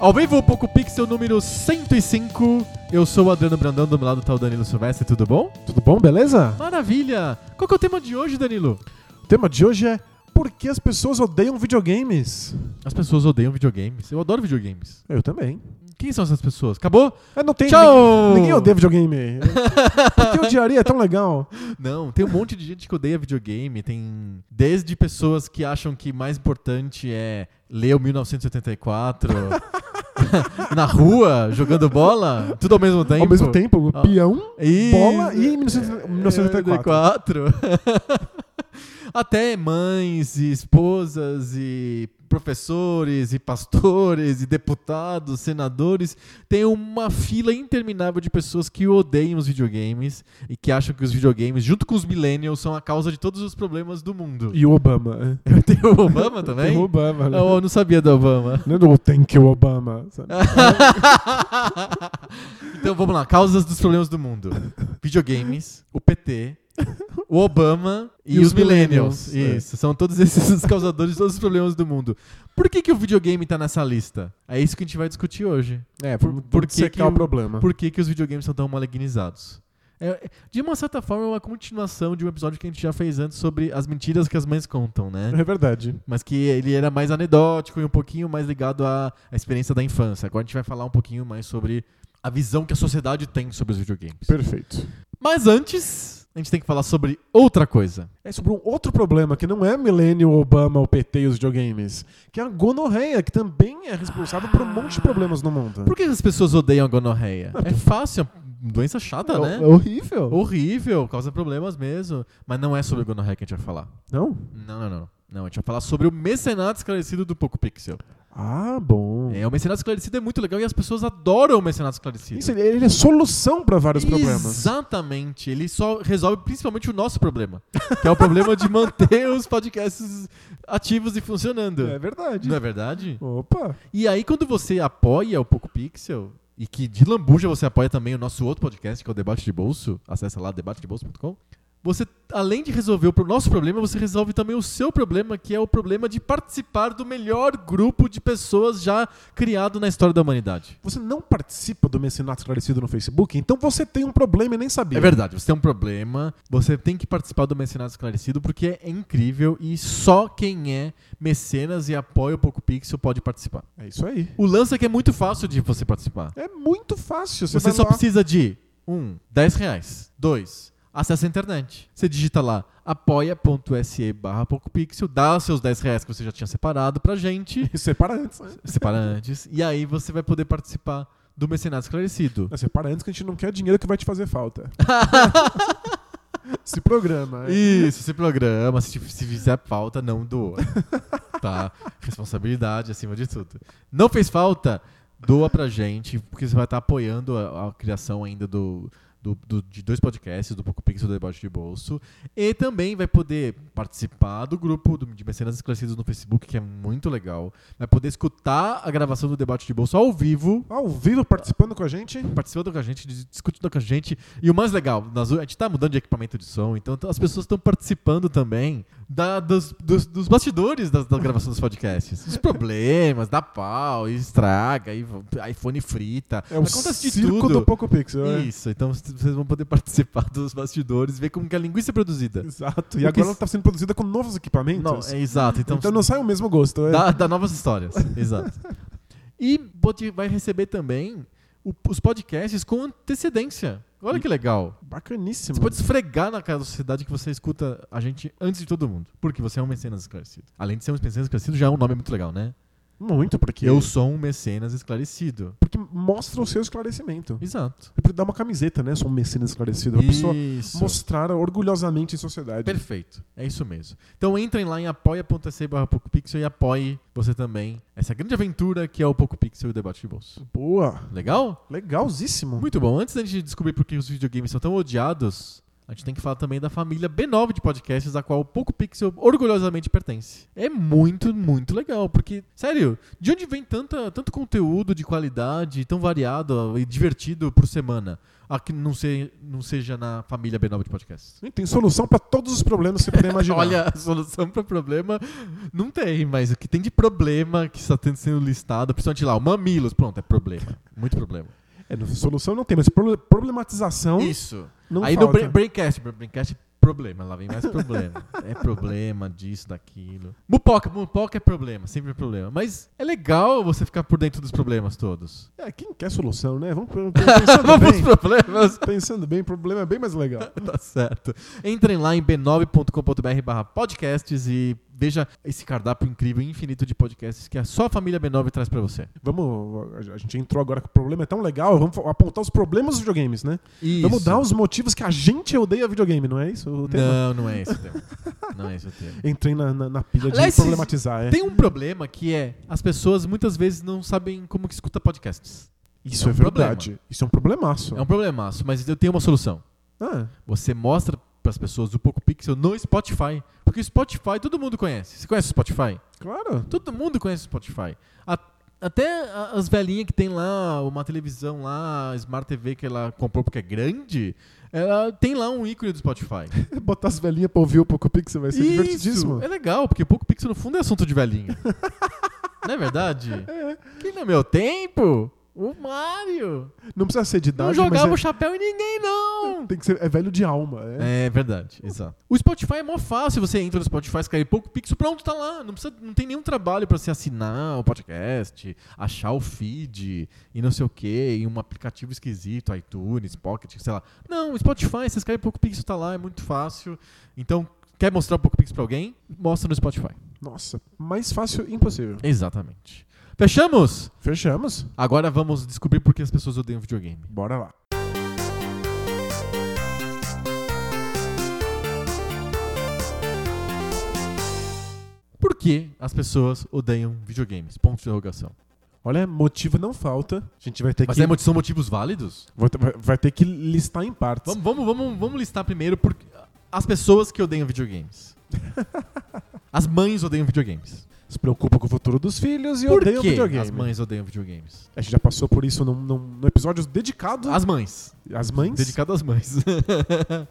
Ao vivo, Poco Pixel número 105. Eu sou o Adriano Brandão, do meu lado tá o Danilo Silvestre, tudo bom? Tudo bom, beleza? Maravilha! Qual que é o tema de hoje, Danilo? O tema de hoje é Por que as pessoas odeiam videogames? As pessoas odeiam videogames. Eu adoro videogames. Eu também. Quem são essas pessoas? Acabou? Eu não tenho. Tchau! Ninguém, ninguém odeia videogame. Por que odiaria? É tão legal. Não, tem um monte de gente que odeia videogame. Tem desde pessoas que acham que mais importante é ler o 1984 na rua, jogando bola, tudo ao mesmo tempo. Ao mesmo tempo, Ah. peão, E... bola e 1984. 1984. Até mães e esposas e professores e pastores e deputados, senadores, tem uma fila interminável de pessoas que odeiam os videogames e que acham que os videogames, junto com os millennials, são a causa de todos os problemas do mundo. E o Obama. é. Tem o Obama também? Oh, Tem o Obama. né? Eu não sabia do Obama. Não é do Thank you, Obama. sabe? então vamos lá, causas dos problemas do mundo: videogames, o PT, o Obama e, os, millennials. é. millennials, Isso, são todos esses os causadores de todos os problemas do mundo. Por que, que o videogame tá nessa lista? É isso que a gente vai discutir hoje. É, por- vamos por que secar que o o- problema. Por que, que os videogames são tão malignizados? É, de uma certa forma, é uma continuação de um episódio que a gente já fez antes sobre as mentiras que as mães contam, né? É verdade. mas que ele era mais anedótico e um pouquinho mais ligado à, à experiência da infância. Agora a gente vai falar um pouquinho mais sobre a visão que a sociedade tem sobre os videogames. Perfeito. Mas antes, a gente tem que falar sobre outra coisa. É sobre um outro problema que não é Millennium, Obama, o PT e os videogames, que é a gonorreia, que também é responsável por um monte de problemas no mundo. Por que as pessoas odeiam a gonorreia? É fácil, é uma doença chata, é, é né? horrível. Horrível, causa problemas mesmo. Mas não é sobre a gonorreia que a gente vai falar. Não? Não, não, não. Não, a gente vai falar sobre o mecenato esclarecido do Poco Pixel. Ah, bom. É, o mecenato esclarecido é muito legal e as pessoas adoram o mecenato esclarecido. Isso, ele, ele é solução para vários problemas. Exatamente. Ele só resolve principalmente o nosso problema, que é o problema de manter os podcasts ativos e funcionando. É verdade. Não é verdade? Opa. E aí, quando você apoia o Poco Pixel, e que de lambuja você apoia também o nosso outro podcast, que é o Debate de Bolso, acessa lá debatedebolso.com, você, além de resolver o pro- nosso problema, você resolve também o seu problema, que é o problema de participar do melhor grupo de pessoas já criado na história da humanidade. Você não participa do Mecenato Esclarecido no Facebook, então você tem um problema e nem sabia. É verdade, você tem um problema, você tem que participar do Mecenato Esclarecido porque é incrível e só quem é mecenas e apoia o Poco Pixel pode participar. É isso aí. O lance é que é muito fácil de você participar. É muito fácil. Você, Você, vai só lá- precisa de 1. Um, 10 reais. 2. Acesso à internet. Você digita lá apoia.se barra PocoPixel, dá os seus 10 reais que você já tinha separado pra gente, Separa antes. né? separa antes, e aí você vai poder participar do Mecenato Esclarecido. Não, É, Separa antes que a gente não quer dinheiro que vai te fazer falta. Se programa. é. Isso, se programa, se, se fizer falta, não doa. tá? Responsabilidade acima de tudo. Não fez falta, doa pra gente, porque você vai estar apoiando a, a criação ainda do, do- do- de dois podcasts, do Poco Pixel e do Debate de Bolso. E também vai poder participar do grupo do- de mecenas esclarecidos no Facebook, que é muito legal. Vai poder escutar a gravação do Debate de Bolso ao vivo Ao vivo participando com a gente. é participando com a gente, dis- discutindo com a gente. E o mais legal, nós- a gente tá mudando de equipamento de som, então t- as pessoas estão participando também da- dos, dos- dos bastidores das- da, gravação dos podcasts. Os problemas, dá pau, estraga, e v- iPhone frita. É o Acontece de circo tudo. do Poco Pixel. é. Isso, então c- vocês vão poder participar dos bastidores, ver como que a linguiça é produzida. Exato. E Porque agora se- ela está sendo produzida com novos equipamentos. Não, é exato. Então, então, não sai o mesmo gosto. é. Dá, dá novas histórias, exato. E pode- vai receber também o- os podcasts com antecedência. Olha que legal. Bacaníssimo. Você pode esfregar na cara da sociedade que você escuta a gente antes de todo mundo. Porque você é um mecenas esclarecido. Além de ser um mecenas esclarecido, já é um nome muito legal, né? Muito, porque. Eu sou um mecenas esclarecido. Porque mostra o seu esclarecimento. Exato. É pra dar uma camiseta, né? Sou um mecenas esclarecido. A pessoa Isso. mostrar orgulhosamente em sociedade. Perfeito. É isso mesmo. Então entrem lá em apoia.se barra PocoPixel e apoie você também essa grande aventura que é o PocoPixel e o debate de bolso. Boa. Legal? Legalzíssimo. Muito bom. Antes da gente descobrir por que os videogames são tão odiados, a gente tem que falar também da família B9 de podcasts, a qual o PocoPixel orgulhosamente pertence. É muito, muito legal, porque, sério, de onde vem tanta, tanto conteúdo de qualidade, tão variado e divertido por semana, a que não, se, não seja na família B9 de podcasts? E Tem solução pra todos os problemas que você puder imaginar. Olha, a solução para problema não tem, mas o que tem de problema que está tendo- sendo listado, principalmente lá, o mamilos, pronto, é problema. Muito problema. É, não- solução não tem, mas pro- problematização Isso. não Aí no falta. Bra- Braincast, Bra- Braincast é problema, lá vem mais problema. é problema disso, daquilo. Mupoca, mupoca é problema, sempre é problema. Mas é legal você ficar por dentro dos problemas todos. É, quem quer solução, né? Vamos, pro- pensando Vamos bem. pros problemas. Pensando bem, o problema é bem mais legal. Tá certo. Entrem lá em b9.com.br barra podcasts e veja esse cardápio incrível e infinito de podcasts que a só a família B9 traz pra você. Vamos. A gente entrou agora que o problema é tão legal, vamos fa- apontar os problemas dos videogames, né? Vamos dar os motivos que a gente odeia videogame, não é isso? o tema? Não, não é esse o tema. Não é esse o tema. Entrei na, na, na pilha de Aliás, problematizar. É. Tem um problema que é as pessoas muitas vezes não sabem como que escuta podcasts. Isso é um é, verdade. Isso é um problemaço. É um problemaço, mas eu tenho uma solução. Ah, Você mostra pras pessoas o Poco Pixel no Spotify, porque o Spotify todo mundo conhece. Você conhece o Spotify? claro. Todo mundo conhece o Spotify. A- até a- as velhinhas que tem lá, uma televisão lá, a Smart TV que ela comprou porque é grande, ela tem lá um ícone do Spotify. Botar as velhinhas pra ouvir o Poco Pixel vai ser Isso, divertidíssimo. É legal, porque pouco pixel no fundo é assunto de velhinha. não é verdade? Que no meu tempo, o Mario Não precisa ser de não idade, jogava o mas chapéu em ninguém, é, não. tem que ser, é velho de alma. É. É verdade, exato. O Spotify é mó fácil, você entra no Spotify, escreve pouco pixel, pronto, tá lá. Não, precisa, não tem nenhum trabalho pra você assinar o podcast, achar o feed e não sei o que, em um aplicativo esquisito, iTunes, Pocket, sei lá. Não, o Spotify, você escreve pouco pixel, tá lá, é muito fácil. Então, quer mostrar o pouco pixel pra alguém? Mostra no Spotify. Nossa, mais fácil impossível. Exatamente. Fechamos? Fechamos? Agora vamos descobrir por que as pessoas odeiam videogame. Bora lá. Por que as pessoas odeiam videogames? Ponto de interrogação. Olha, motivo não falta. A gente vai ter Mas que. é mo- são motivos válidos? vai ter- vai- Vai ter que listar em partes. Vamos, vamos, vamos, vamos listar primeiro por... as pessoas que odeiam videogames. As mães odeiam videogames. Se preocupa com o futuro dos filhos e por odeia o que videogame. as mães odeiam videogames? A gente já passou por isso num, num- num episódio dedicado As mães. às mães. Ah, Dedicado às mães.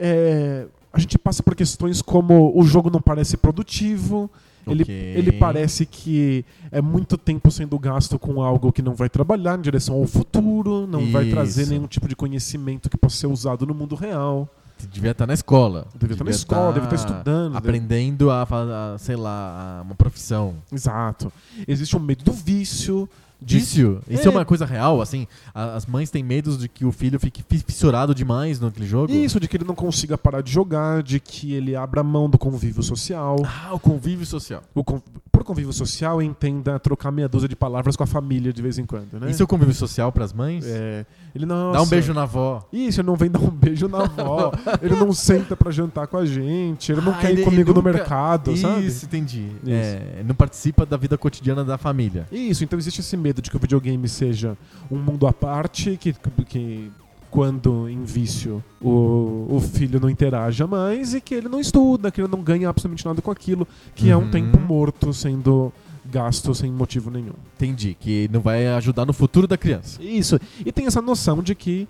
É, a gente passa por questões como o jogo não parece produtivo, ele, Ok. ele parece que é muito tempo sendo gasto com algo que não vai trabalhar em direção ao futuro, não vai trazer Isso. nenhum tipo de conhecimento que possa ser usado no mundo real. Devia estar tá na escola. Devia estar na escola, devia estar estudando, Aprendendo a, fa- a, sei lá, a uma profissão. Exato. Existe o medo do vício. de- Vício? Isso é. É. uma coisa real, assim? A- As mães têm medo de que o filho fique fi- fissurado demais naquele jogo? Isso, de que ele não consiga parar de jogar, de que ele abra mão do convívio social. Ah, o convívio social. O con- Por convívio social, entenda trocar meia dúzia de palavras com a família de vez em quando, né? Isso é o convívio social pras mães? É, ele não. Dá um beijo na avó. Isso, ele não vem dar um beijo na avó. ele não senta pra jantar com a gente. Ele não Ah, quer ele- ir comigo ele no nunca- mercado, Isso, sabe? entendi. Isso. É, não participa da vida cotidiana da família. Isso, então existe esse medo de que o videogame seja um mundo à parte, que, que quando em vício o, o filho não interaja mais e que ele não estuda, que ele não ganha absolutamente nada com aquilo, que é Uhum. um tempo morto sendo gasto sem motivo nenhum. Entendi, que não vai ajudar no futuro da criança. Isso. E tem essa noção de que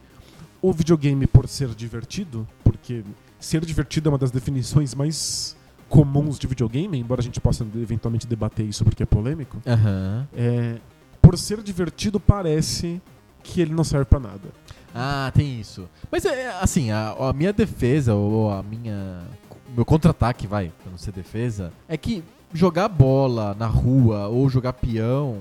o videogame, por ser divertido, porque ser divertido é uma das definições mais comuns de videogame, embora a gente possa eventualmente debater isso porque é polêmico, Aham. é, por ser divertido parece que ele não serve pra nada. Ah, tem isso. Mas, é, assim, a, a minha defesa, ou a minha... o Meu contra-ataque, vai, pra não ser defesa, é que jogar bola na rua, ou jogar peão,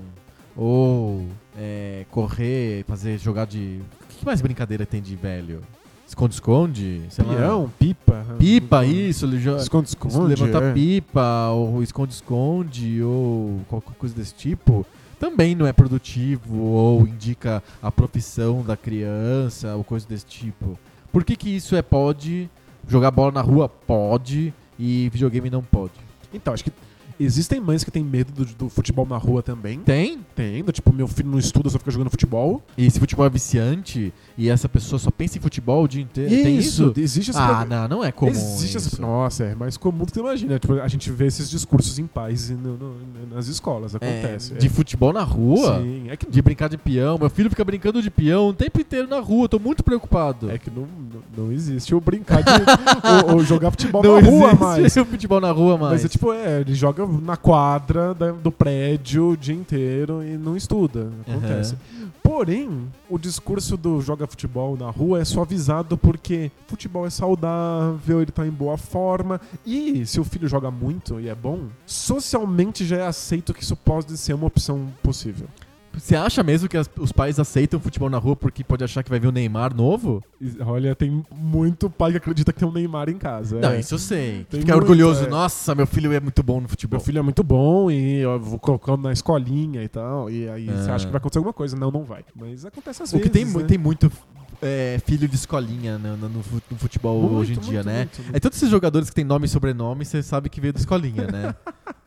ou é, correr, fazer jogar de... O que mais brincadeira tem de velho? Esconde-esconde? sei lá. Peão, pipa. Pipa, hum, isso. ele jo- Esconde-esconde. levantar é. pipa, ou esconde-esconde, ou qualquer coisa desse tipo, também não é produtivo, ou indica a profissão da criança, ou coisa desse tipo. Por que, que isso é pode? Jogar bola na rua pode, e videogame não pode. Então, acho que existem mães que têm medo do, do futebol na rua também. Tem? Tem, do tipo, meu filho não estuda, só fica jogando futebol. E se futebol é viciante, e essa pessoa só pensa em futebol o dia inteiro, tem isso? Existe essa Ah, não, não é comum Existe essa... isso. Nossa, é mais comum do que você imagina. Tipo, a gente vê esses discursos em paz e no- no- nas escolas, É, acontece. de futebol na rua, Sim, é que, de brincar de peão. Meu filho fica brincando de peão o tempo inteiro na rua, eu tô muito preocupado. é que não, não- não existe o brincar de. ou, ou jogar futebol não na rua existe mais. futebol na rua mais. Mas é tipo, é, ele joga na quadra da- do prédio o dia inteiro e não estuda. Acontece. Porém, o discurso do joga futebol na rua é suavizado porque futebol é saudável, ele tá em boa forma. E se o filho joga muito e é bom, socialmente já é aceito que isso pode ser uma opção possível. Você acha mesmo que as- os pais aceitam futebol na rua porque pode achar que vai vir o Neymar novo? E, olha, tem muito pai que acredita que tem um Neymar em casa. Não, é. isso eu sei. Tem Fica muito, orgulhoso. é. Nossa, meu filho é muito bom no futebol. Meu filho é muito bom e eu vou colocando na escolinha e tal. E aí você Ah. acha que vai acontecer alguma coisa. Não, não vai. Mas acontece às o que vezes. tem, mu- né? tem muito é, filho de escolinha no, no- no fu- no futebol Muito, hoje em muito, dia, né? muito, muito. É todos esses jogadores que tem nome e sobrenome, você sabe que veio da escolinha, né?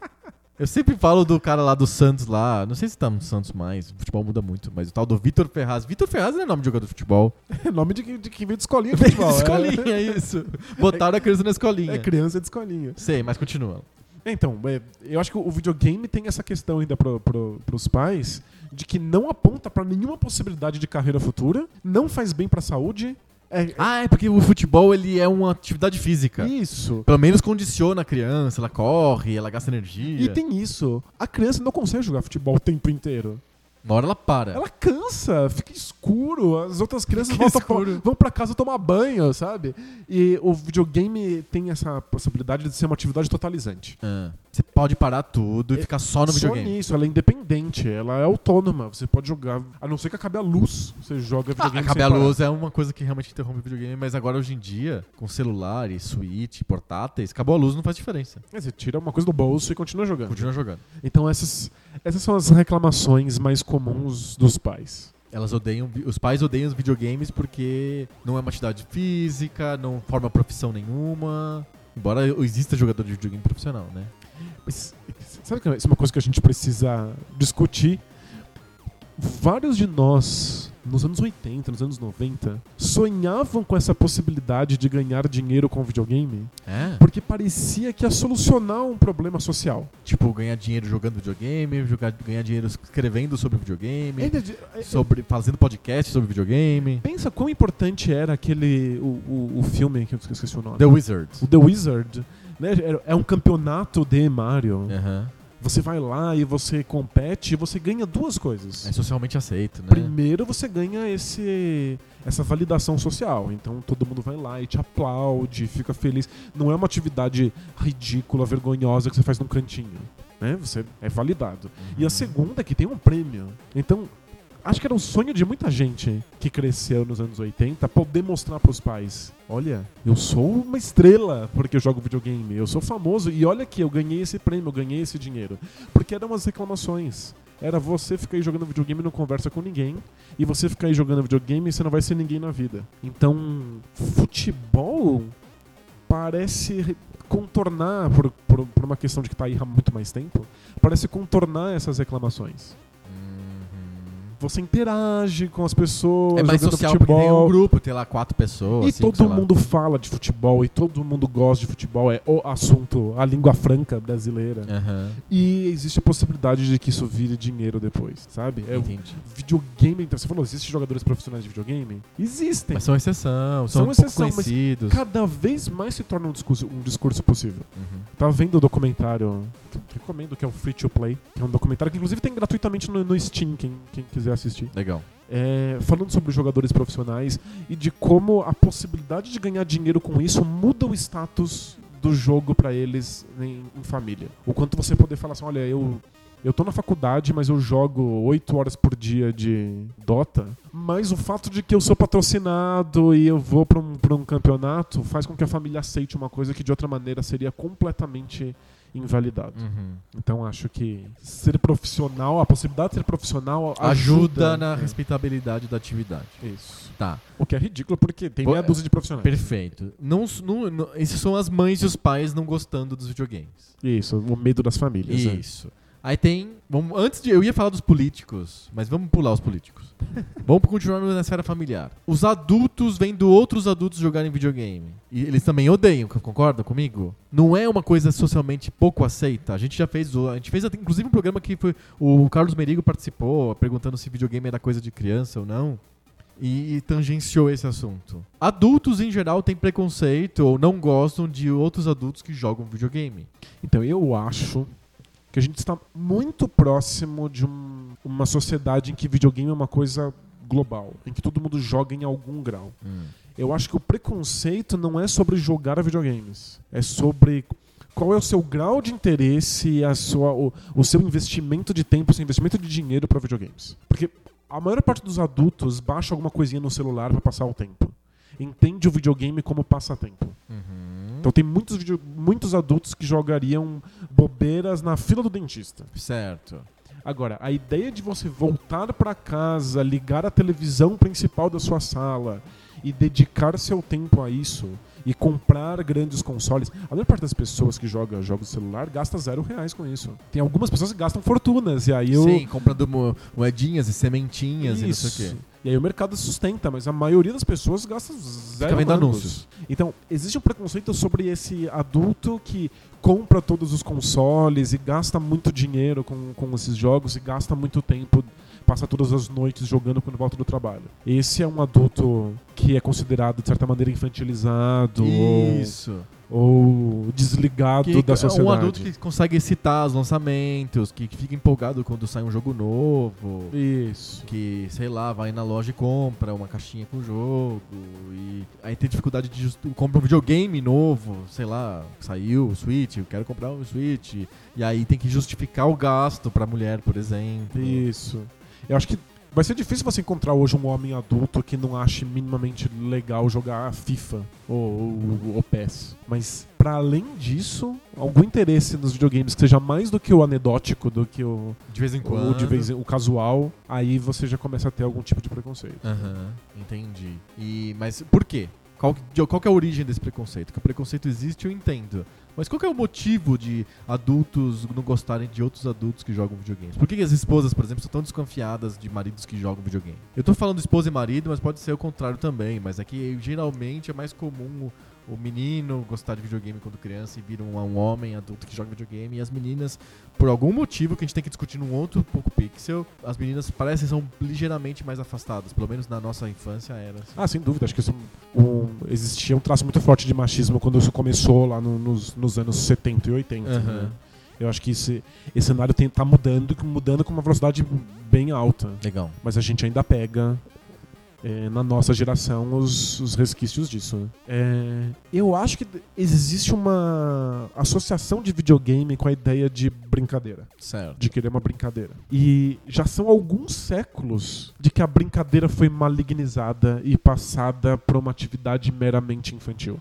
Eu sempre falo do cara lá do Santos lá, não sei se tá no Santos mais, o futebol muda muito, mas o tal do Vitor Ferraz. Vitor Ferraz não é nome de jogador de futebol. É Nome de, que- de quem veio de escolinha de futebol. É escolinha, é isso. Botaram a criança na É, escolinha. é criança de escolinha. Sei, mas continua. Então, é, eu acho que o videogame tem essa questão ainda pro, pro, pros pais de que não aponta pra nenhuma possibilidade de carreira futura, não faz bem pra saúde. É, Ah, é porque o futebol ele é uma atividade física. isso. Pelo menos condiciona a criança, ela corre, ela gasta energia. E tem isso. A criança não consegue jogar futebol o tempo inteiro. Uma hora ela para. Ela cansa, fica escuro, as outras crianças Tá. Fica voltam pra- escuro. vão pra casa tomar banho, sabe? E o videogame tem essa possibilidade de ser uma atividade totalizante. Ah, você pode parar tudo e É, ficar só no Só videogame. nisso, ela é independente, ela é autônoma, você pode jogar, a não ser que acabe a luz, você Ah, joga videogame sem Acabar a parar. luz é uma coisa que realmente interrompe o videogame, mas agora hoje em dia, com celular e Switch, portáteis, acabou a luz, não faz diferença. É, Você tira uma coisa do bolso e continua jogando. Continua jogando. Então essas, essas são as reclamações mais comuns dos pais. Elas odeiam, vi- os pais odeiam os videogames porque não é uma atividade física, não forma profissão nenhuma. Embora exista jogador de videogame profissional, né? Mas, sabe que isso é uma coisa que a gente precisa discutir? Vários de nós, nos anos 80, nos anos 90, sonhavam com essa possibilidade de ganhar dinheiro com videogame É? porque parecia que ia solucionar um problema social. Tipo, ganhar dinheiro jogando videogame, jogar, ganhar dinheiro escrevendo sobre videogame, Ainda de- é- sobre, fazendo podcast sobre videogame. Pensa quão importante era aquele. O, o, o filme que eu esqueci o nome. The Wizard. o The Wizard. Né? Era- É um campeonato de Mario. Aham. Você vai lá e você compete e você ganha duas coisas. É socialmente aceito, né? Primeiro você ganha esse essa validação social. Então todo mundo vai lá e te aplaude, fica feliz. Não é uma atividade ridícula, vergonhosa que você faz num cantinho, né? Você é validado. E a Uhum. segunda é que tem um prêmio. Então acho que era um sonho de muita gente que cresceu nos anos 80 poder mostrar pros pais, olha, eu sou uma estrela porque eu jogo videogame, eu sou famoso e olha aqui, eu ganhei esse prêmio, eu ganhei esse dinheiro. Porque eram umas reclamações. Era você ficar aí jogando videogame e não conversa com ninguém. E você ficar aí jogando videogame e você não vai ser ninguém na vida. Então, futebol parece re- contornar, por, por, por uma questão de que tá aí há muito mais tempo, parece contornar essas reclamações. Uhum. Você interage com as pessoas, É mais jogando social porque tem um futebol. grupo, tem lá quatro pessoas. e cinco, sei todo lá. mundo fala de futebol, e todo mundo gosta de futebol, é o assunto, a língua franca brasileira. Aham, E existe a possibilidade de que isso vire dinheiro depois, sabe? É o entendi. videogame, então você falou, existem jogadores profissionais de videogame? Existem. Mas são exceção, São são, um exceção, mas pouco conhecidos. Cada vez mais se torna um discurso, um discurso possível. Uhum. Tava vendo o documentário, que eu recomendo, que é o Free to Play, que é um documentário que inclusive tem gratuitamente no, no Steam, quem, quem quiser assistir. Legal. É, falando sobre jogadores profissionais e de como a possibilidade de ganhar dinheiro com isso muda o status do jogo pra eles em, em família. O quanto você poder falar assim, olha, eu eu tô na faculdade, mas eu jogo 8 horas por dia de Dota. Mas o fato de que eu sou patrocinado e eu vou pra um, pra um campeonato faz com que a família aceite uma coisa que de outra maneira seria completamente invalidado. Uhum. Então acho que ser profissional, a possibilidade de ser profissional Ajuda ajuda, na É, respeitabilidade da atividade. Isso. Tá, O que é ridículo porque tem Bo- meia dúzia de profissionais. perfeito. Não, s- não, não- esses são as mães e os pais não gostando dos videogames. Isso, o medo das famílias. né? Isso. Aí tem. Vamos, antes de. Eu ia falar dos políticos, mas vamos pular os políticos. vamos continuar na esfera familiar. Os adultos vendo outros adultos jogarem videogame. E eles também odeiam, c- concorda comigo? Não é uma coisa socialmente pouco aceita. A gente já fez. o- A gente fez até, inclusive um programa que foi. O Carlos Merigo participou, perguntando se videogame era coisa de criança ou não. E, e tangenciou esse assunto. Adultos em geral têm preconceito ou não gostam de outros adultos que jogam videogame. Então eu acho que a gente está muito próximo de um- uma sociedade em que videogame é uma coisa global, em que todo mundo joga em algum grau. Eu acho que o preconceito não é sobre jogar videogames, é sobre qual é o seu grau de interesse, a sua, o, o seu investimento de tempo, o seu investimento de dinheiro para videogames. Porque a maior parte dos adultos baixa alguma coisinha no celular para passar o tempo. Entende o videogame como passatempo. Então tem muitos, vídeo- muitos adultos que jogariam bobeiras na fila do dentista. Certo. Agora, a ideia de você voltar pra casa, ligar a televisão principal da sua sala e dedicar seu tempo a isso e comprar grandes consoles. A maior parte das pessoas que joga jogos de celular gasta zero reais com isso. Tem algumas pessoas que gastam fortunas e aí eu Sim, comprando mo- moedinhas e sementinhas e não sei o quê. E aí o mercado sustenta, mas a maioria das pessoas gasta Fica zero vendo mangos. anúncios. Então, existe um preconceito sobre esse adulto que compra todos os consoles e gasta muito dinheiro com, com esses jogos e gasta muito tempo, passa todas as noites jogando quando volta do trabalho. Esse é um adulto que é considerado, de certa maneira, infantilizado ou, Isso. ou desligado Que da é sociedade. um adulto que consegue excitar os lançamentos, que, que fica empolgado quando sai um jogo novo, Isso. que, sei lá, vai na loja e compra uma caixinha com o jogo, e aí tem dificuldade de just- compra um videogame novo, sei lá, saiu o Switch, eu quero comprar um Switch, e aí tem que justificar o gasto pra mulher, por exemplo. Isso. Eu acho que vai ser difícil você encontrar hoje um homem adulto que não ache minimamente legal jogar FIFA ou, ou, ou PES. Mas, pra além disso, algum interesse nos videogames que seja mais do que o anedótico, do que o, De vez em o, quando. de vez em- o casual, aí você já começa a ter algum tipo de preconceito. Aham, entendi. E, mas por quê? Qual, que- de- qual que é a origem desse preconceito? Que o preconceito existe, eu entendo. Mas qual que é o motivo de adultos não gostarem de outros adultos que jogam videogames? Por que, que as esposas, por exemplo, são tão desconfiadas de maridos que jogam videogame? Eu tô falando esposa e marido, mas pode ser o contrário também. Mas é que geralmente é mais comum o, o menino gostar de videogame quando criança e vira um, um homem adulto que joga videogame. E as meninas, por algum motivo que a gente tem que discutir num outro pouco pixel, as meninas parecem que são ligeiramente mais afastadas. Pelo menos na nossa infância era assim. Ah, sem dúvida, acho que isso é um- um- existia um traço muito forte de machismo quando isso começou lá no- nos, nos anos 70 e 80. Aham. né? Eu acho que esse, esse cenário tem, tá mudando, mudando com uma velocidade bem alta. Legal. mas a gente ainda pega é, na nossa geração os, os resquícios disso. né? É, eu acho que existe uma associação de videogame com a ideia de brincadeira, Certo. de querer uma brincadeira. E já são alguns séculos de que a brincadeira foi malignizada e passada para uma atividade meramente infantil.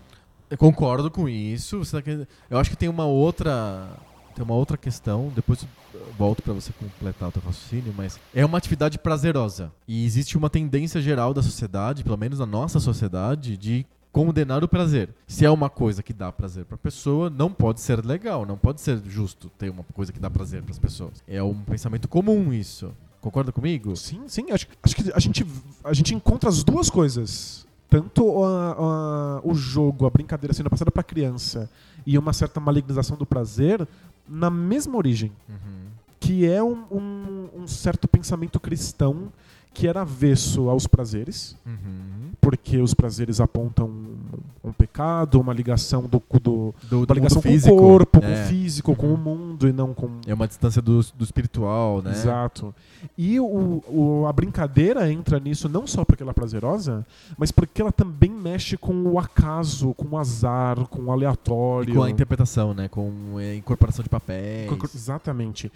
Eu concordo com isso. Você tá querendo- Eu acho que tem uma outra. Tem uma outra questão, depois eu volto pra você completar o teu raciocínio, mas é uma atividade prazerosa. E existe uma tendência geral da sociedade, pelo menos na nossa sociedade, de condenar o prazer. Se é uma coisa que dá prazer pra pessoa, não pode ser legal, não pode ser justo ter uma coisa que dá prazer pras pessoas. É um pensamento comum isso. Concorda comigo? Sim, sim. Acho, acho que a gente, a gente encontra as duas coisas. Tanto a- a- o jogo, a brincadeira sendo passada pra criança e uma certa malignização do prazer na mesma origem, Uhum, que é um, um- um certo pensamento cristão que era avesso aos prazeres, Uhum. porque os prazeres apontam um, um pecado, uma ligação do, do Do, uma do mundo ligação físico. com o corpo, com é. o físico, com o mundo e não com é uma distância do, do espiritual, né? Exato. E o, o- a brincadeira entra nisso não só porque ela é prazerosa, mas porque ela também mexe com o acaso, com o azar, com o E aleatório. com a interpretação, né? Com é, eh, incorporação de papéis. Com a cor- Exatamente.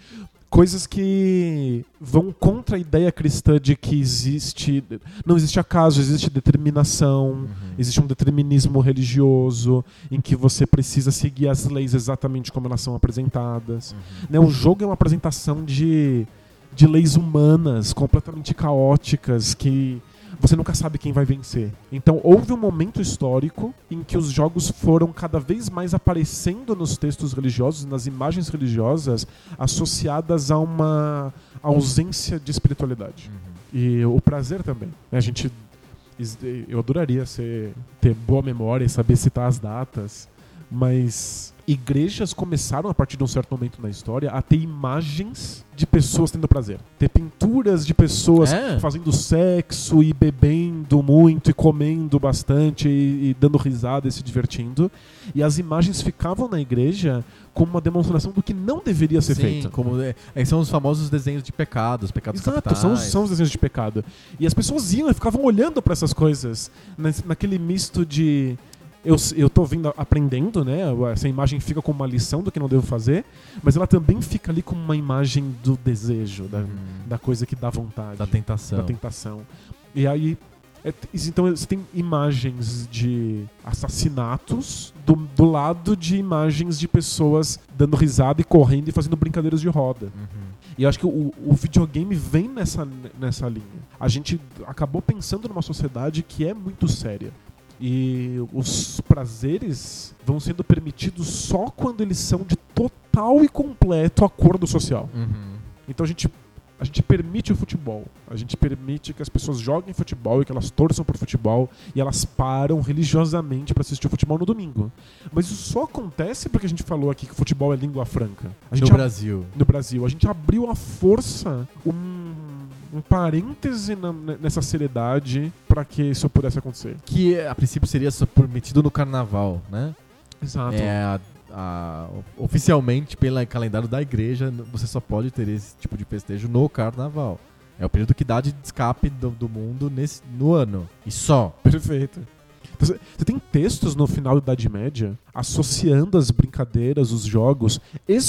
coisas que vão contra a ideia cristã de que existe não existe acaso, existe determinação, Uhum. existe um determinismo religioso em que você precisa seguir as leis exatamente como elas são apresentadas. Né, o jogo é uma apresentação de, de leis humanas completamente caóticas que você nunca sabe quem vai vencer. Então houve um momento histórico em que os jogos foram cada vez mais aparecendo nos textos religiosos, nas imagens religiosas, associadas a uma ausência de espiritualidade. E o prazer também. né? A gente is- eu adoraria ser, ter boa memória e saber citar as datas, mas igrejas começaram a partir de um certo momento na história a ter imagens de pessoas tendo prazer, ter pinturas de pessoas É? fazendo sexo e bebendo muito e comendo bastante e, e dando risada e se divertindo, e as imagens ficavam na igreja como uma demonstração do que não deveria ser Sim, feito. Como, é, é, são os famosos desenhos de pecados, pecados Exato, capitais. são, os- são os desenhos de pecado. E as pessoas iam e ficavam olhando pra essas coisas, nas- naquele misto de eu, s- eu tô vindo aprendendo, né? Essa imagem fica como uma lição do que não devo fazer, mas ela também fica ali como uma imagem do desejo, da, Uhum. da coisa que dá vontade, da tentação. da tentação. E aí é t- então você tem imagens de assassinatos do, do lado de imagens de pessoas dando risada e correndo e fazendo brincadeiras de roda. Uhum. E eu acho que o, o videogame vem nessa, nessa linha. A gente acabou pensando numa sociedade que é muito séria. E os prazeres vão sendo permitidos só quando eles são de total e completo acordo social. Uhum. Então a gente, a gente permite o futebol. A gente permite que as pessoas joguem futebol e que elas torçam por futebol e elas param religiosamente pra assistir o futebol no domingo. Mas isso só acontece porque a gente falou aqui que o futebol é língua franca. A gente no Brasil. no Brasil. A gente abriu à força um, um parêntese na- nessa seriedade pra que isso pudesse acontecer. Que a princípio seria só prometido no carnaval, né? Exato. É a- a- oficialmente, pelo calendário da igreja, n- você só pode ter esse tipo de festejo no carnaval. É o período que dá de escape do, do mundo nesse, no ano. E só. Perfeito. Então, Você você tem textos no final da Idade Média associando as brincadeiras, os jogos,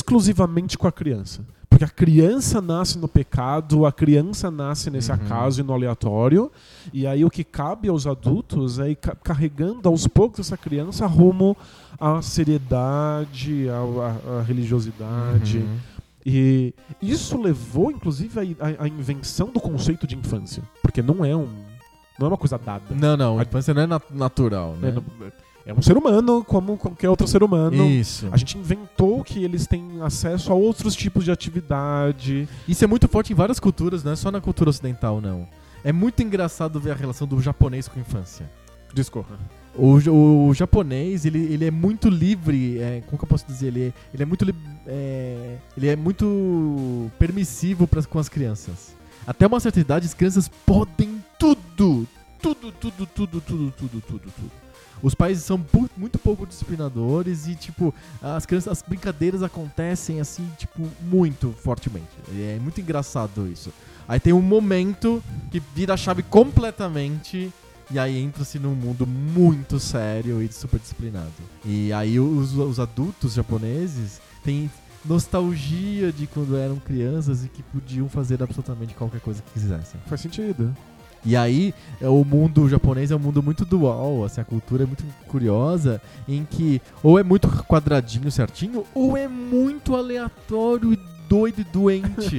exclusivamente com a criança. Porque a criança nasce no pecado, a criança nasce nesse Uhum. acaso e no aleatório, e aí o que cabe aos adultos é ir ca- carregando aos poucos essa criança rumo à seriedade, à, à- à religiosidade. Uhum. E isso levou, inclusive, à à invenção do conceito de infância. Porque não é um. não é uma coisa dada. Não, não. A A- infância não é nat- natural, né? É, não- É um ser humano como qualquer outro ser humano. Isso. A gente inventou que eles têm acesso a outros tipos de atividade. Isso é muito forte em várias culturas, não é só na cultura ocidental, não. É muito engraçado ver a relação do japonês com a infância. Discorra. O, ja- o japonês, ele, ele é muito livre, é, como que eu posso dizer? Ele, é- ele é muito li- é, ele é muito permissivo pras, com as crianças. Até uma certa idade, as crianças podem tudo. Tudo, tudo, tudo, tudo, tudo, tudo, tudo. Os pais são pu- muito pouco disciplinadores e, tipo, as crianças, as brincadeiras acontecem, assim, tipo, muito fortemente. É muito engraçado isso. Aí tem um momento que vira a chave completamente e aí entra-se num mundo muito sério e super disciplinado. E aí os, os adultos japoneses têm nostalgia de quando eram crianças e que podiam fazer absolutamente qualquer coisa que quisessem. Faz sentido. E aí, é, o mundo japonês é um mundo muito dual, assim, a cultura é muito curiosa, em que ou é muito quadradinho certinho, ou é muito aleatório e doido e doente.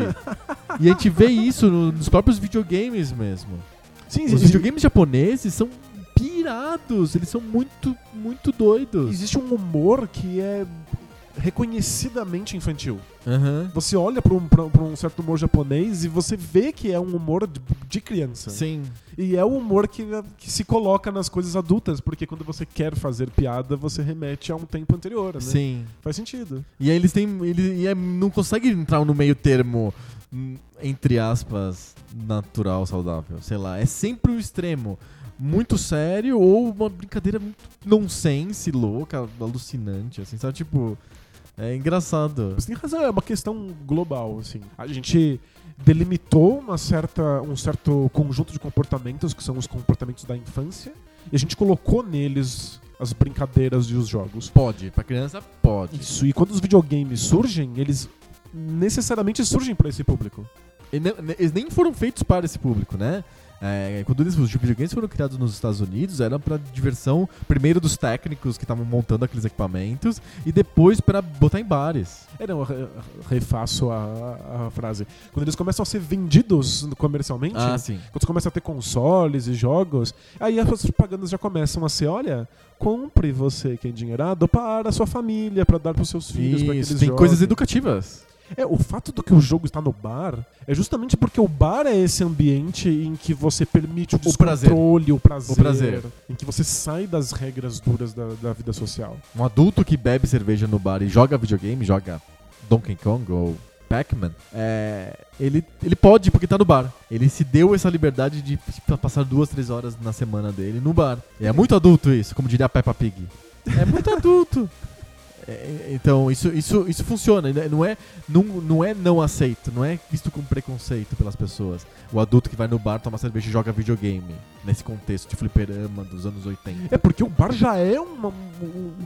e a gente vê isso no- nos próprios videogames mesmo. Sim, Os existe, videogames japoneses são pirados, eles são muito, muito doidos. existe um humor que é reconhecidamente infantil. Aham. Você olha pra um, pra- pra um certo humor japonês e você vê que é um humor de, de criança. Sim. E é o humor que, que se coloca nas coisas adultas, porque quando você quer fazer piada, você remete a um tempo anterior, né? Sim. Faz sentido. E aí eles têm. Ele e é- não consegue entrar no meio termo, hum, entre aspas, natural, saudável. Sei lá. É sempre um extremo. Muito sério ou uma brincadeira muito nonsense, louca, alucinante, assim, sabe? Tipo. É engraçado. Você tem razão, é uma questão global, assim. A gente delimitou uma certa, um certo conjunto de comportamentos, que são os comportamentos da infância, e a gente colocou neles as brincadeiras e os jogos. Pode, pra criança pode. Isso, e quando os videogames surgem, eles necessariamente surgem para esse público. E ne- ne- Eles nem foram feitos para esse público, né? É, quando eles, os videogames foram criados nos Estados Unidos, era pra diversão, primeiro dos técnicos que estavam montando aqueles equipamentos, e depois pra botar em bares. É, não, eu re- refaço a, a frase. Quando eles começam a ser vendidos comercialmente, Ah, sim. Quando você começa a ter consoles e jogos, aí as propagandas já começam a ser, olha, compre você que é endinheirado para a sua família, para dar para os seus filhos, para que eles Isso, tem joguem. coisas educativas. É, o fato do que o jogo está no bar é justamente porque o bar é esse ambiente em que você permite o prazer. descontrole, o prazer, O prazer. em que você sai das regras duras da, da vida social. Um adulto que bebe cerveja no bar e joga videogame, joga Donkey Kong ou Pac-Man, é, ele, ele pode porque tá no bar. Ele se deu essa liberdade de p- passar duas, três horas na semana dele no bar. E é muito adulto isso, como diria a Peppa Pig. É muito adulto. É, então, isso, isso, isso funciona. né? Não é não, não é não aceito, não é visto como preconceito pelas pessoas. O adulto que vai no bar, toma cerveja e joga videogame. Nesse contexto de fliperama dos anos 80. É porque o bar já é uma,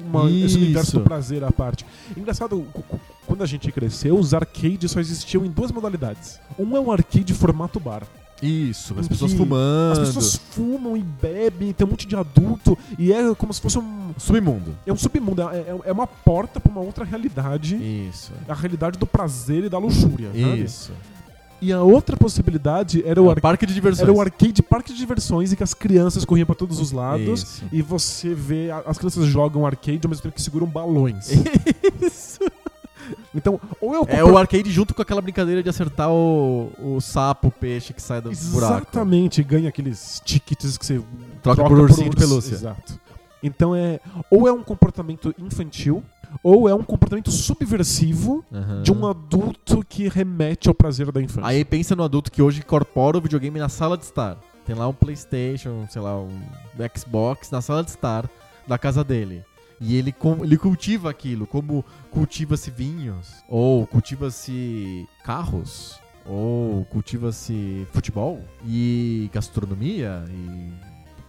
uma- esse Isso. universo do prazer à parte. Engraçado, cu- cu- quando a gente cresceu, os arcades só existiam em duas modalidades. Um é um arcade formato bar. Isso, as Em pessoas que fumando. É As pessoas fumam e bebem, tem um monte de adulto, e é como se fosse um. Submundo. É um submundo, é, é- é uma porta pra uma outra realidade. Isso. A realidade do prazer e da luxúria, sabe? Isso. E a outra possibilidade era É o, um ar- parque de diversões. era o arcade parque de diversões em que as crianças corriam pra todos os lados. Isso. E você vê, a- as crianças jogam arcade ao mesmo tempo que seguram balões. Isso. Então, ou eu É o arcade junto com aquela brincadeira de acertar o, o sapo, o peixe que sai do um buraco. Exatamente, ganha aqueles tickets que você Troca, troca por ursinho urs- de pelúcia. Exato. Então é ou é um comportamento infantil ou é um comportamento subversivo Aham. de um adulto que remete ao prazer da infância. Aí pensa no adulto que hoje incorpora o videogame na sala de estar. Tem lá um Playstation, sei lá, um Xbox na sala de estar da casa dele. E ele, com- ele cultiva aquilo, como cultiva-se vinhos, ou cultiva-se carros, ou cultiva-se futebol, e gastronomia, e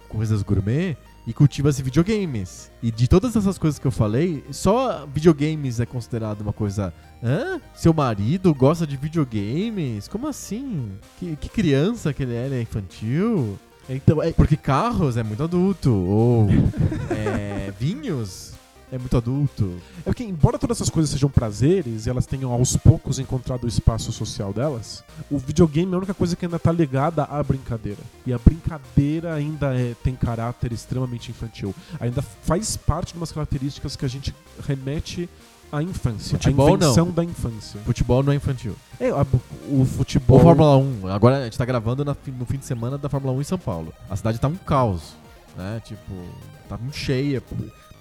coisas gourmet, e cultiva-se videogames. E de todas essas coisas que eu falei, só videogames é considerado uma coisa Hã? Seu marido gosta de videogames? Como assim? Que, que criança que ele é? Ele é infantil? Então, é- Porque carros é muito adulto. Ou é, vinhos é muito adulto. é porque, embora todas essas coisas sejam prazeres e elas tenham aos poucos encontrado o espaço social delas, o videogame é a única coisa que ainda tá ligada à brincadeira. E a brincadeira ainda é- tem caráter extremamente infantil. Ainda faz parte de umas características que a gente remete à infância, Futebol, à invenção não. da infância. Futebol não é infantil. É, a- o futebol. Ou Fórmula 1. Agora a gente tá gravando na fi- no fim de semana da Fórmula 1 em São Paulo. A cidade tá um caos. Né? Tipo, tá muito cheia. Por,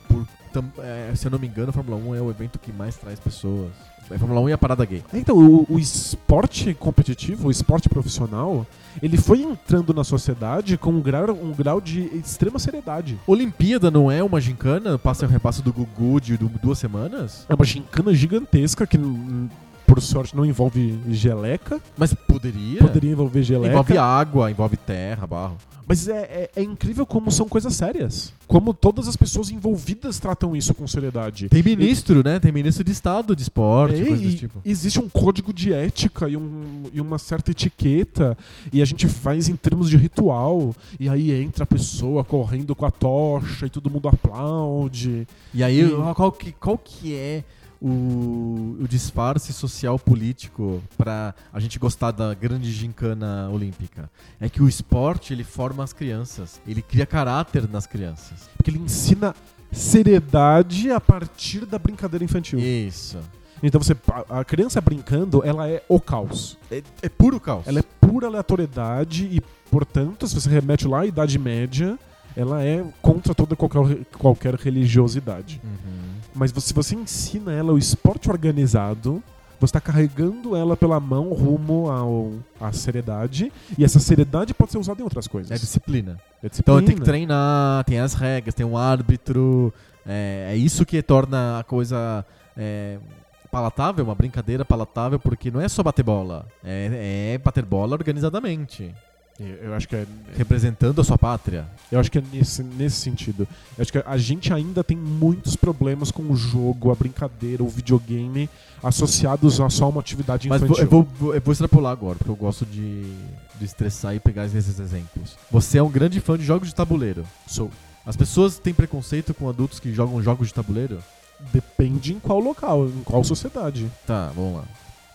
por tam- é, se eu não me engano, a Fórmula 1 é o evento que mais traz pessoas. A Fórmula 1 é a parada gay. Então, o, o esporte competitivo, o esporte profissional, ele foi entrando na sociedade com um grau, um grau de extrema seriedade. Olimpíada não é uma gincana? Passa o repasso do Gugu de du- duas semanas? É uma gincana gigantesca que, hum, por sorte, não envolve geleca. Mas poderia. Poderia envolver geleca. Envolve água, envolve terra, barro. Mas é, é- é incrível como são coisas sérias. Como todas as pessoas envolvidas tratam isso com seriedade. Tem ministro, né? Tem ministro de estado, de esporte, É, coisa e desse tipo. Existe um código de ética e, um- e uma certa etiqueta, e a gente faz em termos de ritual, e aí entra a pessoa correndo com a tocha e todo mundo aplaude. E aí, e- ó, qual que, qual que é o, o disfarce social político pra a gente gostar da grande gincana olímpica? É que o esporte, ele forma as crianças. Ele cria caráter nas crianças. Porque ele ensina seriedade a partir da brincadeira infantil. Isso. Então você a criança brincando, ela é o caos. É, é puro caos. Ela é pura aleatoriedade e, portanto, se você remete lá à Idade Média, ela é contra toda qualquer, qualquer religiosidade. Uhum. Mas você- se você ensina ela o esporte organizado, você está carregando ela pela mão rumo ao, à seriedade. E essa seriedade pode ser usada em outras coisas. É disciplina. É Então disciplina. tem que treinar, tem as regras, tem um árbitro. É, é isso que torna a coisa é, palatável, uma brincadeira palatável, porque não é só bater bola. É, é bater bola organizadamente. Eu, eu acho que é, Representando a sua pátria. eu acho que é nesse, nesse sentido. Eu acho que a gente ainda tem muitos problemas com o jogo, a brincadeira, o videogame associados a só uma atividade Mas infantil. vou- eu vou, vou- eu vou extrapolar agora, porque eu gosto de, de estressar e pegar esses exemplos. Você é um grande fã de jogos de tabuleiro. Sou. As pessoas têm preconceito com adultos que jogam jogos de tabuleiro? Depende em qual local, em qual sociedade. Tá, vamos lá.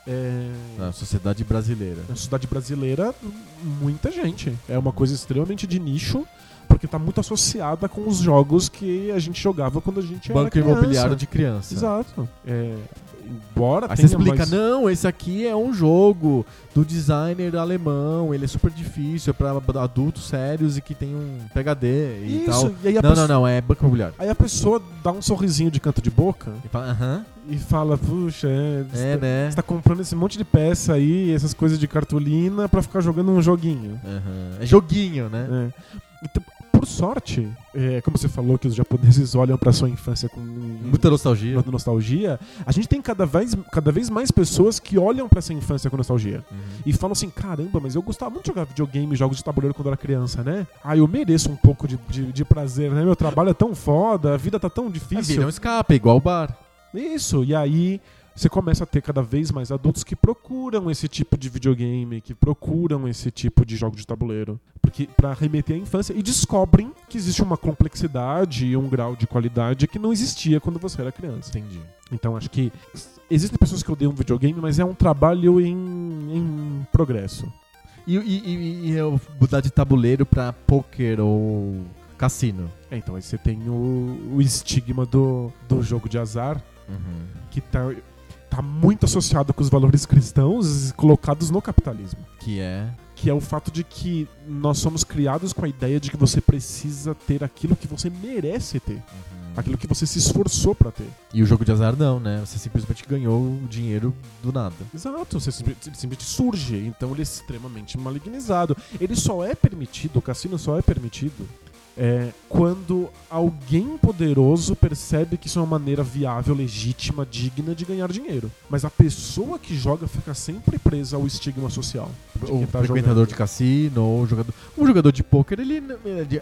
É... Na sociedade brasileira. Na sociedade brasileira, m- muita gente. É uma coisa extremamente de nicho, porque tá muito associada com os jogos que a gente jogava quando a gente era Banco criança. imobiliário de criança. Exato. É, embora Aí você tenha explica, mais... não, esse aqui é um jogo do designer alemão, ele é super difícil, é pra adultos sérios e que tem um PHD e Isso, tal. e aí a Não, pessoa... não, não, é banco imobiliário. Aí a pessoa dá um sorrisinho de canto de boca E fala, aham, e fala, puxa, é, você é, tá- né? você tá comprando esse monte de peça aí, essas coisas de cartolina pra ficar jogando um joguinho. Aham. É joguinho, né? É. Então, por sorte, é, como você falou que os japoneses olham pra sua infância com muita Muita Uhum. nostalgia. nostalgia, a gente tem cada vez, cada vez mais pessoas que olham pra essa infância com nostalgia. Uhum. E falam assim, caramba, mas eu gostava muito de jogar videogame e jogos de tabuleiro quando era criança, né? Ah, eu mereço um pouco de, de, de prazer, né? Meu trabalho é tão foda, a vida tá tão É, vira um difícil. escape, igual o bar. Isso, e aí você começa a ter cada vez mais adultos que procuram esse tipo de videogame, que procuram esse tipo de jogo de tabuleiro, porque para remeter à infância e descobrem que existe uma complexidade e um grau de qualidade que não existia quando você era criança. Entendi. Então acho que s- existem pessoas que odeiam videogame, mas é um trabalho em, em progresso. E, e- e- e eu mudar de tabuleiro pra poker ou cassino. É, então aí você tem o, o estigma do, do jogo de azar, que tá, tá muito associado com os valores cristãos colocados no capitalismo. Que é. que é o fato de que nós somos criados com a ideia de que você precisa ter aquilo que você merece ter, Uhum. aquilo que você se esforçou pra ter. E o jogo de azar não, né? Você simplesmente ganhou o dinheiro do nada. Exato, você simp- simplesmente surge, então ele é extremamente malignizado. Ele só é permitido, o cassino só é permitido é, quando alguém poderoso percebe que isso é uma maneira viável, legítima, digna de ganhar dinheiro. Mas a pessoa que joga fica sempre presa ao estigma social. de o quem tá frequentador jogando. de cassino ou o jogador. Um jogador de pôquer, ele,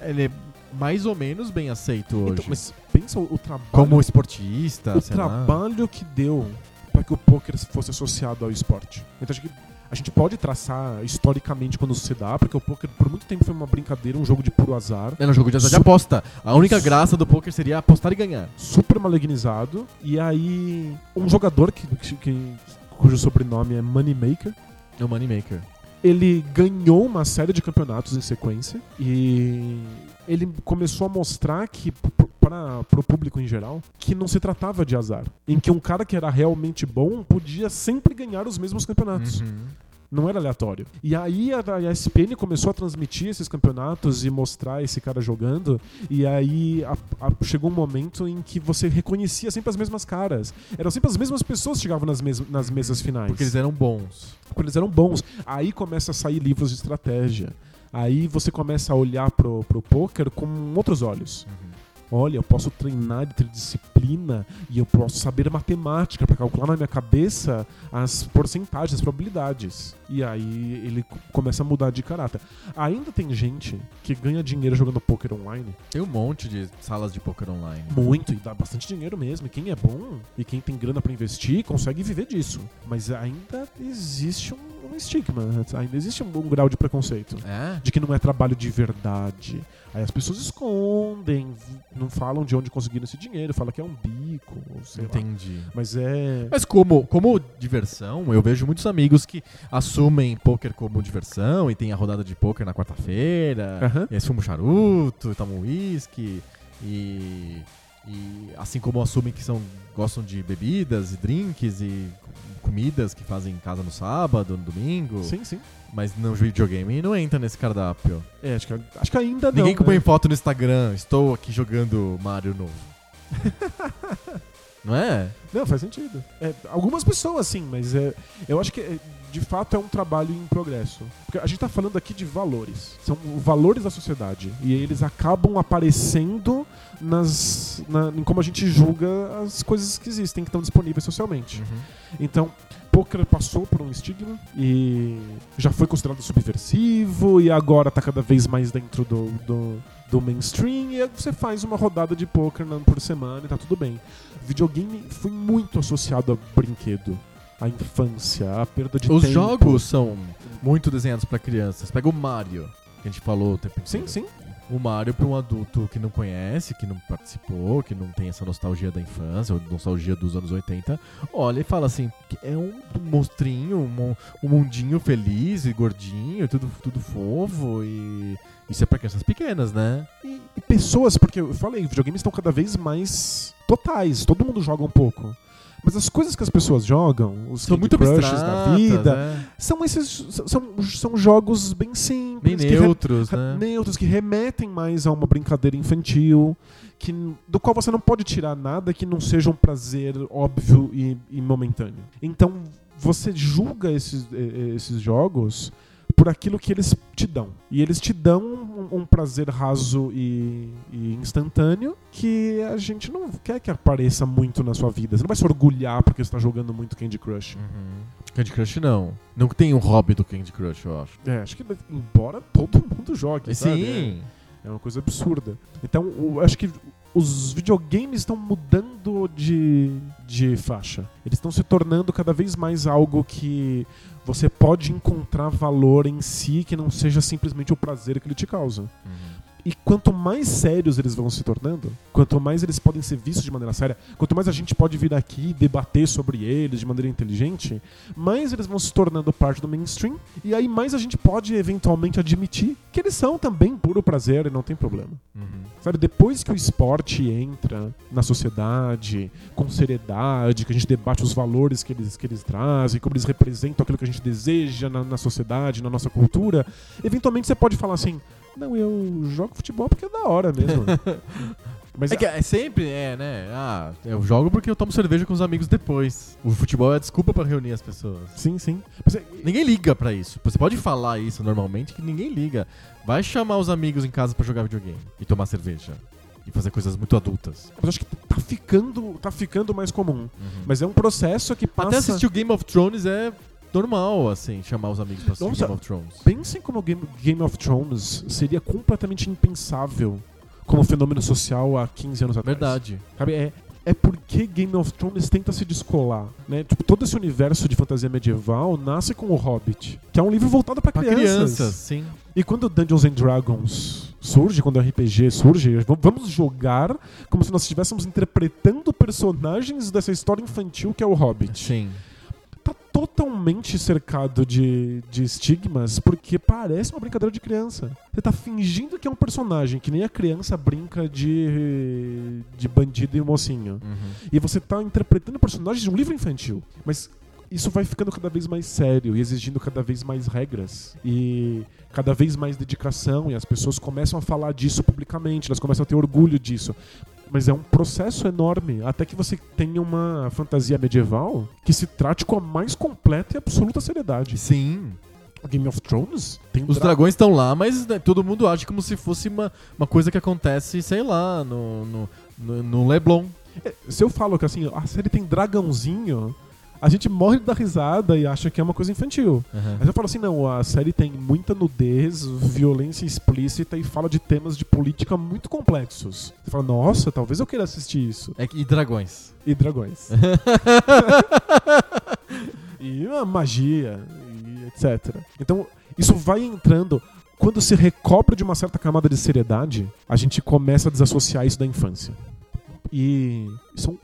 ele é mais ou menos bem aceito hoje. Então, mas pensa o, o trabalho. Como esportista, o Tá, sei lá. trabalho que deu para que o poker fosse associado ao esporte. Então acho que a gente pode traçar historicamente quando isso se dá, porque o poker por muito tempo foi uma brincadeira, um jogo de puro azar, Era um jogo de azar de Su- aposta. A única Su- graça do pôquer seria apostar e ganhar. super malignizado. E aí um jogador que, que- que- cujo sobrenome é Moneymaker, É o Moneymaker. ele ganhou uma série de campeonatos em sequência e ele começou a mostrar que p- para pro público em geral que não se tratava de azar, em que um cara que era realmente bom podia sempre ganhar os mesmos campeonatos. Uhum. Não era aleatório. E aí a, a ESPN começou a transmitir esses campeonatos e mostrar esse cara jogando. E aí a- a- chegou um momento em que você reconhecia sempre as mesmas caras. Eram sempre as mesmas pessoas que chegavam nas, mes- nas mesas finais. Porque eles eram bons. Quando eles eram bons. Aí começa a sair livros de estratégia. Aí você começa a olhar pro, pro poker com outros olhos. Olha, eu posso treinar de disciplina e eu posso saber matemática para calcular na minha cabeça as porcentagens, as probabilidades. E aí ele co- começa a mudar de caráter. Ainda tem gente que ganha dinheiro jogando poker online, Tem um monte de salas de poker online. muito, e dá bastante dinheiro mesmo. E quem é bom e quem tem grana para investir consegue viver disso. Mas ainda existe um, um estigma, ainda existe um, um grau de preconceito. É? De que não é trabalho de verdade. Aí as pessoas escondem, v- não falam de onde conseguiram esse dinheiro, fala que é um bico, ou sei lá. Entendi. Mas é. Mas como, como diversão, eu vejo muitos amigos que assumem pôquer como diversão e tem a rodada de pôquer na quarta-feira. Aham. E eles fumam charuto, tomam uísque e, e assim como assumem que são, gostam de bebidas e drinks e co- comidas que fazem em casa no sábado, no domingo, Sim, sim. mas não videogame não entra nesse cardápio. É, acho que, acho que ainda não. Ninguém né? põe foto no Instagram, estou aqui jogando Mario novo. não é? Não, faz sentido. É, algumas pessoas, sim, mas é, eu acho que é, de fato é um trabalho em progresso. Porque a gente tá falando aqui de valores. São valores da sociedade. E eles acabam aparecendo nas, Uhum. na- em como a gente julga as coisas que existem, que estão disponíveis socialmente. Então, poker passou por um estigma e já foi considerado subversivo e agora tá cada vez mais dentro do, do, do mainstream e aí você faz uma rodada de poker na- por semana e tá tudo bem. Videogame foi muito associado a brinquedo, à infância, à perda de Os tempo. jogos são muito desenhados pra crianças. Pega o Mario, que a gente falou o tempo Sim, inteiro. sim. O Mario pra um adulto que não conhece, que não participou, que não tem essa nostalgia da infância, ou nostalgia dos anos 80, olha e fala assim, que é um monstrinho, um, mon- um mundinho feliz e gordinho, tudo, tudo fofo e... Isso é pra crianças pequenas, né? E, e pessoas, porque eu falei, videogames estão cada vez mais totais, todo mundo joga um pouco. Mas as coisas que as pessoas jogam, os São Candy muito Crushes abstratas, da vida, né? são esses são, são jogos bem Bem simples, que re- neutros, re- né? neutros, que remetem mais a uma brincadeira infantil, que, n- do qual você não pode tirar nada que não seja um prazer óbvio e, e momentâneo. Então você julga esses, eh, eh, esses jogos por aquilo que eles te dão. E eles te dão um, um prazer raso e, e instantâneo que a gente não quer que apareça muito na sua vida. Você não vai se orgulhar porque você está jogando muito Candy Crush. Uhum. Candy Crush não. Não tem um hobby do Candy Crush, eu acho. É, acho que embora todo mundo jogue, sabe? Sim. É uma coisa absurda. Então, o- acho que os videogames estão mudando de, de faixa. Eles estão se tornando cada vez mais algo que você pode encontrar valor em si, que não seja simplesmente o prazer que ele te causa. Uhum. E quanto mais sérios eles vão se tornando, quanto mais eles podem ser vistos de maneira séria, quanto mais a gente pode vir aqui e debater sobre eles de maneira inteligente, mais eles vão se tornando parte do mainstream e aí mais a gente pode eventualmente admitir que eles são também puro prazer e não tem problema. Uhum. Sabe, depois que o esporte entra na sociedade com seriedade, que a gente debate os valores que eles, que eles trazem, como eles representam aquilo que a gente deseja na, na sociedade, na nossa cultura, eventualmente você pode falar assim: não, eu jogo futebol porque é da hora mesmo. Mas É que é sempre, é, né? Ah, eu jogo porque eu tomo cerveja com os amigos depois. O futebol é a desculpa pra reunir as pessoas. Sim, sim. Mas é- Ninguém liga pra isso. Você pode falar isso normalmente que ninguém liga. Vai chamar os amigos em casa pra jogar videogame e tomar cerveja e fazer coisas muito adultas. mas acho que tá ficando, tá ficando mais comum. Mas é um processo que passa. Até assistir o Game of Thrones é normal, assim, chamar os amigos pra assistir Nossa. Game of Thrones. Pensem como Game, Game of Thrones seria completamente impensável como fenômeno social há 15 anos atrás. Verdade. Sabe, é, é porque Game of Thrones tenta se descolar, né? Tipo, todo esse universo de fantasia medieval nasce com O Hobbit, que é um livro voltado pra Pra crianças. crianças, sim. E quando Dungeons and Dragons surge, quando o RPG surge, v- vamos jogar como se nós estivéssemos interpretando personagens dessa história infantil que é O Hobbit. Sim. Tá totalmente cercado de, de estigmas porque parece uma brincadeira de criança. Você tá fingindo que é um personagem, que nem a criança brinca de, de bandido e mocinho. E você tá interpretando personagens de um livro infantil. Mas isso vai ficando cada vez mais sério e exigindo cada vez mais regras e cada vez mais dedicação e as pessoas começam a falar disso publicamente, elas começam a ter orgulho disso. Mas é um processo enorme até que você tenha uma fantasia medieval que se trate com a mais completa e absoluta seriedade. Sim. O Game of Thrones tem um Os dra- dragões estão lá, mas né, todo mundo acha como se fosse uma, uma coisa que acontece, sei lá, no, no, no, no Leblon. É, Se eu falo que assim, a série tem dragãozinho, a gente morre da risada e acha que é uma coisa infantil. Mas eu falo assim, não, a série tem muita nudez, violência explícita e fala de temas de política muito complexos. Você fala, nossa, talvez eu queira assistir isso. É que- e dragões. E dragões. e a magia, e etc. Então, isso vai entrando. Quando se recobre de uma certa camada de seriedade, a gente começa a desassociar isso da infância. E são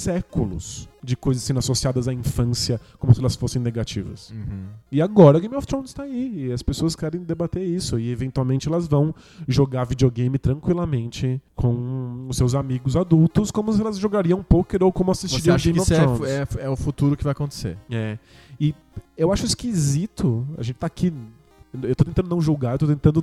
séculos de coisas sendo associadas à infância como se elas fossem negativas. Uhum. E agora Game of Thrones tá aí, e as pessoas querem debater isso, e eventualmente elas vão jogar videogame tranquilamente com os seus amigos adultos, como se elas jogariam poker ou como Você assistiriam acha Game que of isso é, Thrones. é- é o futuro que vai acontecer? É. E eu acho esquisito, a gente tá aqui. Eu tô tentando não julgar, eu tô tentando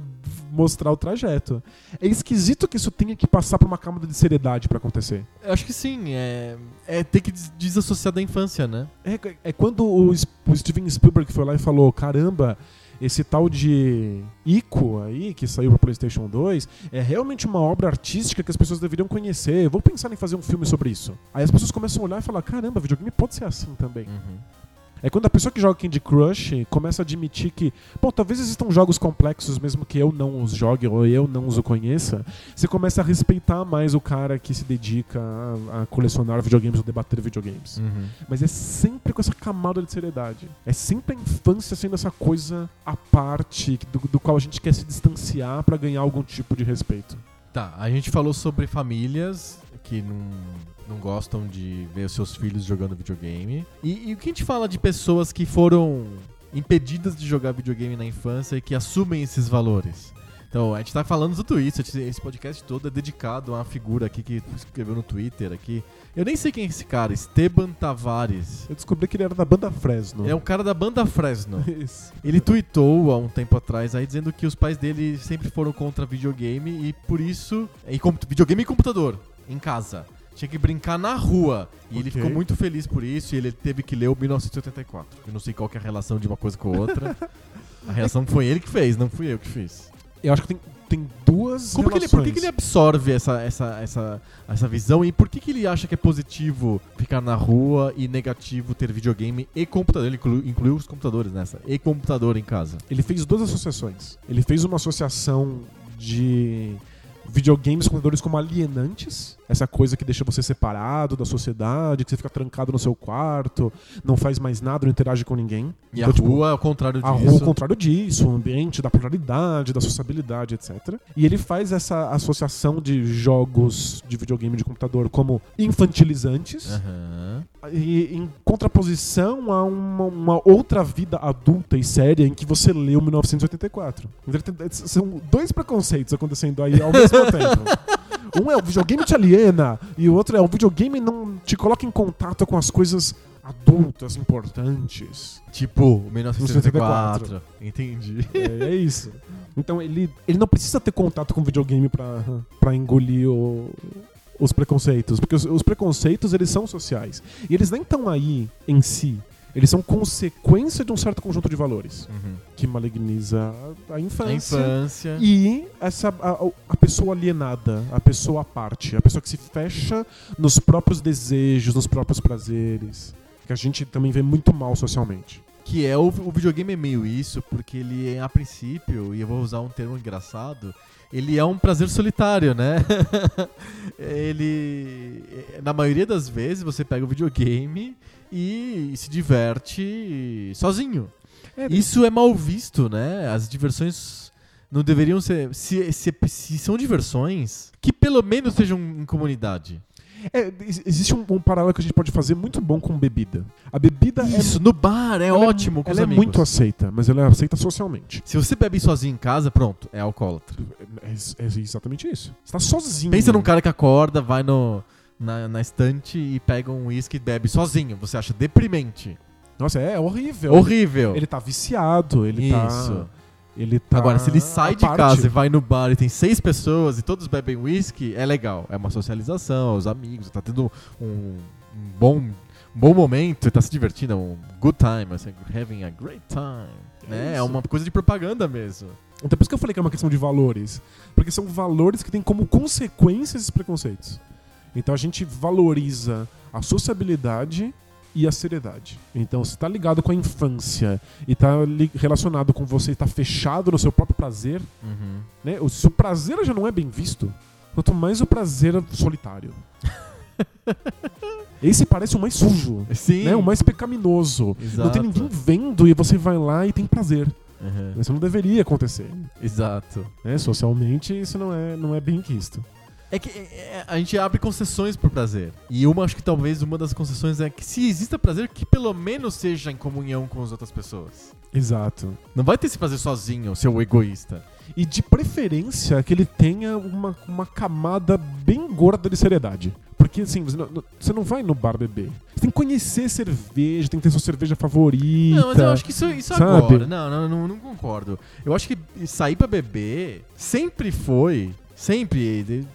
mostrar o trajeto. É esquisito que isso tenha que passar por uma camada de seriedade pra acontecer. Eu acho que sim. É, é ter que des- desassociar da infância, né? É, é quando o, S- o Steven Spielberg foi lá e falou: caramba, esse tal de Ico aí, que saiu pra PlayStation 2, é realmente uma obra artística que as pessoas deveriam conhecer. Vou Uhum. pensar em fazer um filme sobre isso. Aí as pessoas começam a olhar e falar: caramba, videogame pode ser assim também. É quando a pessoa que joga Candy Crush começa a admitir que, bom, talvez existam jogos complexos mesmo que eu não os jogue ou eu não os conheça. Você começa a respeitar mais o cara que se dedica a, a colecionar videogames ou debater videogames. Uhum. Mas é sempre com essa camada de seriedade. É sempre a infância sendo essa coisa à parte do, do qual a gente quer se distanciar pra ganhar algum tipo de respeito. Tá, a gente falou sobre famílias que não, não gostam de ver os seus filhos jogando videogame. E, e o que a gente fala de pessoas que foram impedidas de jogar videogame na infância e que assumem esses valores? Então, a gente tá falando do Twitter, esse podcast todo é dedicado a uma figura aqui que escreveu no Twitter aqui. Eu nem sei quem é esse cara, Esteban Tavares. Eu descobri que ele era da banda Fresno. É um cara da banda Fresno. Isso. Ele tweetou há um tempo atrás aí dizendo que os pais dele sempre foram contra videogame e por isso. E com- videogame e computador, em casa. Tinha que brincar na rua. E ele Ok. ficou muito feliz por isso e ele teve que ler o 1984. Eu não sei qual que é a relação de uma coisa com a outra. a relação foi ele que fez, não fui eu que fiz. Eu acho que tem, tem duas Como que ele, é? relações. por que, que ele absorve essa, essa, essa, essa visão e por que, que ele acha que é positivo ficar na rua e negativo ter videogame e computador? Ele inclu- incluiu os computadores nessa. E computador em casa. Ele fez duas associações. Ele fez uma associação de videogames e computadores como alienantes, essa coisa que deixa você separado da sociedade, que você fica trancado no seu quarto, não faz mais nada, não interage com ninguém. E Então, a tipo, rua é o contrário disso. a rua ao contrário disso, o ambiente da pluralidade, da sociabilidade, etc. E ele faz essa associação de jogos de videogame e de computador como infantilizantes. Aham. E, em contraposição a uma, uma outra vida adulta e séria em que você leu 1984. Entretanto, esses São dois preconceitos acontecendo aí ao mesmo tempo. Um é o videogame te aliena, e o outro é o videogame não te coloca em contato com as coisas adultas importantes. Tipo, 1984. 1984. Entendi. É, é isso. Então ele, ele não precisa ter contato com videogame pra, pra engolir o- os preconceitos. Porque os, os preconceitos, eles são sociais. E eles nem estão aí em si. Eles são consequência de um certo conjunto de valores. Que maligniza a Na infância. Uhum. infância. E essa, a, a pessoa alienada, a pessoa à parte, a pessoa que se fecha nos próprios desejos, nos próprios prazeres. Que a gente também vê muito mal socialmente. Que é o, o videogame é meio isso, porque ele, é, a princípio, e eu vou usar um termo engraçado, ele é um prazer solitário, né? ele. Na maioria das vezes você pega o videogame e se diverte sozinho. É, Isso é mal visto, né? As diversões não deveriam ser. Se, se- se são diversões, que pelo menos sejam em comunidade. É, ex- existe um, um paralelo que a gente pode fazer muito bom com bebida. A bebida Isso, no bar, é é, ela ótimo É, com os ela é amigos. muito aceita, mas ela é aceita socialmente. Se você bebe sozinho em casa, pronto, é alcoólatra. É, é- é exatamente isso. Você tá sozinho. Pensa num cara que acorda, vai no, na, na estante e pega um uísque e bebe sozinho. Você acha deprimente. Nossa, é horrível. Horrível. Ele tá viciado, ele tá. Isso. Ele tá. Agora, se ele sai à de parte. casa e vai no bar e tem seis pessoas e todos bebem uísque, é legal. É uma socialização, é os amigos, tá tendo um, um bom, um bom momento, tá se divertindo, é um good time, assim, having a great time. É né? É isso. uma coisa de propaganda mesmo. Então, por isso que eu falei que é uma questão de valores. Porque são valores que têm como consequência esses preconceitos. Então, a gente valoriza a sociabilidade e a seriedade. Então, se tá ligado com a infância e tá li- relacionado com você e tá fechado no seu próprio prazer, né? O seu prazer já não é bem visto. Quanto mais o prazer solitário. Esse parece o mais sujo, Sim. né? O mais pecaminoso. Exato. Não tem ninguém vendo e você vai lá e tem prazer. Uhum. Isso não deveria acontecer Exato. né? Socialmente, isso não é, não é bem quisto. É que é, é, a gente abre concessões por prazer. E uma, acho que talvez uma das concessões é que se exista prazer, que pelo menos seja em comunhão com as outras pessoas. Exato. Não vai ter esse prazer sozinho, seu egoísta. E de preferência que ele tenha uma, uma camada bem gorda de seriedade. Porque assim, você não, não- você não vai no bar beber. Você tem que conhecer cerveja, tem que ter sua cerveja favorita. Não, mas eu acho que isso, isso Sabe? agora. Não, não, não, não concordo. Eu acho que sair pra beber sempre foi, sempre, de-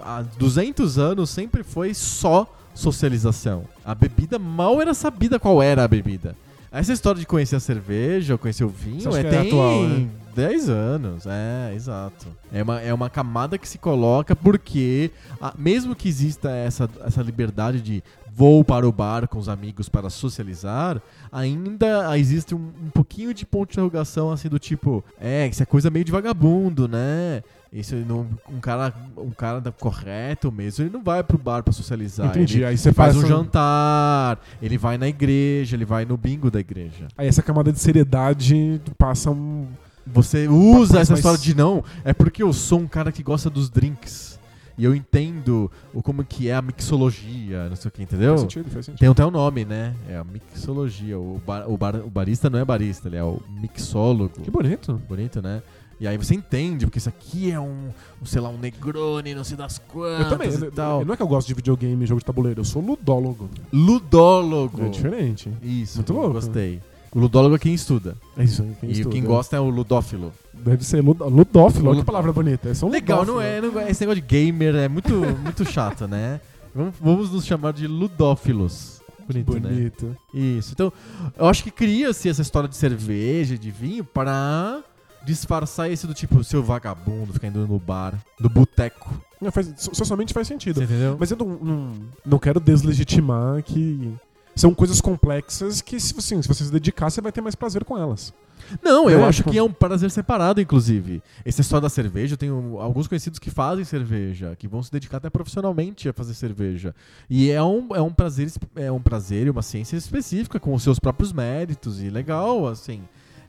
há há 200 anos, sempre foi só socialização. A bebida mal era sabida qual era a bebida. Essa história de conhecer a cerveja, ou conhecer o Você vinho, acha é, que é tem atual, né? 10 anos. É, exato. É uma, é uma camada que se coloca porque, a- mesmo que exista essa, essa liberdade de vou para o bar com os amigos para socializar, ainda existe um, um pouquinho de ponto de interrogação, assim, do tipo, é, isso é coisa meio de vagabundo, né? Isso ele não, um cara, um cara da- correto mesmo, ele não vai pro bar pra socializar. Entendi. Ele Aí você faz um passa um- jantar, ele vai na igreja, ele vai no bingo da igreja. Aí essa camada de seriedade passa um. Você usa Mas- essa mas- história de não, é porque eu sou um cara que gosta dos drinks. E eu entendo o como que é a mixologia, não sei o que, entendeu? Faz sentido, faz sentido. Tem até o nome, né? É a mixologia. O, bar- o, bar- o barista não é barista, ele é o mixólogo. Que bonito. Bonito, né? E aí você entende, porque isso aqui é um, um, sei lá, um negrone, não sei das quantas Eu também. e Eu, tal. eu- não é que eu gosto de videogame e jogo de tabuleiro, eu sou ludólogo. Ludólogo. É diferente. Isso, Muito louco. gostei. O ludólogo é quem estuda. É isso aí. e estuda. quem gosta é o ludófilo. Deve ser lud- ludófilo, olha que Ludófilo. palavra bonita. É só um Legal, ludófilo. não é, não é? Esse negócio de gamer é muito, muito chato, né? Vamos, vamos nos chamar de ludófilos. Bonito, né? Bonito. Isso. Então, eu acho que cria-se essa história de cerveja, de vinho, pra disfarçar esse do tipo, seu vagabundo, fica indo no bar, do boteco. Não, faz, so- socialmente faz sentido. Você entendeu? Mas eu não, não, não quero deslegitimar que. São coisas complexas que, se, assim, se você se dedicar, você vai ter mais prazer com elas. Não, eu É, acho tipo- que é um prazer separado, inclusive. Essa história da cerveja, eu tenho alguns conhecidos que fazem cerveja, que vão se dedicar até profissionalmente a fazer cerveja. E é um, é um prazer, es- é um prazer e uma ciência específica, com os seus próprios méritos, e legal, assim.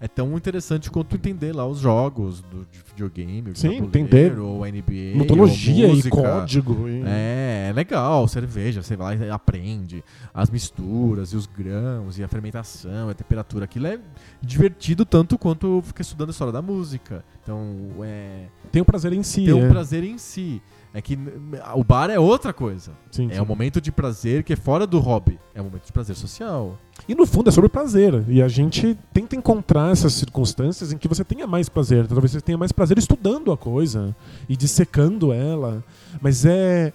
É tão interessante quanto entender lá os jogos do, de videogame, o Sim, tabuleiro, entender ou NBA, Metodologia ou e música. código. E... É, é legal, cerveja, você vai lá e aprende as misturas e os grãos e a fermentação, a temperatura, aquilo é divertido tanto quanto ficar estudando a história da música. Então, é, Tem o prazer em si. tem um é. prazer em si. É que n- o bar é outra coisa. Sim, sim. É um momento de prazer que é fora do hobby. É um momento de prazer social. E no fundo é sobre prazer. E a gente tenta encontrar essas circunstâncias em que você tenha mais prazer. Talvez você tenha mais prazer estudando a coisa e dissecando ela. Mas é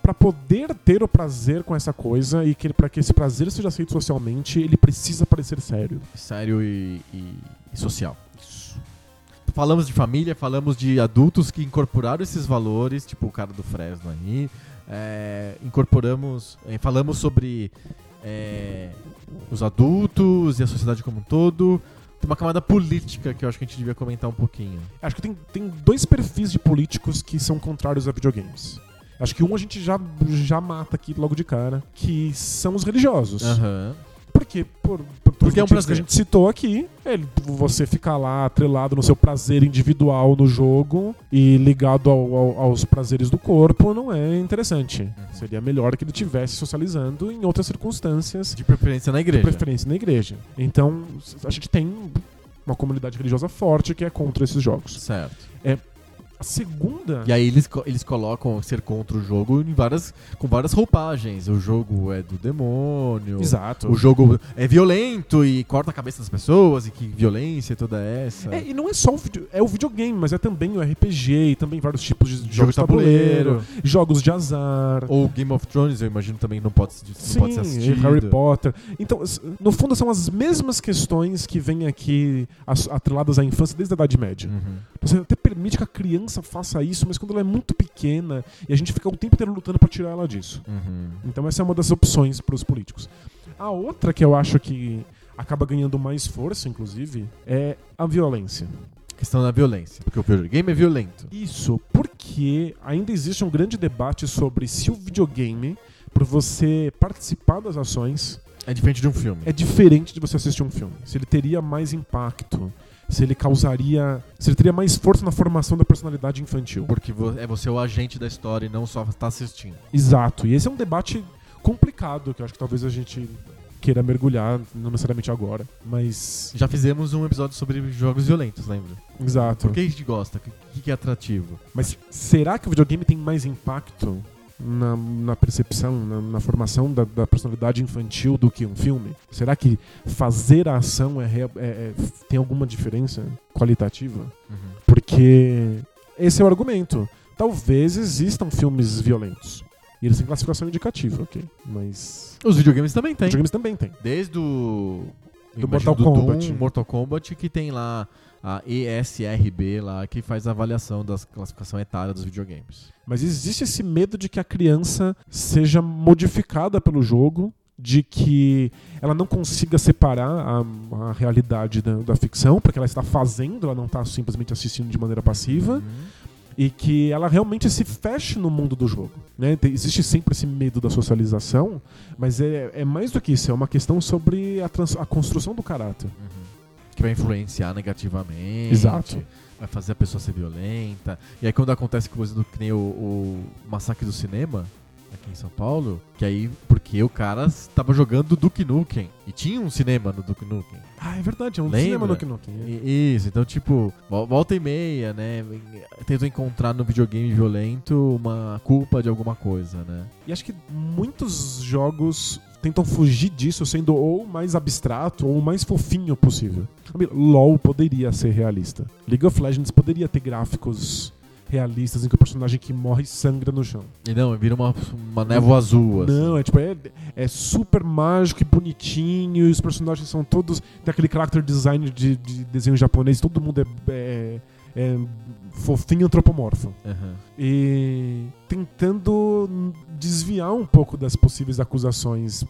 para poder ter o prazer com essa coisa e que para que esse prazer seja aceito socialmente, ele precisa parecer sério. Sério e, e- e social. Falamos de família, falamos de adultos que incorporaram esses valores, tipo o cara do Fresno aí. É, incorporamos, é, falamos sobre é, os adultos e a sociedade como um todo. Tem uma camada política que eu acho que a gente devia comentar um pouquinho. Acho que tem, tem dois perfis de políticos que são contrários a videogames. Acho que um a gente já, já mata aqui logo de cara, que são os religiosos. Porque, por, por, pelos Porque é um motivos que prazer. a gente citou aqui, é você ficar lá atrelado no seu prazer individual no jogo e ligado ao- ao- aos prazeres do corpo não é interessante. Uhum. Seria melhor que ele estivesse socializando em outras circunstâncias, De preferência na de igreja. preferência na igreja. Então, a gente tem uma comunidade religiosa forte que é contra esses jogos. Certo. A segunda. E aí eles, co- eles colocam ser contra o jogo em várias, com várias roupagens. O jogo é do demônio. Exato. O jogo é violento e corta a cabeça das pessoas e que violência e toda essa. É, e não é só o vídeo, é o videogame, mas é também o RPG e também vários tipos de Jogo jogos de de tabuleiro. tabuleiro, jogos de azar. Ou Game of Thrones, eu imagino também não pode, se- não Sim, pode ser assistido. Harry Potter. Então, s- no fundo, são as mesmas questões que vêm aqui as- atreladas à infância desde a Idade Média. Uhum. Você até permite que a criança faça isso, mas quando ela é muito pequena e a gente fica o tempo inteiro lutando pra tirar ela disso. Uhum. Então, essa é uma das opções pros políticos. A outra que eu acho que acaba ganhando mais força, inclusive, é a violência. Questão da violência. Porque o videogame é violento. Isso, porque ainda existe um grande debate sobre se o videogame, por você participar das ações, É diferente de um filme. é diferente de você assistir um filme. Se ele teria mais impacto, se ele causaria. Se ele teria mais força na formação da personalidade infantil. Porque vo- é você o agente da história e não só tá assistindo. Exato. E esse é um debate complicado, que eu acho que talvez a gente queira mergulhar, não necessariamente agora, mas. Já fizemos um episódio sobre jogos violentos, lembra? Exato. Por que a gente gosta? O que, o que é atrativo? Mas será que o videogame tem mais impacto na, na percepção, na, na formação da, da personalidade infantil do que um filme? Será que fazer a ação é rea- é- é- tem alguma diferença qualitativa? Porque esse é o argumento. Talvez existam filmes violentos. E eles têm classificação indicativa, ok. Mas. Os videogames também têm. Os videogames também tem. Desde o Do Imagino Mortal Kombat. Doom, Mortal Kombat, que tem lá a ESRB lá, que faz a avaliação da classificação etária dos videogames. Mas existe esse medo de que a criança seja modificada pelo jogo, de que ela não consiga separar a, a realidade da, da ficção, porque ela está fazendo, ela não está simplesmente assistindo de maneira passiva, e que ela realmente se feche no mundo do jogo. né? Tem- Existe sempre esse medo da socialização, mas é, é mais do que isso, é uma questão sobre a, trans- a construção do caráter. Que vai influenciar negativamente. Exato. Vai fazer a pessoa ser violenta. E aí quando acontece coisa do que nem o, o massacre do cinema, aqui em São Paulo, que aí, porque o cara estava jogando Duke Nukem. E tinha um cinema no Duke Nukem. Ah, é verdade, é um Lembra? cinema no Knock. I- Isso, então, tipo, vol- volta e meia, né? Tentam encontrar no videogame violento uma culpa de alguma coisa, né? E acho que muitos jogos tentam fugir disso, sendo ou mais abstrato ou o mais fofinho possível. LOL poderia ser realista. League of Legends poderia ter gráficos realistas em que o personagem que morre sangra no chão. E não, vira uma, uma névoa azul, assim. Não, é tipo, é, é super mágico e bonitinho, e os personagens são todos. Tem aquele character design de, de desenho japonês, todo mundo é, é- é fofinho antropomorfo Aham. e tentando desviar um pouco das possíveis acusações.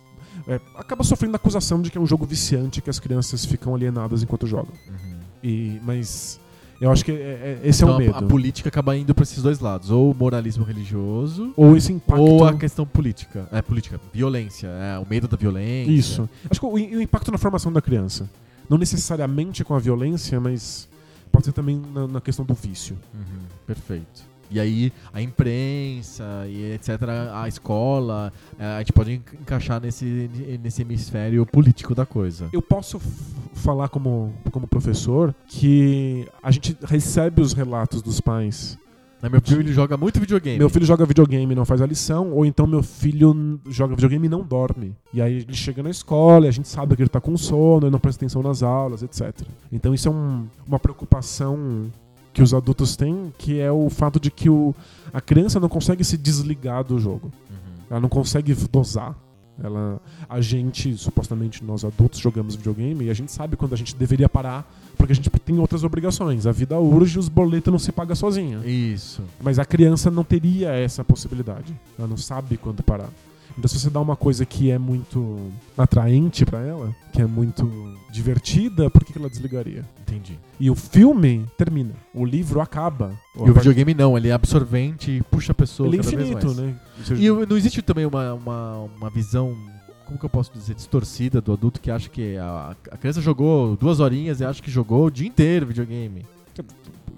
É, acaba sofrendo a acusação de que é um jogo viciante, que as crianças ficam alienadas enquanto jogam. Uhum. E, mas eu acho que é- é- esse é então, o a- medo. a, política acaba indo pra esses dois lados. Ou o moralismo religioso, Ou esse impacto. ou a questão política. É, política. Violência. É, o medo da violência. Isso. Acho que o, o impacto na formação da criança. Não necessariamente com a violência, mas pode ser também na, na questão do vício. Uhum, perfeito. E aí, a imprensa e etc., a escola, eh, a gente pode enca- encaixar nesse, nesse hemisfério político da coisa. Eu posso f- falar como, como professor que a gente recebe os relatos dos pais Né, Meu filho ele joga muito videogame. Meu filho joga videogame e não faz a lição, ou então meu filho n- joga videogame e não dorme. E aí ele chega na escola, e a gente sabe que ele tá com sono, ele não presta atenção nas aulas, etc. Então isso é um- uma preocupação que os adultos têm, que é o fato de que o- a criança não consegue se desligar do jogo. Uhum. Ela não consegue dosar. Ela, a gente, supostamente nós adultos, jogamos videogame e a gente sabe quando a gente deveria parar, porque a gente tem outras obrigações. A vida urge, os boletos não se pagam sozinha. Isso. Mas a criança não teria essa possibilidade. Ela não sabe quando parar. Então, se você dá uma coisa que é muito atraente pra ela, que é muito divertida, por que que ela desligaria? Entendi. E o filme termina. O livro acaba. E o videogame não, ele é absorvente e puxa a pessoa Ele é cada infinito, vez mais. né? E eu- não existe também uma, uma, uma visão, como que eu posso dizer, distorcida do adulto que acha que a, a criança jogou duas horinhas e acha que jogou o dia inteiro videogame.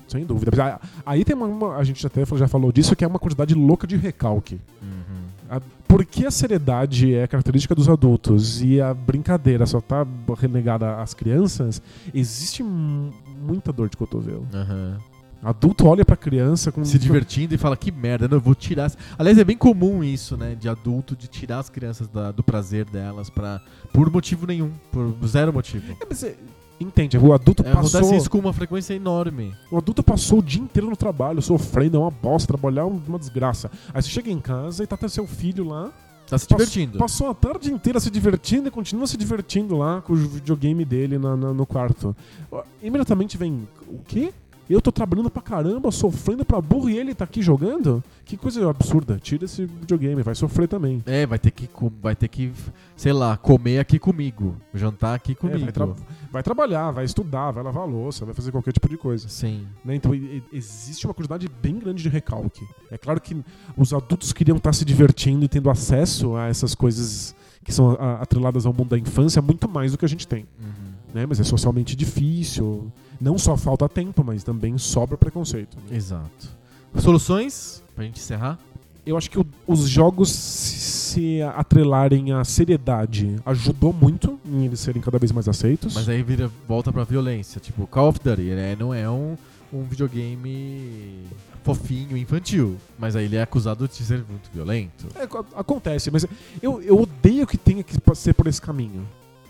Sem dúvida. Mas a- Aí tem uma, uma- A gente até já falou disso, que é uma quantidade louca de recalque. Uhum. A- Por que a seriedade é característica dos adultos e a brincadeira só tá renegada às crianças? Existe mu- muita dor de cotovelo. Aham. Adulto olha pra criança com. um se divertindo e fala que merda, não, eu vou tirar. as-" Aliás, é bem comum isso, né, de adulto de tirar as crianças da- do prazer delas para por motivo nenhum, por zero motivo. É, mas é- Entende, o adulto, É, passou, acontece isso com uma frequência enorme. o adulto passou o dia inteiro no trabalho, sofrendo, é uma bosta, trabalhar é uma desgraça. Aí você chega em casa e tá até seu filho lá, Tá se Pass- divertindo. passou a tarde inteira se divertindo e continua se divertindo lá com o videogame dele na- na- no quarto. Ó, Imediatamente vem, o quê? Eu tô trabalhando pra caramba, sofrendo pra burro e ele tá aqui jogando? Que coisa absurda, tira esse videogame, vai sofrer também. É, vai ter que co- vai ter que, sei lá, comer aqui comigo, jantar aqui É, vai, comigo. tra- vai trabalhar, vai estudar, vai lavar a louça, vai fazer qualquer tipo de coisa. Sim. né? Então e- e- existe uma quantidade bem grande de recalque. É claro que os adultos queriam estar se divertindo e tendo acesso a essas coisas que são a- atreladas ao mundo da infância muito mais do que a gente tem. Né? Mas é socialmente difícil. Não só falta tempo, mas também sobra preconceito. né? Exato. Soluções pra gente encerrar? Eu acho que o- os jogos se- se atrelarem à seriedade ajudou muito em eles serem cada vez mais aceitos. Mas é- aí vira volta pra violência, tipo Call of Duty, né? Não é um, um videogame fofinho, infantil, mas aí ele é acusado de ser muito violento. É, co- acontece, mas eu, eu odeio que tenha que ser por esse caminho.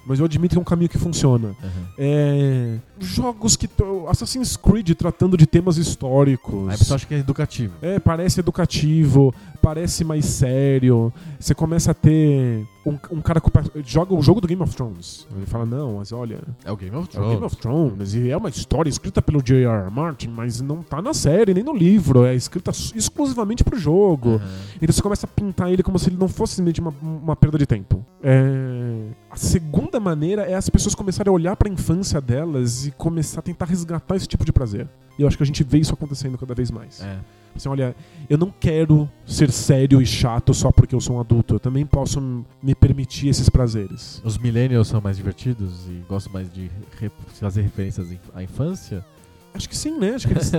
Mas eu admito que é um caminho que funciona. É, jogos que. to- Assassin's Creed tratando de temas históricos. Aí a pessoa acha que é educativo. É, parece educativo, parece mais sério. Você começa a ter um, um cara que pa- joga o jogo do Game of Thrones. Ele fala, não, mas olha, É o Game of é o Game Thrones. of Thrones e é uma história escrita pelo J.R.R. Martin, mas não tá na série nem no livro, é escrita s- exclusivamente pro jogo. Então você começa a pintar ele como se ele não fosse simplesmente uma, uma perda de tempo. É, A segunda maneira é as pessoas começarem a olhar pra infância delas e começar a tentar resgatar esse tipo de prazer. E eu acho que a gente vê isso acontecendo cada vez mais. É. Assim, olha, eu não quero ser sério e chato só porque eu sou um adulto. Eu também posso m- me permitir esses prazeres. Os millennials são mais divertidos e gostam mais de re- fazer referências em- à infância? Acho que sim, né? Acho que eles...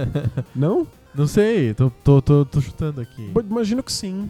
não? Não sei, tô, tô, tô, tô chutando aqui. Pô, Imagino que sim.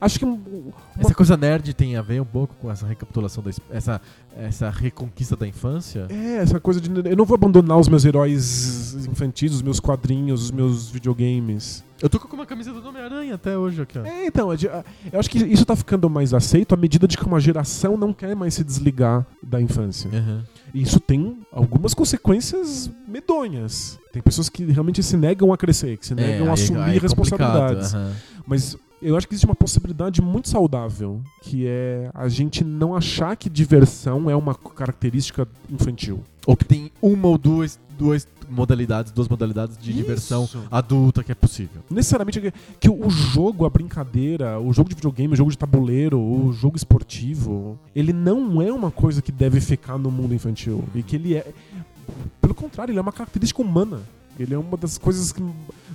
Acho que um- Essa coisa nerd tem a ver um pouco com essa recapitulação, da, es- essa, essa reconquista da infância? É, essa coisa de. Eu não vou abandonar os meus heróis infantis, os meus quadrinhos, os meus videogames. Eu tô com uma camisa do Homem-Aranha até hoje aqui, ó. É, então, é de- ah, eu acho que isso tá ficando mais aceito à medida de que uma geração não quer mais se desligar da infância. Aham. E isso tem algumas consequências medonhas. Tem pessoas que realmente se negam a crescer, que se negam aí- a assumir aí é responsabilidades. complicado, aham. Mas eu acho que existe uma possibilidade muito saudável, que é a gente não achar que diversão é uma característica infantil. Ou que tem uma ou duas, duas modalidades, duas modalidades de Isso. diversão adulta que é possível. necessariamente que- que o jogo, a brincadeira, o jogo de videogame, o jogo de tabuleiro, o jogo esportivo, ele não é uma coisa que deve ficar no mundo infantil. E que ele é. Pelo contrário, ele é uma característica humana. Ele é uma das coisas que-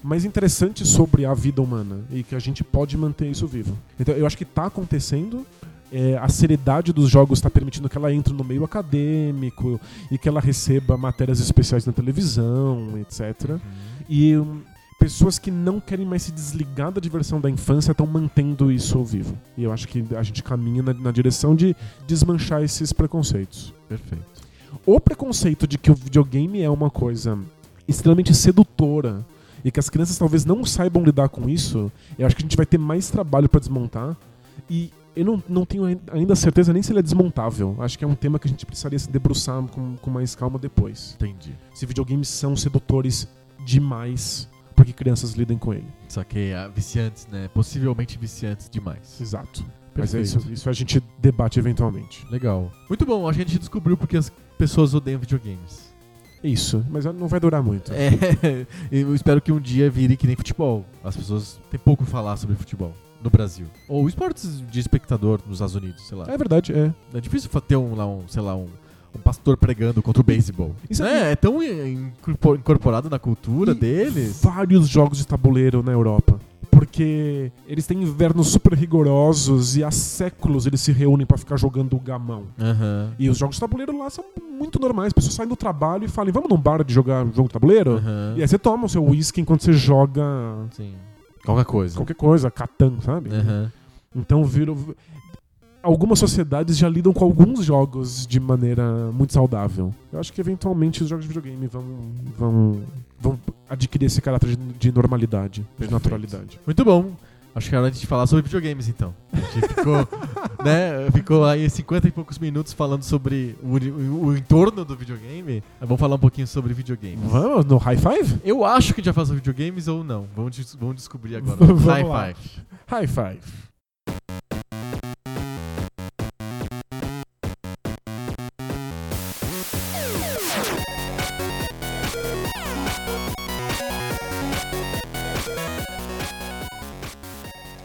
mais interessantes sobre a vida humana e que a gente pode manter isso vivo. Então eu acho que tá acontecendo. é, a seriedade dos jogos está permitindo que ela entre no meio acadêmico e que ela receba matérias especiais na televisão, etc. Uhum. E hum, pessoas que não querem mais se desligar da diversão da infância estão mantendo isso ao vivo. E eu acho que a gente caminha na, na direção de desmanchar esses preconceitos. Perfeito. O preconceito de que o videogame é uma coisa extremamente sedutora e que as crianças talvez não saibam lidar com isso, eu acho que a gente vai ter mais trabalho para desmontar. E eu não, não tenho ai- ainda certeza nem se ele é desmontável. Acho que é um tema que a gente precisaria se debruçar com- com mais calma depois Entendi. se videogames são sedutores demais para que crianças lidem com ele. Saquei. ah, Viciantes, né? Possivelmente viciantes demais. Exato. Mas é Perfeito. isso, isso a gente debate eventualmente. Legal. Muito bom, a gente descobriu porque as pessoas odeiam videogames. É Isso, mas não vai durar muito. É, eu espero que um dia vire que nem futebol. As pessoas têm pouco a falar sobre futebol no Brasil. Ou esportes de espectador nos Estados Unidos, sei lá. É verdade, é. É difícil fa- ter um, lá, um sei lá, um, um pastor pregando contra o beisebol. Isso é, é tão in- incorpor- incorporado na cultura E deles. Vários jogos de tabuleiro na Europa. Porque eles têm invernos super rigorosos e há séculos eles se reúnem para ficar jogando o gamão. Aham. E os jogos de tabuleiro lá são muito normais. As pessoas saem do trabalho e falam, vamos num bar de jogar jogo de tabuleiro? Aham. E aí você toma o seu whisky enquanto você joga Sim. Qualquer coisa. qualquer coisa, Catan, sabe? Aham. Então viram. Algumas sociedades já lidam com alguns jogos de maneira muito saudável. Eu acho que eventualmente os jogos de videogame vão, vão, vão adquirir esse caráter de, de normalidade, de Perfeito. naturalidade. Muito bom. Acho que é hora de falar sobre videogames, então. A gente ficou, né, ficou aí 50 e poucos minutos falando sobre o, uni- o entorno do videogame. Vamos falar um pouquinho sobre videogames. Vamos no high five? Eu acho que a gente já faz sobre videogames ou não. Vamos, des- vamos descobrir agora. Vamos High lá. five. High five.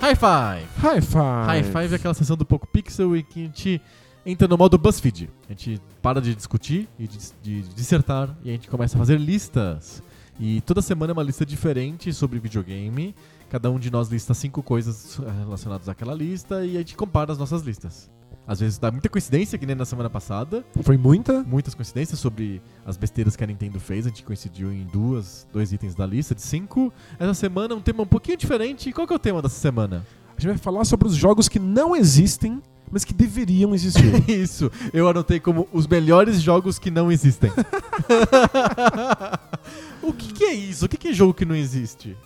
High five. High five. High Five é aquela sessão do Poco Pixel em que a gente entra no modo BuzzFeed. A gente para de discutir e de, de dissertar e a gente começa a fazer listas. E toda semana é uma lista diferente sobre videogame. Cada um de nós lista cinco coisas eh, relacionadas àquela lista e a gente compara as nossas listas. Às vezes dá muita coincidência, que nem na semana passada. Foi muita? Muitas coincidências sobre as besteiras que a Nintendo fez. A gente coincidiu em duas, dois itens da lista de cinco. Essa semana é um tema um pouquinho diferente. Qual que é o tema dessa semana? A gente vai falar sobre os jogos que não existem, mas que deveriam existir. Isso, eu anotei como os melhores jogos que não existem. o que, que é isso? O que, que é jogo que não existe?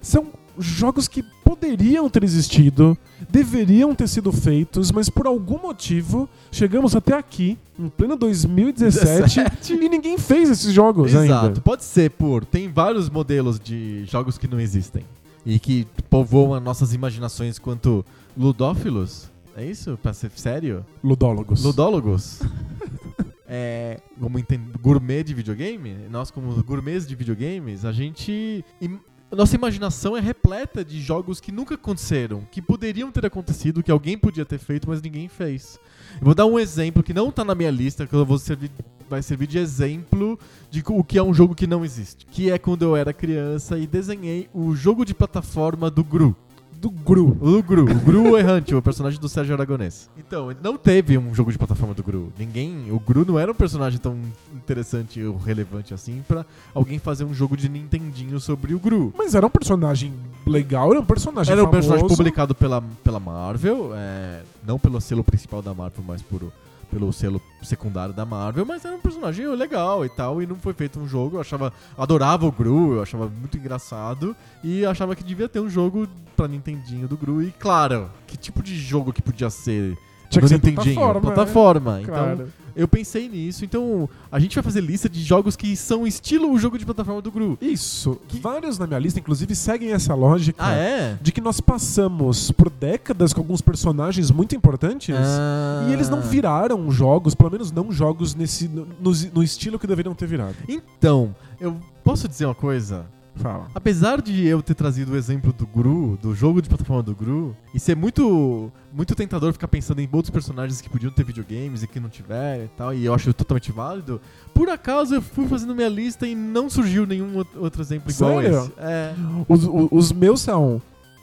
São jogos que poderiam ter existido, deveriam ter sido feitos, mas por algum motivo chegamos até aqui, em pleno 2017, e ninguém fez esses jogos Exato, é, ainda. pode ser por. Tem vários modelos de jogos que não existem. e que povoam as nossas imaginações quanto ludófilos. É isso? Pra ser sério? Ludólogos. Ludólogos. É, como enten- gourmet de videogame, nós como gourmets de videogames, a gente... im- nossa imaginação é repleta de jogos que nunca aconteceram, que poderiam ter acontecido, que alguém podia ter feito, mas ninguém fez. Eu vou dar um exemplo que não tá na minha lista, que eu vou servir, vai servir de exemplo de co- o que é um jogo que não existe. Que é quando eu era criança e desenhei o jogo de plataforma do Gru. Do Gru. O Gru, o Gru errante, o personagem do Sérgio Aragonês. Então, não teve um jogo de plataforma do Gru. Ninguém, o Gru não era um personagem tão interessante ou relevante assim pra alguém fazer um jogo de Nintendinho sobre o Gru. Mas era um personagem legal, era um personagem Era um famoso. personagem publicado pela, pela Marvel, é, não pelo selo principal da Marvel, mas por, pelo selo secundário da Marvel, mas era um personagem legal e tal, e não foi feito um jogo, eu achava, adorava o Gru, eu achava muito engraçado, e achava que devia ter um jogo pra Nintendinho do Gru, e claro, que tipo de jogo que podia ser do Tinha que ser Nintendinho? plataforma, né? Plataforma. Então, Claro. eu pensei nisso, então a gente vai fazer lista de jogos que são estilo o jogo de plataforma do Gru. Isso. Vários na minha lista, inclusive, seguem essa lógica Ah, é? de que nós passamos por décadas com alguns personagens muito importantes. Ah. E eles não viram. viraram jogos, pelo menos não jogos nesse, no, no estilo que deveriam ter virado. Então, eu posso dizer uma coisa? Fala. Apesar de eu ter trazido o exemplo do Gru, do jogo de plataforma do Gru, e ser muito muito tentador ficar pensando em outros personagens que podiam ter videogames e que não tiveram e tal, e eu acho totalmente válido, por acaso eu fui fazendo minha lista e não surgiu nenhum out- outro exemplo igual a Sério? esse. É. Os, o- os meus são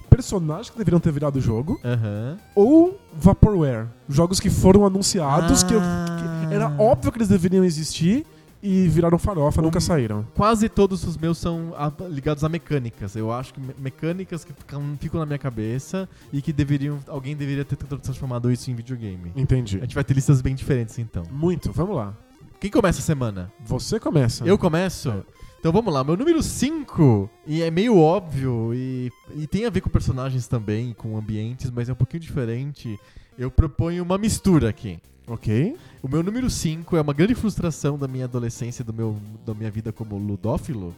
personagens que deveriam ter virado o jogo Aham. ou Vaporware. Jogos que foram anunciados, que, eu- que era óbvio que eles deveriam existir e viraram farofa, Um- nunca saíram. Quase todos os meus são a- ligados a mecânicas. Eu acho que me- mecânicas que ficam, ficam na minha cabeça e que deveriam alguém deveria ter transformado isso em videogame. Entendi. A gente vai ter listas bem diferentes então. Muito, vamos lá. Quem começa a semana? Você começa. Eu começo? É. Então vamos lá, meu número 5, e é meio óbvio, e, e tem a ver com personagens também, com ambientes, mas é um pouquinho diferente. Eu proponho uma mistura aqui. Ok. O meu número 5 é uma grande frustração da minha adolescência, do meu, da minha vida como ludófilo.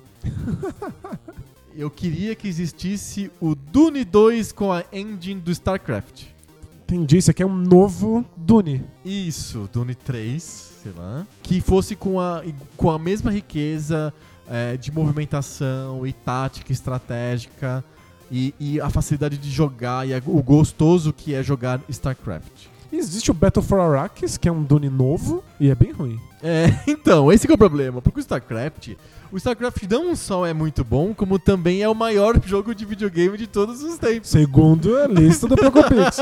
Eu queria que existisse o Dune 2 com a engine do StarCraft. Entendi. Isso aqui é um novo Dune. Isso, Dune 3, sei lá. Que fosse com a, com a mesma riqueza eh, de movimentação e tática estratégica e, e a facilidade de jogar e a- o gostoso que é jogar StarCraft. Existe o Battle for Arrakis, que é um Dune novo e é bem ruim. É, então, esse que é o problema, porque o StarCraft, o StarCraft não só é muito bom, como também é o maior jogo de videogame de todos os tempos. Segundo a lista do Procopix.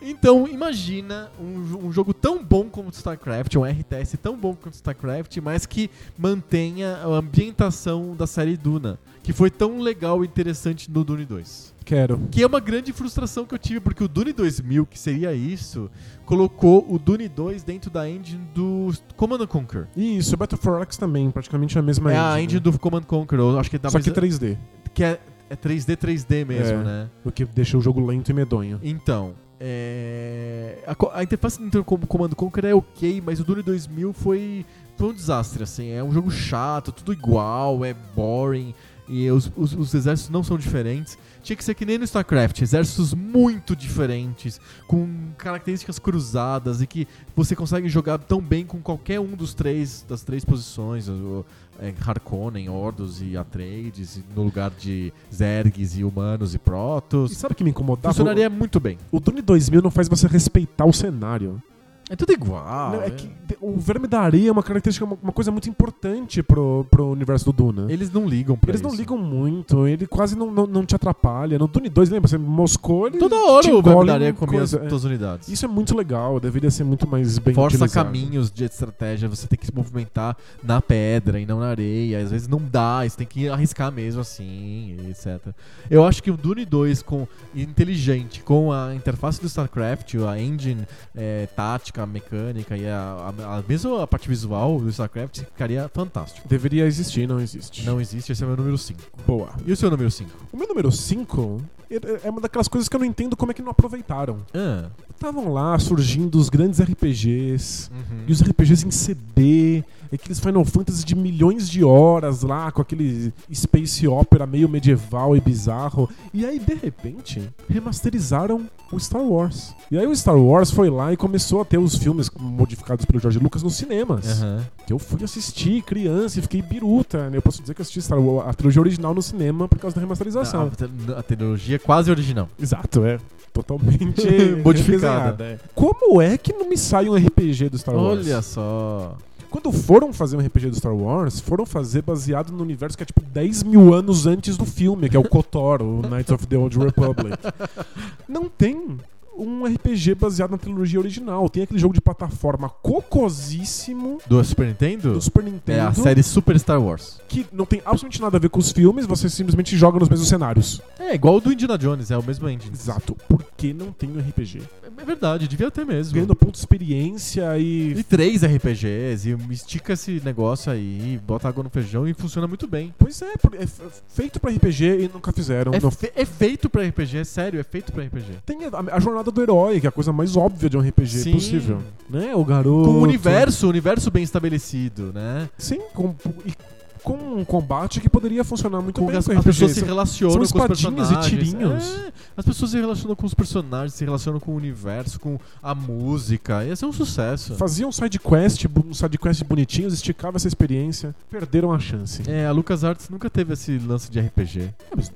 Então, imagina um, jo- um jogo tão bom quanto StarCraft, um RTS tão bom quanto StarCraft, mas que mantenha a ambientação da série Duna, que foi tão legal e interessante no Dune 2. Quero. Que é uma grande frustração que eu tive, porque o Dune 2000, que seria isso, colocou o Dune 2 dentro da engine do Command and Conquer. Isso, o Battle for Arrakis também, praticamente a mesma é a engine. engine do Command and Conquer, eu acho que é da né? Só que mesma- 3D, que é, é 3D, 3D mesmo, É. né? o que deixa o jogo lento e medonho. Então, é, a, co- a interface do Comando Conquer é ok, mas o Dune 2000 foi, foi um desastre, assim. É um jogo chato, tudo igual, é boring, e os, os- os exércitos não são diferentes. Tinha que ser que nem no StarCraft, exércitos muito diferentes, com características cruzadas e que você consegue jogar tão bem com qualquer um dos três, das três posições, o- é, Harkonnen, Ordos e Atreides, e no lugar de Zergs e Humanos e E Protos. sabe o que me incomodava? Funcionaria muito bem. O Dune 2000 não faz você respeitar o cenário. É tudo igual. Não, é é. que te- o verme da areia é uma característica, uma, uma coisa muito importante pro, pro universo do Duna. Eles não ligam pra Eles isso. não ligam muito, ele quase não, não, não te atrapalha. No Dune 2, lembra? Você moscou, ele Toda hora te o engole Verdadeira em comia as coisa, é. tuas unidades. Isso é muito legal, deveria ser muito mais bem Força utilizado. caminhos de estratégia, você tem que se movimentar na pedra e não na areia. Às vezes não dá, você tem que arriscar mesmo assim, e etc. Eu acho que o Dune 2 com inteligente, com a interface do StarCraft, a engine é, tática, mecânica e a, a, a mesma parte visual do StarCraft ficaria fantástico. Deveria existir, não existe. Não existe, esse é o meu número 5. Boa. E o seu número 5? O meu número 5 é- é uma daquelas coisas que eu não entendo como é que não aproveitaram. Ah, Estavam lá surgindo os grandes RPGs, uhum. e os RPGs em CD, aqueles Final Fantasy de milhões de horas lá, com aquele space opera meio medieval e bizarro. E aí, de repente, remasterizaram o Star Wars. E aí o Star Wars foi lá e começou a ter os filmes modificados pelo George Lucas nos cinemas. Aham. Que eu fui assistir criança e fiquei biruta. né? Eu posso dizer que eu assisti Star Wars, a trilogia original no cinema por causa da remasterização. A- a te- A tecnologia é quase original. Exato, é. Totalmente Modificada. redesenhada, é. Como é que não me sai um RPG do Star Wars? Olha só. Quando foram fazer um RPG do Star Wars, foram fazer baseado no universo que é tipo 10 mil anos antes do filme, que é o KOTOR, o Knights of the Old Republic. Não tem um RPG baseado na trilogia original. Tem aquele jogo de plataforma cocosíssimo Do Super Nintendo? do Super É Nintendo a série Super Star Wars. que não tem absolutamente nada a ver com os filmes, você simplesmente joga nos mesmos cenários. É igual o do Indiana Jones, é o mesmo engine. Exato. Por que não tem um RPG? É verdade, devia ter mesmo. ganhando ponto de experiência e. E três RPGs, e estica esse negócio aí, bota água no feijão e funciona muito bem. Pois é, por- é f- feito pra RPG e nunca fizeram. É, Não- fe- é feito pra RPG, é sério, é feito pra RPG. Tem a, a jornada do herói, que é a coisa mais óbvia de um RPG Sim. possível. Né? O garoto. Com o universo, um universo bem estabelecido, né? Sim, com, e com um combate que poderia funcionar muito Com bem as, com as RPG. pessoas se relacionam são com os espadinhas personagens. e tirinhos. É, as pessoas se relacionam com os personagens, se relacionam com o universo, com a música. Ia ser um sucesso. Faziam um sidequest, bu- um sidequest bonitinhos, esticava essa experiência, perderam a chance. É, a LucasArts nunca teve esse lance de RPG. É, mas-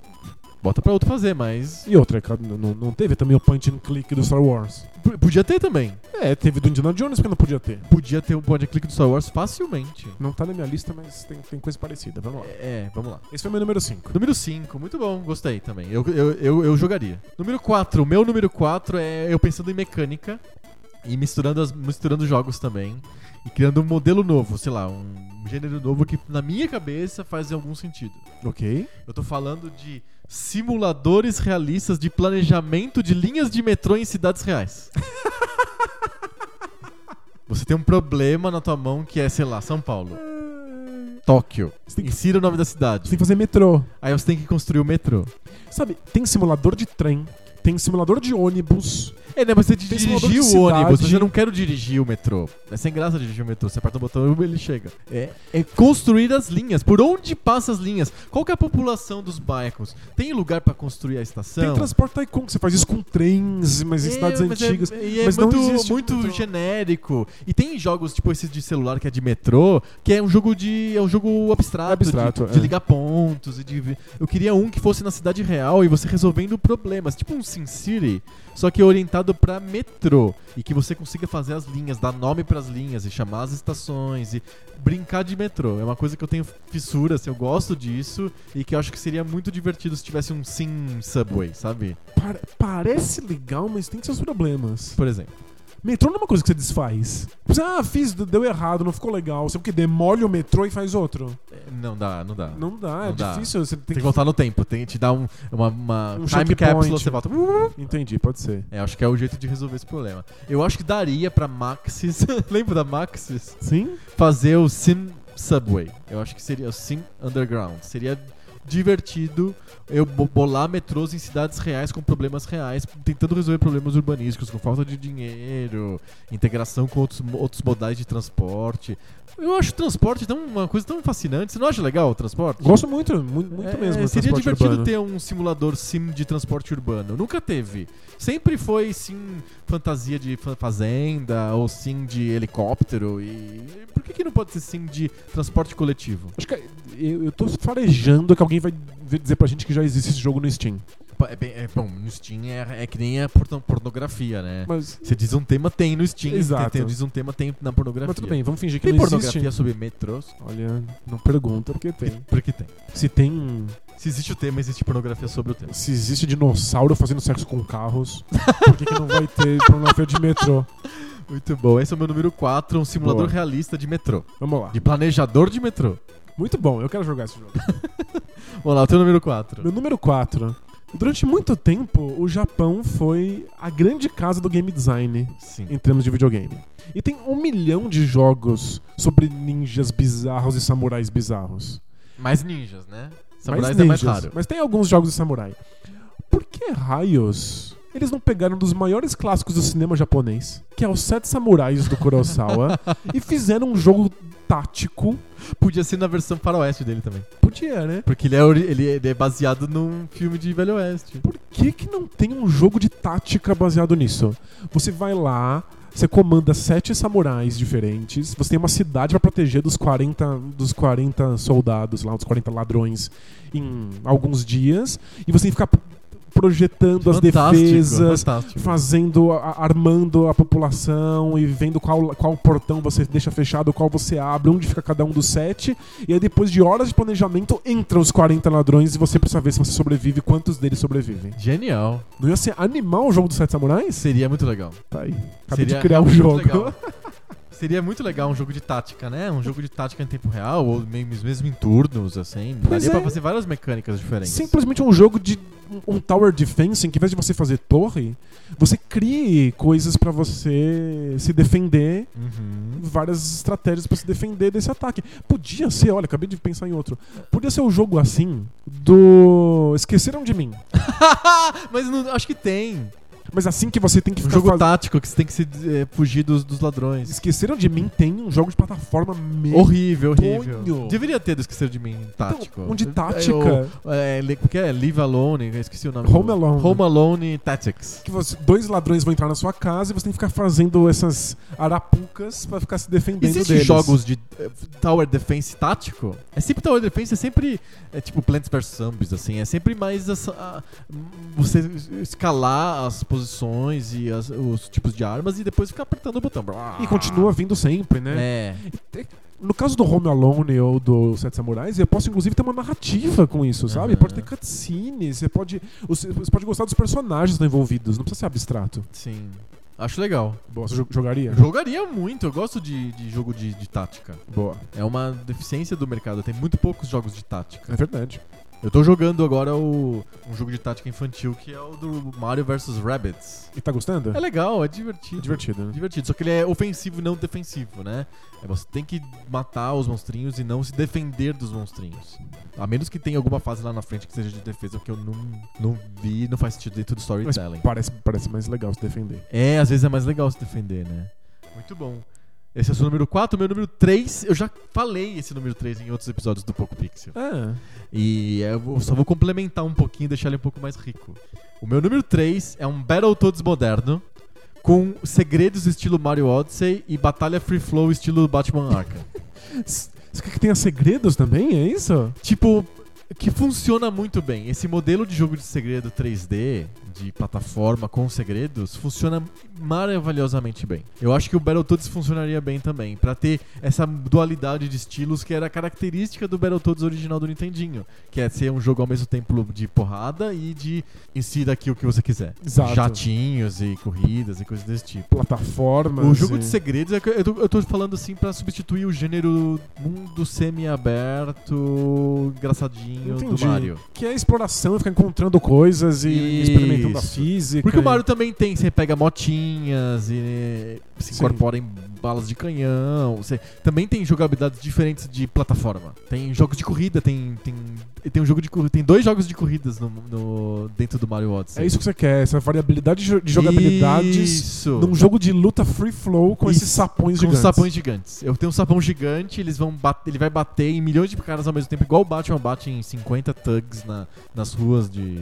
Bota pra outro fazer, mas. E outra, cara, não, não teve também o punch and click do Star Wars. p- Podia ter também. É, teve do Indiana Jones porque não podia ter. Podia ter um point and click do Star Wars facilmente. Não tá na minha lista, mas tem, tem coisa parecida. Vamos lá. É, vamos lá. Esse foi meu número 5. Número 5, muito bom, gostei também. Eu, eu, eu, eu jogaria. Número 4, meu número 4 é eu pensando em mecânica e misturando, as, misturando jogos também. E criando um modelo novo, sei lá, um gênero novo que na minha cabeça faz algum sentido. Ok. Eu tô falando de simuladores realistas de planejamento de linhas de metrô em cidades reais. Você tem um problema na tua mão que é, sei lá, São Paulo, Tóquio. Você tem que, Insira o nome da você cidade. tem que fazer metrô. Aí você tem que construir o metrô. Sabe, tem simulador de trem, tem simulador de ônibus. É, né? Mas você Tem dirigir o simulador de ônibus, cidade. mas eu não quero dirigir o metrô. É sem graça dirigir o metrô. Você aperta o botão e ele chega. É, é construir as linhas. Por onde passam as linhas? Qual que é a população dos bairros? Tem lugar pra construir a estação? Tem transporte Tycoon, que você faz isso com trens, mas em cidades É, mas é- antigas. e é mas não muito, existe muito muito- genérico. E tem jogos, tipo esse de celular que é de metrô, que é um jogo de. É um jogo abstrato, Abstrato, de, de é. ligar pontos e de. ver- Eu queria um que fosse na cidade real e você resolvendo problemas. Tipo um SimCity, só que orientado pra metrô. E que você consiga fazer as linhas, dar nome pras linhas e chamar as estações e brincar de metrô. É uma coisa que eu tenho fissura, assim, eu gosto disso e que eu acho que seria muito divertido se tivesse um Sim Subway, sabe? Par- parece legal, mas tem seus problemas. Por exemplo. Metrô não é uma coisa que você desfaz. Você, ah, fiz, deu errado, não ficou legal. Você o que demole o metrô e faz outro. É, Não dá, não dá. Não dá, é Não dá. difícil. Você Tem tem que voltar no tempo, tem que te dar um, uma, uma Um time checkpoint. capsule, você volta. Entendi, pode ser. É, acho que é o jeito de resolver esse problema. Eu acho que daria pra Maxis, lembra da Maxis? Sim? Fazer o Sim Subway. Eu acho que seria o Sim Underground. Seria divertido eu bo- bolar metrôs em cidades reais com problemas reais, tentando resolver problemas urbanísticos, com falta de dinheiro, integração com outros, outros modais de transporte. Eu acho o transporte tão, uma coisa tão fascinante. Você não acha legal o transporte? Gosto muito, mu- muito É, mesmo. do Seria transporte divertido urbano. ter um simulador sim de transporte urbano. Nunca teve. Sempre foi sim fantasia de fa- fazenda ou sim de helicóptero. E por que, que não pode ser sim de transporte coletivo? Acho que eu, eu tô farejando que alguém vai vir dizer pra gente que já existe esse jogo no Steam. Pa- É bem- é, bom, no Steam é, é que nem a porno- pornografia, né? Mas, Você diz um tema, tem no Steam. Exato. Tem, tem- diz um tema, tem na pornografia. mas tudo bem, vamos fingir que Tem não pornografia existe. sobre metrôs? Olha, não pergunta porque tem. Porque tem. Se tem. Se existe o tema, existe pornografia sobre o tema. Se existe dinossauro fazendo sexo com carros, por que, que não vai ter pornografia de metrô? Muito bom. Esse é o meu número 4, um simulador Boa. realista de metrô. Vamos lá. De planejador de metrô. Muito bom, eu quero jogar esse jogo. Vamos lá, o teu número 4. Meu número 4. Durante muito tempo, o Japão foi a grande casa do game design Sim. em termos de videogame. E tem um milhão de jogos sobre ninjas bizarros e samurais bizarros. Mais ninjas, né? Mas Samurais é mais ninjas. raro. Mas tem alguns jogos de samurai. Por que raios? Eles não pegaram um dos maiores clássicos do cinema japonês, que é os Sete Samurais do Kurosawa, e fizeram um jogo tático. Podia ser na versão faroeste dele também. Podia, né? Porque ele é, ori- ele é- ele é baseado num filme de Velho Oeste. Por que, que não tem um jogo de tática baseado nisso? Você vai lá, você comanda sete samurais diferentes, você tem uma cidade pra proteger dos 40, dos 40 soldados lá, dos 40 ladrões em alguns dias, e você tem que ficar p- projetando as Fantástico, defesas, fantástico. fazendo, a- armando a população e vendo qual, qual portão você deixa fechado, qual você abre, onde fica cada um dos sete. E aí, depois de horas de planejamento, entram os 40 ladrões e você precisa ver se você sobrevive e quantos deles sobrevivem. Genial. Não ia ser animal o jogo dos Sete Samurais? Seria muito legal. Tá aí. Acabei Seria de criar um muito jogo. legal. Seria muito legal um jogo de tática, né? Um jogo de tática em tempo real, ou me- mesmo em turnos, assim. Pois Daria é. pra fazer várias mecânicas diferentes. Simplesmente um jogo de um um tower defense, em que ao invés de você fazer torre, você crie coisas pra você se defender, Uhum. várias estratégias pra se defender desse ataque. Podia ser, olha, acabei de pensar em outro. Podia ser um jogo assim do Esqueceram de mim. Mas não- acho que tem. Mas assim que você tem que Um ficar jogo faz- tático que você tem que se, eh, fugir dos, dos ladrões. Esqueceram de mim tem um jogo de plataforma meio Horrível, horrível. Tonho. Deveria ter do Esquecer de Mim tático. Então, um de tática. É, o- é, li- como que é? Live Alone, eu esqueci o nome. Home do- Alone. Home Alone Tactics. que você- dois ladrões vão entrar na sua casa e você tem que ficar fazendo essas arapucas pra ficar se defendendo Existem deles. jogos de eh, Tower Defense tático? É sempre Tower Defense, é sempre é tipo Plants vs Zombies, assim, é sempre mais essa- a- você escalar as posições e as- os tipos de armas e depois ficar apertando o botão. E continua vindo sempre, né? É. No caso do Home Alone ou do Sete Samurais, eu posso inclusive ter uma narrativa com isso, sabe? Aham. Pode ter cutscenes, você pode, você você pode gostar dos personagens que estão envolvidos, não precisa ser abstrato. Sim. Acho legal. Boa, você jo- jogaria? Eu jogaria muito, eu gosto de, de jogo de, de tática. Boa. É uma deficiência do mercado, tem muito poucos jogos de É tática. verdade. Eu tô jogando agora o, um jogo de tática infantil que é o do Mario vs Rabbids. E tá gostando? É legal, é divertido. divertido, né? divertido. Só que ele é ofensivo e não defensivo, né? É, você tem que matar os monstrinhos e não se defender dos monstrinhos. A menos que tenha alguma fase lá na frente que seja de defesa, porque eu não, não vi, não faz sentido dentro do Mas storytelling. parece, parece mais legal se defender. É, às vezes é mais legal se defender, né? Muito bom. Esse é o seu número 4, meu número 3. Eu já falei esse número 3 em outros episódios do Poco Pixel. Ah, E é, eu vou- só vou complementar um pouquinho, deixar ele um pouco mais rico. O meu número 3 é um Battletoads moderno, com segredos estilo Mario Odyssey e batalha free flow estilo Batman Arkham. S- Você quer que tenha segredos também? É isso? tipo, que funciona muito bem. Esse modelo de jogo de segredo 3D, de plataforma com segredos, funciona maravilhosamente bem. Eu acho que o Battletoads funcionaria bem também, pra ter essa dualidade de estilos que era característica do Battletoads original do Nintendinho, que é ser um jogo ao mesmo tempo de porrada e de insira aqui o que você quiser. Exato. Jatinhos e corridas e coisas desse tipo. Plataformas. O jogo e- de segredos, é que eu tô, eu tô falando assim pra substituir o gênero mundo semi-aberto, engraçadinho Entendi. do Mario. Que é exploração, ficar encontrando coisas e Isso. experimentando a física. Porque o e- Mario também tem, você pega motinhas e eh, se Sim. incorpora em balas de canhão. Você também tem jogabilidades diferentes de plataforma. Tem jogos de corrida, tem tem, tem um jogo de corrida, tem dois jogos de corridas no, no- dentro do Mario Odyssey. É isso que você quer, essa variabilidade de jo- de jogabilidades Isso. num jogo de luta free flow com Tá. Isso, esses sapões Com gigantes. sapões gigantes. Eu tenho um sapão gigante, eles vão bat- ele vai bater em milhões de caras ao mesmo tempo, igual o Batman bate em 50 thugs na- nas ruas de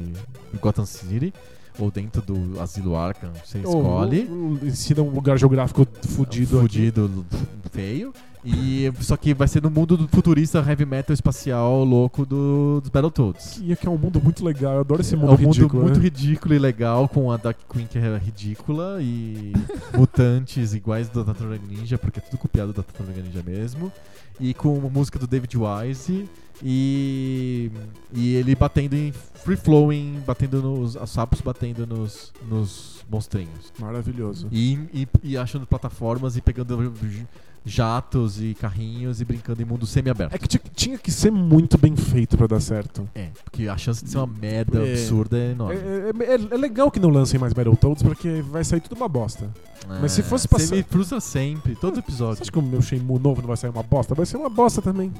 Gotham City, ou dentro do Asilo Arkham, você escolhe. Ou, ou, ensina Então, um lugar geográfico fudido. aqui. Fudido, feio. E, só que vai ser no mundo do futurista heavy metal espacial louco do, dos Battletoads. E aqui é um mundo muito legal, eu adoro esse É mundo um mundo ridículo. muito né? ridículo e legal, com a Dark Queen que é ridícula e mutantes iguais da Tartaruga Ninja, porque é tudo copiado da Tartaruga Ninja mesmo. E com uma música do David Wise e, e ele batendo em free flowing, batendo nos os sapos, batendo nos, nos monstrinhos. Maravilhoso. E, e, e achando plataformas e pegando j- jatos e carrinhos e brincando em mundo semi-aberto. É que tinha, tinha que ser muito bem feito pra dar certo. É, porque a chance de ser uma merda É. absurda é É, enorme. é- é- é legal que não lancem mais Battletoads, porque vai sair tudo uma bosta. Mas se fosse Você passar- me frustra sempre, todo Você episódio. acha que o meu Shenmue novo não vai sair uma bosta? Vai ser uma bosta também.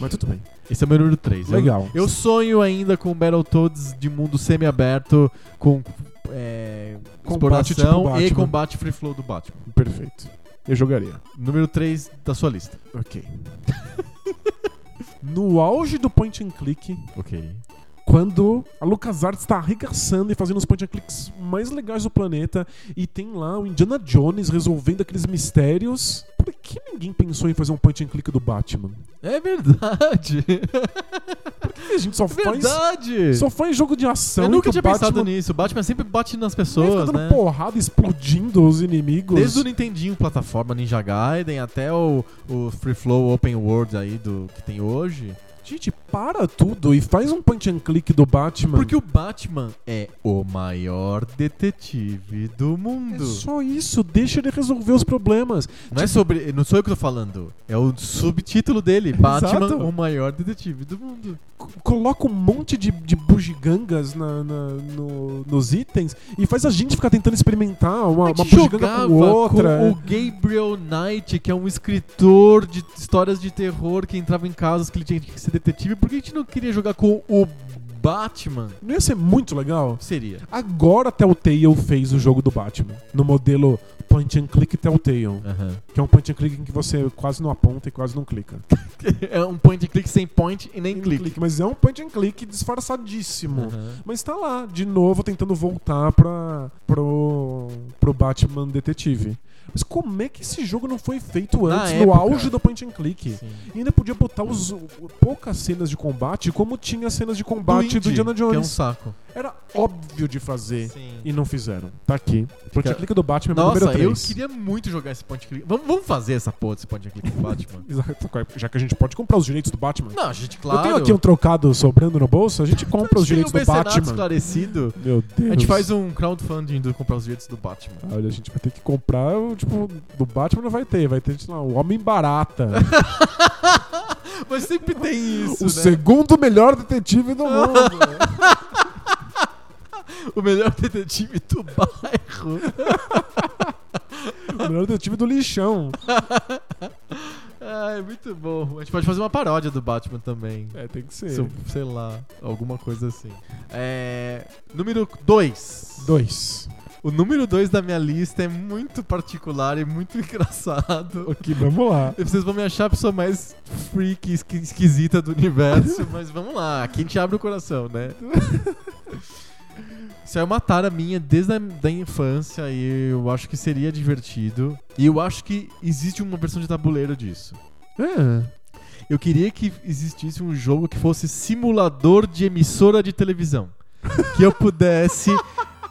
Mas tudo bem. Esse é o meu número 3. Legal. Ah, Eu, eu sonho ainda com Battletoads de mundo semi-aberto, com é, Combate tipo exploração e Batman. combate free flow do Batman. Perfeito. Eu jogaria. Número 3 da sua lista. Ok. no auge do point and click, Ok. quando a LucasArts está arregaçando e fazendo os point and clicks mais legais do planeta e tem lá o Indiana Jones resolvendo aqueles mistérios. Por que ninguém pensou em fazer um point and click do Batman? É verdade. É Por que a gente só faz, verdade. só faz jogo de ação? Eu nunca que tinha o um Batman pensado nisso. O Batman sempre bate nas fica pessoas, dando né? porrada, explodindo os inimigos. Desde o Nintendinho, plataforma Ninja Gaiden, até o, o Free Flow Open World aí do que tem hoje. Gente, para tudo e faz um punch and click do Batman. Porque o Batman é o maior detetive do é tipo- mundo. só isso, deixa ele resolver os problemas. Não é sobre. Não sou eu que tô falando. É o subtítulo dele: Batman, Exato. o maior detetive do mundo. C- Coloca um monte de, de bugigangas na, na- no- nos itens e faz a gente ficar tentando experimentar uma, A uma gente bugiganga jogava com outra. é. com o Gabriel Knight, que é um escritor de histórias de terror que entrava em casas que ele tinha que ser detetive. Por que a gente não queria jogar com o Batman? Não ia ser muito legal? Seria. Agora a Telltale fez o jogo do Batman, no modelo Punch and Click Telltale, que é um punch and click em que você quase não aponta e quase não clica. É um point and click sem point e nem Tem clique. clique, mas é um punch and click disfarçadíssimo. Aham. Mas tá lá, de novo, tentando voltar pra, pro, pro Batman Detetive. Mas como é que esse jogo não foi feito Na antes, no época. auge do point and click? E ainda podia botar os, o- poucas cenas de combate, como tinha as cenas de combate do, Indy, Indiana Que é um Jones. saco. Era óbvio de fazer. Sim. E não fizeram. Tá aqui. Point and click do Batman é meu Nossa, número eu 3. queria muito jogar esse point and click. Vamos, vamos fazer essa porra desse point and click do Batman. Exato, é? já que a gente pode comprar os direitos do Batman. Não, gente, claro. Eu tenho aqui um trocado sobrando no bolso, a gente compra os Tem direitos o do mercenário Batman. esclarecido. Meu Deus. A gente faz um crowdfunding do comprar os direitos do Batman. Tá, Olha, a gente vai ter que comprar, o, tipo, do Batman não vai ter, vai ter, sei lá, o Homem Barata. Mas sempre tem o isso, né? segundo melhor detetive do mundo. O melhor detetive do bairro. o melhor detetive do lixão. Ai, Ah, é muito bom. A gente pode fazer uma paródia do Batman também. É, tem que ser. Se eu- Sei lá, alguma coisa assim. É, Número 2. Dois. O número 2 da minha lista é muito particular e muito engraçado. Ok, vamos lá. Vocês vão me achar a pessoa mais freak, esqui- esquisita do universo, mas vamos lá, aqui a gente abre o coração, né? Isso é uma tara minha desde a da infância e eu acho que seria divertido. E eu acho que existe uma versão de tabuleiro disso. É. Eu queria que existisse um jogo que fosse simulador de emissora de televisão. Que eu pudesse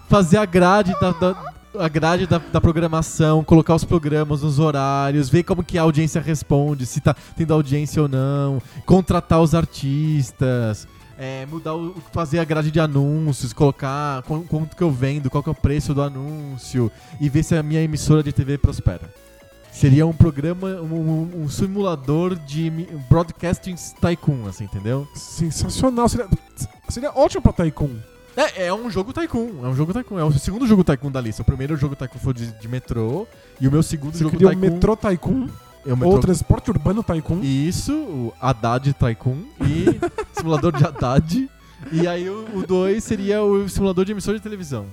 fazer a grade da, da- a grade da, da programação, colocar os programas nos horários, ver como que a audiência responde, se tá tendo audiência ou não, contratar os artistas, é, mudar o, fazer a grade de anúncios, colocar qu- quanto que eu vendo, qual que é o preço do anúncio e ver se a minha emissora de TV prospera. Seria um programa, um, um- um simulador de mi- broadcasting tycoon, assim, entendeu? Sensacional. Seria, seria ótimo pra Tycoon. É, é um jogo tycoon, é um jogo tycoon, é o segundo jogo tycoon da lista. O primeiro jogo tycoon foi de, de metrô e o meu segundo Você jogo queria tycoon o Metrô Tycoon, é o ou metrô. o Transporte Urbano Tycoon. E isso, o Haddad Tycoon e simulador de Haddad. E aí o 2 seria o simulador de emissora de televisão.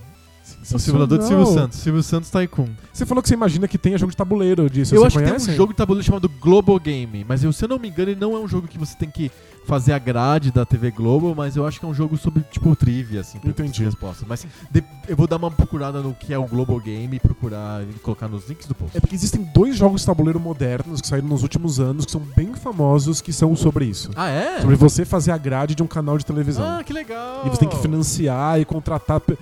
O simulador de Silvio Sensacional. Santos, Silvio Santos Tycoon. Você falou que você imagina que tenha jogo de tabuleiro disso. eu você acho que conhece? tem um jogo de tabuleiro chamado Global Game, mas eu, se eu não me engano, ele não é um jogo que você tem que fazer a grade da TV Globo, mas eu acho que é um jogo sobre, tipo, trivia, assim, perguntas Entendi. e respostas. Mas de- eu vou dar uma procurada no que é o Global Game e procurar e colocar nos links do post. É porque existem dois jogos de tabuleiro modernos que saíram nos últimos anos, que são bem famosos, que são sobre isso. Ah, é? Sobre você fazer a grade de um canal de televisão. Ah, que legal! E você tem que financiar e contratar pe-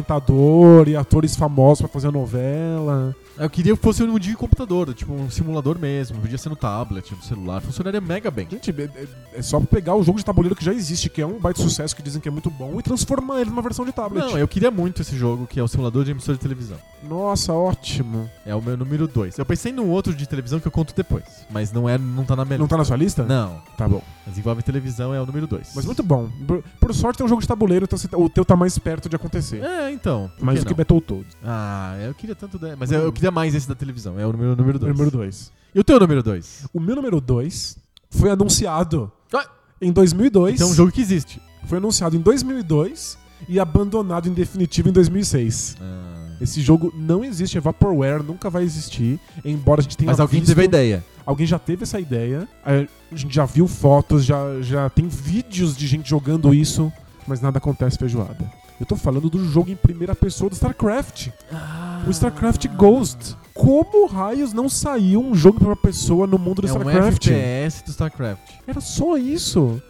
apresentador e atores famosos pra fazer a novela. Eu queria que fosse um dia de computador, tipo um simulador mesmo. Podia ser no tablet, no celular. Funcionaria mega bem. Gente, é, é- é só pegar o jogo de tabuleiro que já existe, que é um baita sucesso, que dizem que é muito bom, e transformar ele numa versão de tablet. Não, eu queria muito esse jogo, que é o simulador de emissora de televisão. Nossa, ótimo. É o meu número 2. Eu pensei num outro de televisão que eu conto depois, mas não é, não tá na minha Não tá na sua lista? Não, Tá bom. mas envolve televisão é o número 2. Mas muito bom. Por, por sorte tem um jogo de tabuleiro, então você- o teu tá mais perto de acontecer. É, então. por Mais que do que Hum. não? Battletoads. Ah, eu queria tanto. da- Mas eu, eu queria mais esse da televisão. É o número 2. Número dois. Número 2. E o teu número 2? O meu número 2 foi anunciado Ah. em 2002. Então é um jogo que existe. Foi anunciado em 2002 e abandonado em definitivo em 2006. Ah. Esse jogo não existe, é Vaporware, nunca vai existir, embora a gente tenha Mas alguém visto- teve a ideia. Alguém já teve essa ideia, a gente já viu fotos, já, já tem vídeos de gente jogando isso, mas nada acontece feijoada. Eu tô falando do jogo em primeira pessoa do StarCraft. Ah. O StarCraft Ghost. Como raios não saiu um jogo em primeira pessoa no mundo do é um StarCraft? FPS do StarCraft. Era só isso.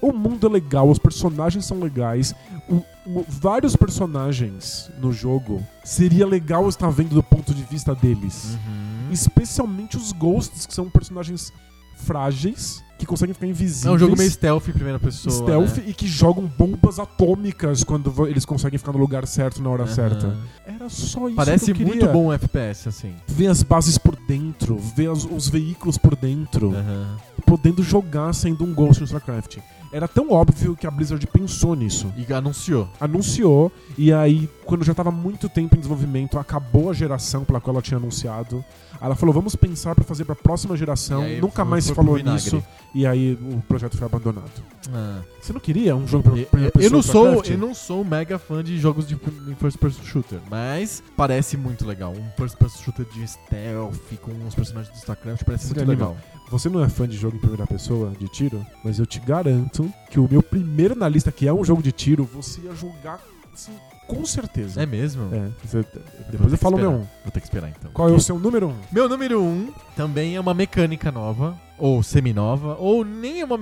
O mundo é legal, os personagens são legais. o- o- vários personagens no jogo seria legal estar vendo do ponto de vista deles. Uhum. Uhum. Especialmente os ghosts, que são personagens frágeis, que conseguem ficar É invisíveis. um jogo meio stealth em primeira pessoa. stealth né? e que jogam bombas atômicas quando vo- eles conseguem ficar no lugar tá certo na hora Aham. certa. Era só isso. Uhum. Parece que eu queria. muito bom um FPS, assim. Ver as bases por dentro, ver as- os veículos por dentro Aham. podendo jogar sendo um Ghost no StarCraft. Era tão óbvio que a Blizzard pensou nisso. E anunciou. Anunciou, e aí, quando já estava muito tempo em desenvolvimento, acabou a geração pela qual ela tinha anunciado. Aí Ela falou: vamos pensar pra fazer pra próxima geração. E aí Então, Nunca foi- mais se foi pro falou vinagre. nisso. E aí o projeto foi abandonado. Ah. Você não queria um jogo pra Eu- primeira eu- Eu pessoa não do sou, StarCraft? eu não sou um mega fã de jogos de pr- first person shooter, mas parece muito legal. Um first person shooter de stealth com os personagens do StarCraft parece Isso muito que anima. legal. Você não é fã de jogo em primeira pessoa, de tiro? Mas eu te garanto que o meu primeiro na lista, que é um jogo de tiro, você ia jogar assim, com certeza. É mesmo? É, você- Vou depois ter eu que falo o meu esperar. um. Vou ter que esperar então. Qual é o seu número um? Meu número 1 um também é uma mecânica nova, ou semi-nova, ou nem é uma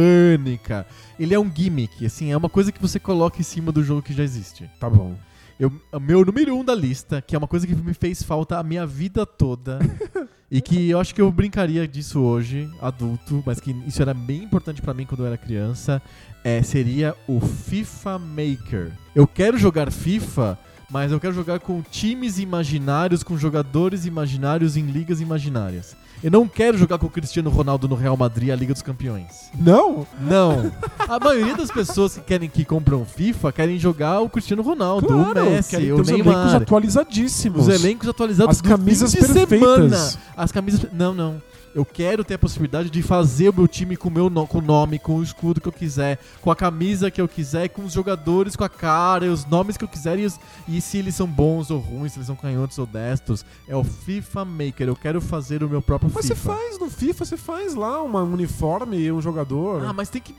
mecânica. Ele é um gimmick, assim, é uma coisa que você coloca em cima do jogo que já existe. Tá bom. Eu, o meu número 1 um da lista, que é uma coisa que me fez falta a minha vida toda, e que eu acho que eu brincaria disso hoje, adulto, mas que isso era bem importante pra mim quando eu era criança, é, seria o FIFA Maker. Eu quero jogar FIFA, mas eu quero jogar com times imaginários, com jogadores imaginários em ligas imaginárias. Eu não quero jogar com o Cristiano Ronaldo no Real Madrid, a Liga dos Campeões. Não? Não. A maioria das pessoas que querem que compram FIFA querem jogar o Cristiano Ronaldo, o Messi, querem ter o os elencos Neymar. atualizadíssimos. Os elencos atualizados As do camisas fim de perfeitas. semana. As camisas. Não, não. Eu quero ter a possibilidade de fazer o meu time com o meu no- com o nome, com o escudo que eu quiser, com a camisa que eu quiser, com os jogadores, com a cara, e os nomes que eu quiser e, os- e se eles são bons ou ruins, se eles são canhotos ou destros. É o FIFA Maker. Eu quero fazer o meu próprio Mas você FIFA. faz no FIFA, você faz lá uma- um uniforme e um jogador. Ah, mas tem que.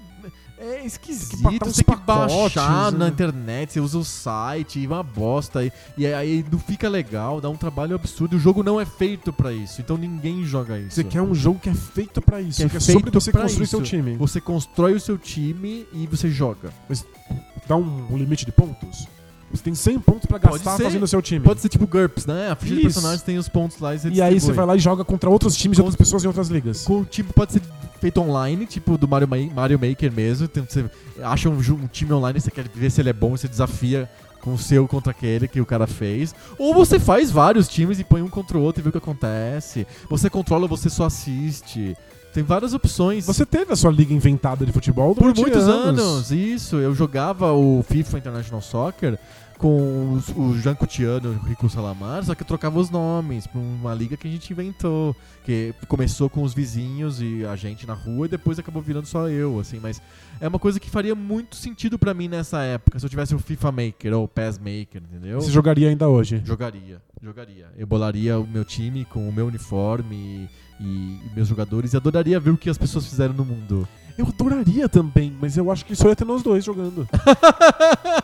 É esquisito, tem Tem que botar que, uns pacotes, baixar né? na internet, você usa o site, e uma bosta, e, e aí não fica legal, dá um trabalho absurdo, e o jogo não é feito pra isso, então ninguém joga isso. você quer um jogo que é feito pra isso, Que é que é sobre feito você pra construir isso. seu time. Você constrói o seu time e você joga. Dá um, um limite de pontos. Você tem 100 pontos pra Pode gastar ser. fazendo o seu time. Pode ser tipo GURPS, né? A ficha de Isso. personagens tem os pontos lá e você e aí você distribui. vai lá e joga contra outros times e outras pessoas em outras ligas. Com, tipo, pode ser feito online, tipo do Mario, Ma- Mario Maker mesmo. Então, você acha um, ju- um time online, você quer ver se ele é bom, você desafia com o seu contra aquele que o cara fez. Ou você faz vários times e põe um contra o outro e vê o que acontece. Você controla ou você só assiste. Tem várias opções. Você teve a sua liga inventada de futebol Por durante muitos anos. isso. Eu jogava o FIFA International Soccer com os- o Jean Coutiano e o Rico Salamar, só que eu trocava os nomes pra uma liga que a gente inventou, que começou com os vizinhos e a gente na rua e depois acabou virando só eu, assim, mas é uma coisa que faria muito sentido pra mim nessa época, se eu tivesse o FIFA Maker ou o PES Maker, entendeu? Você jogaria ainda hoje. Jogaria, jogaria. Eu bolaria o meu time com o meu uniforme e, e meus jogadores e adoraria ver o que as pessoas fizeram no mundo. Eu adoraria também, mas eu acho que só ia ter nós dois jogando.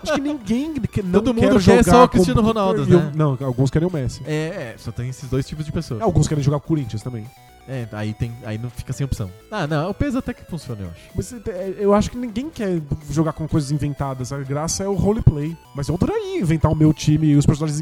acho que ninguém que não Todo quer mundo quer jogar só o com- Cristiano Ronaldo, e o- né? Não, alguns querem o Messi. É, é, só tem esses dois tipos de pessoas. Alguns querem jogar É o Corinthians também. É, aí, tem, aí não fica sem opção. Ah, não, o peso até que funciona, eu acho. Mas é, eu acho que ninguém quer jogar com coisas inventadas. A graça é o roleplay. Mas eu adoraria inventar o meu time e os personagens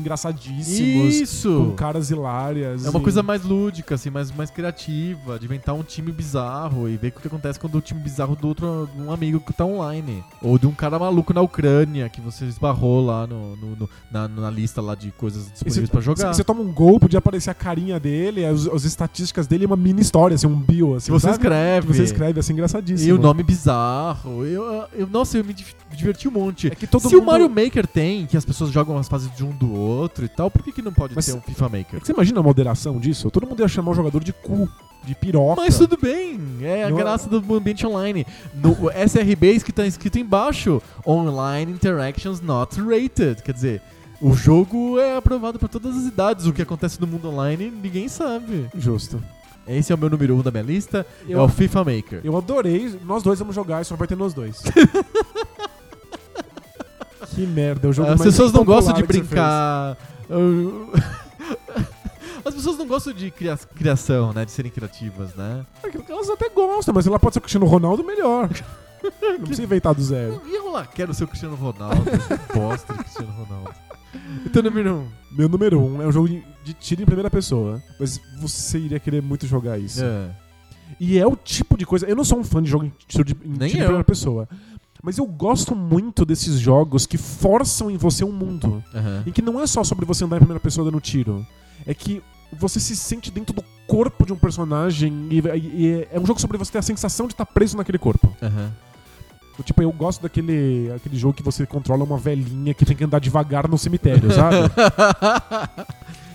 engraçadíssimos. Com Isso! caras hilárias. É uma e- coisa mais lúdica, assim, mais, mais criativa, de inventar um time bizarro e ver o que acontece quando o time bizarro do outro de um amigo que tá online. Ou de um cara maluco na Ucrânia que você esbarrou lá no, no- no- na, na lista lá de coisas E você- disponíveis pra jogar. você- Você toma um gol, podia aparecer a carinha dele, as, as estatísticas dele e uma mini história, assim, um bio, assim. Se você sabe? escreve. Que você escreve, assim, engraçadíssimo. E o nome bizarro. Eu, eu, nossa, eu me dif- diverti um monte. É que todo Se mundo... o Mario Maker tem, que as pessoas jogam as fases de um do outro e tal, por que, que não pode Mas- ter um FIFA É Maker? que você imagina a moderação disso? Todo mundo ia chamar o jogador de cu. de piroca. Mas tudo bem, é a No- graça do ambiente online. No o SRBs que tá escrito embaixo, Online Interactions Not Rated. Quer dizer, o jogo é aprovado pra todas as idades. O que acontece no mundo online, ninguém sabe. Justo. Esse é o meu número um da minha lista, é Eu, o FIFA Maker. eu adorei. Nós dois vamos jogar, só vai ter nós dois. que merda, é o jogo As mais pessoas não popular gostam de que você brincar. Eu- As pessoas não gostam de cria- criação, né? De serem criativas, né? fez. É Elas até gostam, mas ela pode ser o Cristiano Ronaldo melhor. Não precisa inventar do zero. E eu lá quero ser o Cristiano Ronaldo. que Bosta de Cristiano Ronaldo. Então, número um. Meu é número um é um jogo de- de tiro em primeira pessoa. Mas você iria querer muito jogar isso. É. E é o tipo de coisa. Eu não sou um fã de jogo em tiro de, em Nem tiro em eu. primeira pessoa. Mas eu gosto muito desses jogos que forçam em você um mundo. Aham. Em que não é só sobre você andar em primeira pessoa dando tiro. É que você se sente dentro do corpo de um personagem e, e- e é um jogo sobre você ter a sensação de estar preso naquele corpo. Aham. Tipo, eu gosto daquele aquele jogo que você controla uma velhinha que tem que andar devagar no cemitério, sabe?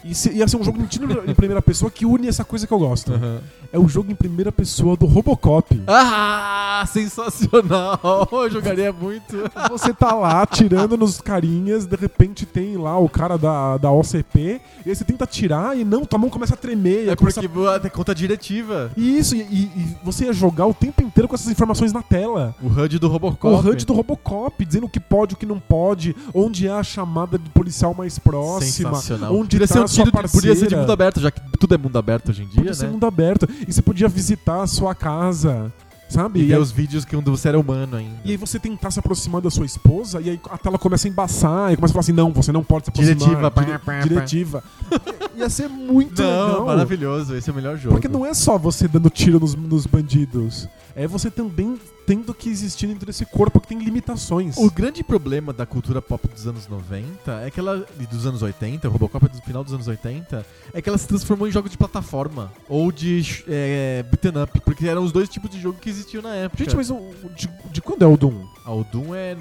E se- ia ser um jogo em tiro em primeira pessoa que une essa coisa que eu gosto. Aham. É o jogo em primeira pessoa do Robocop. Ah, sensacional! Eu jogaria muito. Você tá lá atirando nos carinhas, de repente tem lá o cara da, da OCP, e aí você tenta atirar e não, tua mão começa a tremer. e aí É começa porque até conta diretiva. a- E Isso, e, e- e você ia jogar o tempo inteiro com essas informações na tela. O HUD do Robocop. O HUD do Robocop, dizendo o que pode, o que não pode, onde é a chamada do policial mais próxima, Sensacional. onde podia tá ser um a sua tiro de, podia ser de parceira. mundo aberto, já que tudo é mundo aberto hoje em dia, Podia ser né? mundo aberto. E você podia visitar a sua casa, sabe? E E ver aí- os vídeos que quando você era humano ainda. E aí você tentar se aproximar da sua esposa e aí a tela começa a embaçar e começa a falar assim, não, você não pode se Diretiva, aproximar. pá, dire- pá, pá. diretiva. Ia ser muito não, legal. maravilhoso. Esse é o melhor jogo. Porque não é só você dando tiro nos, nos bandidos. É você também tendo que existir dentro desse corpo que tem limitações. O grande problema da cultura pop dos anos 90 é que ela. e dos anos 80, o Robocop é do final dos anos 80, é que ela se transformou em jogo de plataforma. Ou de sh- é, beaten up, porque eram os dois tipos de jogo que existiam na época. Gente, mas o- o- de, de quando é o Doom? Ah, o Doom é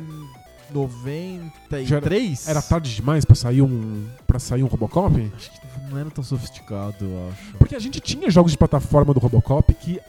93? Já Era tarde demais pra sair um pra sair um Robocop? Acho que não era tão sofisticado, eu acho. Porque a gente tinha jogos de plataforma do Robocop que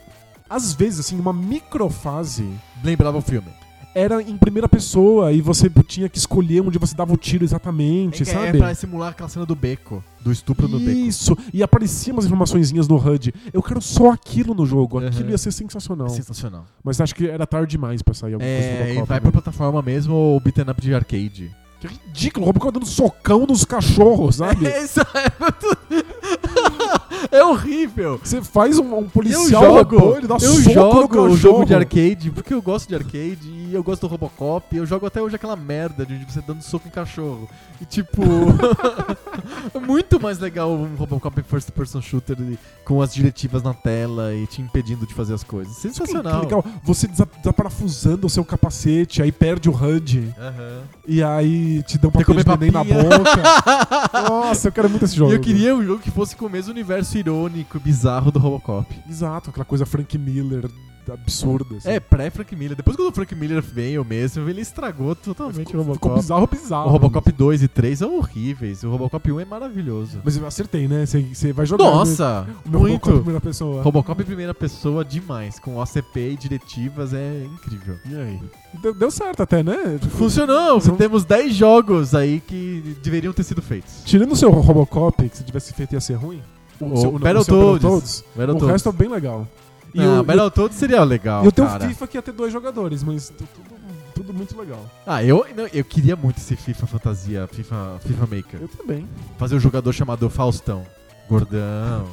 às vezes assim, uma microfase Lembrava o filme. era em primeira pessoa e você tinha que escolher onde você dava o tiro exatamente, é sabe? pra simular aquela cena do beco, do estupro no beco. Isso, e apareciam umas informaçõezinhas no HUD. Eu quero só aquilo no jogo, aquilo Uhum. ia ser sensacional. É sensacional. Mas acho que era tarde demais pra sair alguma coisa do É, e Robocop. vai pra né? plataforma mesmo ou beaten up de arcade. Que ridículo, o Robocop dando socão nos cachorros, sabe? É, isso é, é horrível. Você faz um, um Eu policial robô, jogo, ele dá eu soco jogo no o jogo cachorro. de arcade porque eu gosto de arcade e eu gosto do Robocop. Eu jogo até hoje aquela merda de você dando soco em cachorro. E tipo, é muito mais legal um Robocop first person shooter e- com as diretivas na tela e te impedindo de fazer as coisas. Sensacional. Que legal. Você desa- desaparafusando o seu capacete, aí perde o HUD, Aham. e aí te dão papel comer de neném na papinha. boca. Nossa, eu quero muito esse jogo. E eu queria um jogo que fosse com o mesmo universo irônico, bizarro do Robocop. Exato, aquela coisa Frank Miller absurda. assim. É, pré-Frank Miller. Depois quando o Frank Miller veio mesmo, ele estragou totalmente o ficou Robocop. bizarro, né? bizarro. O Robocop 2 e 3 são horríveis. O Robocop 1 é maravilhoso. Mas eu acertei, né? Você- Você vai jogar. né? Nossa, O meu muito. Robocop em primeira pessoa. Robocop em primeira pessoa demais, com OCP e diretivas, é incrível. E aí? Deu, deu certo até, né? Funcionou! São- Temos 10 jogos aí que deveriam ter sido feitos. Tirando o seu Robocop, que se tivesse feito ia ser ruim. O seu- não, Battletoads. seu Battletoads, O Battletoads. resto é bem legal. E Ah, o- Battletoads seria legal, E o teu cara. FIFA que ia ter dois jogadores, mas tu- tudo, tudo muito legal. Ah, eu, não, eu queria muito esse FIFA fantasia, FIFA, FIFA Maker. Eu também. Fazer um jogador chamado Faustão. Gordão.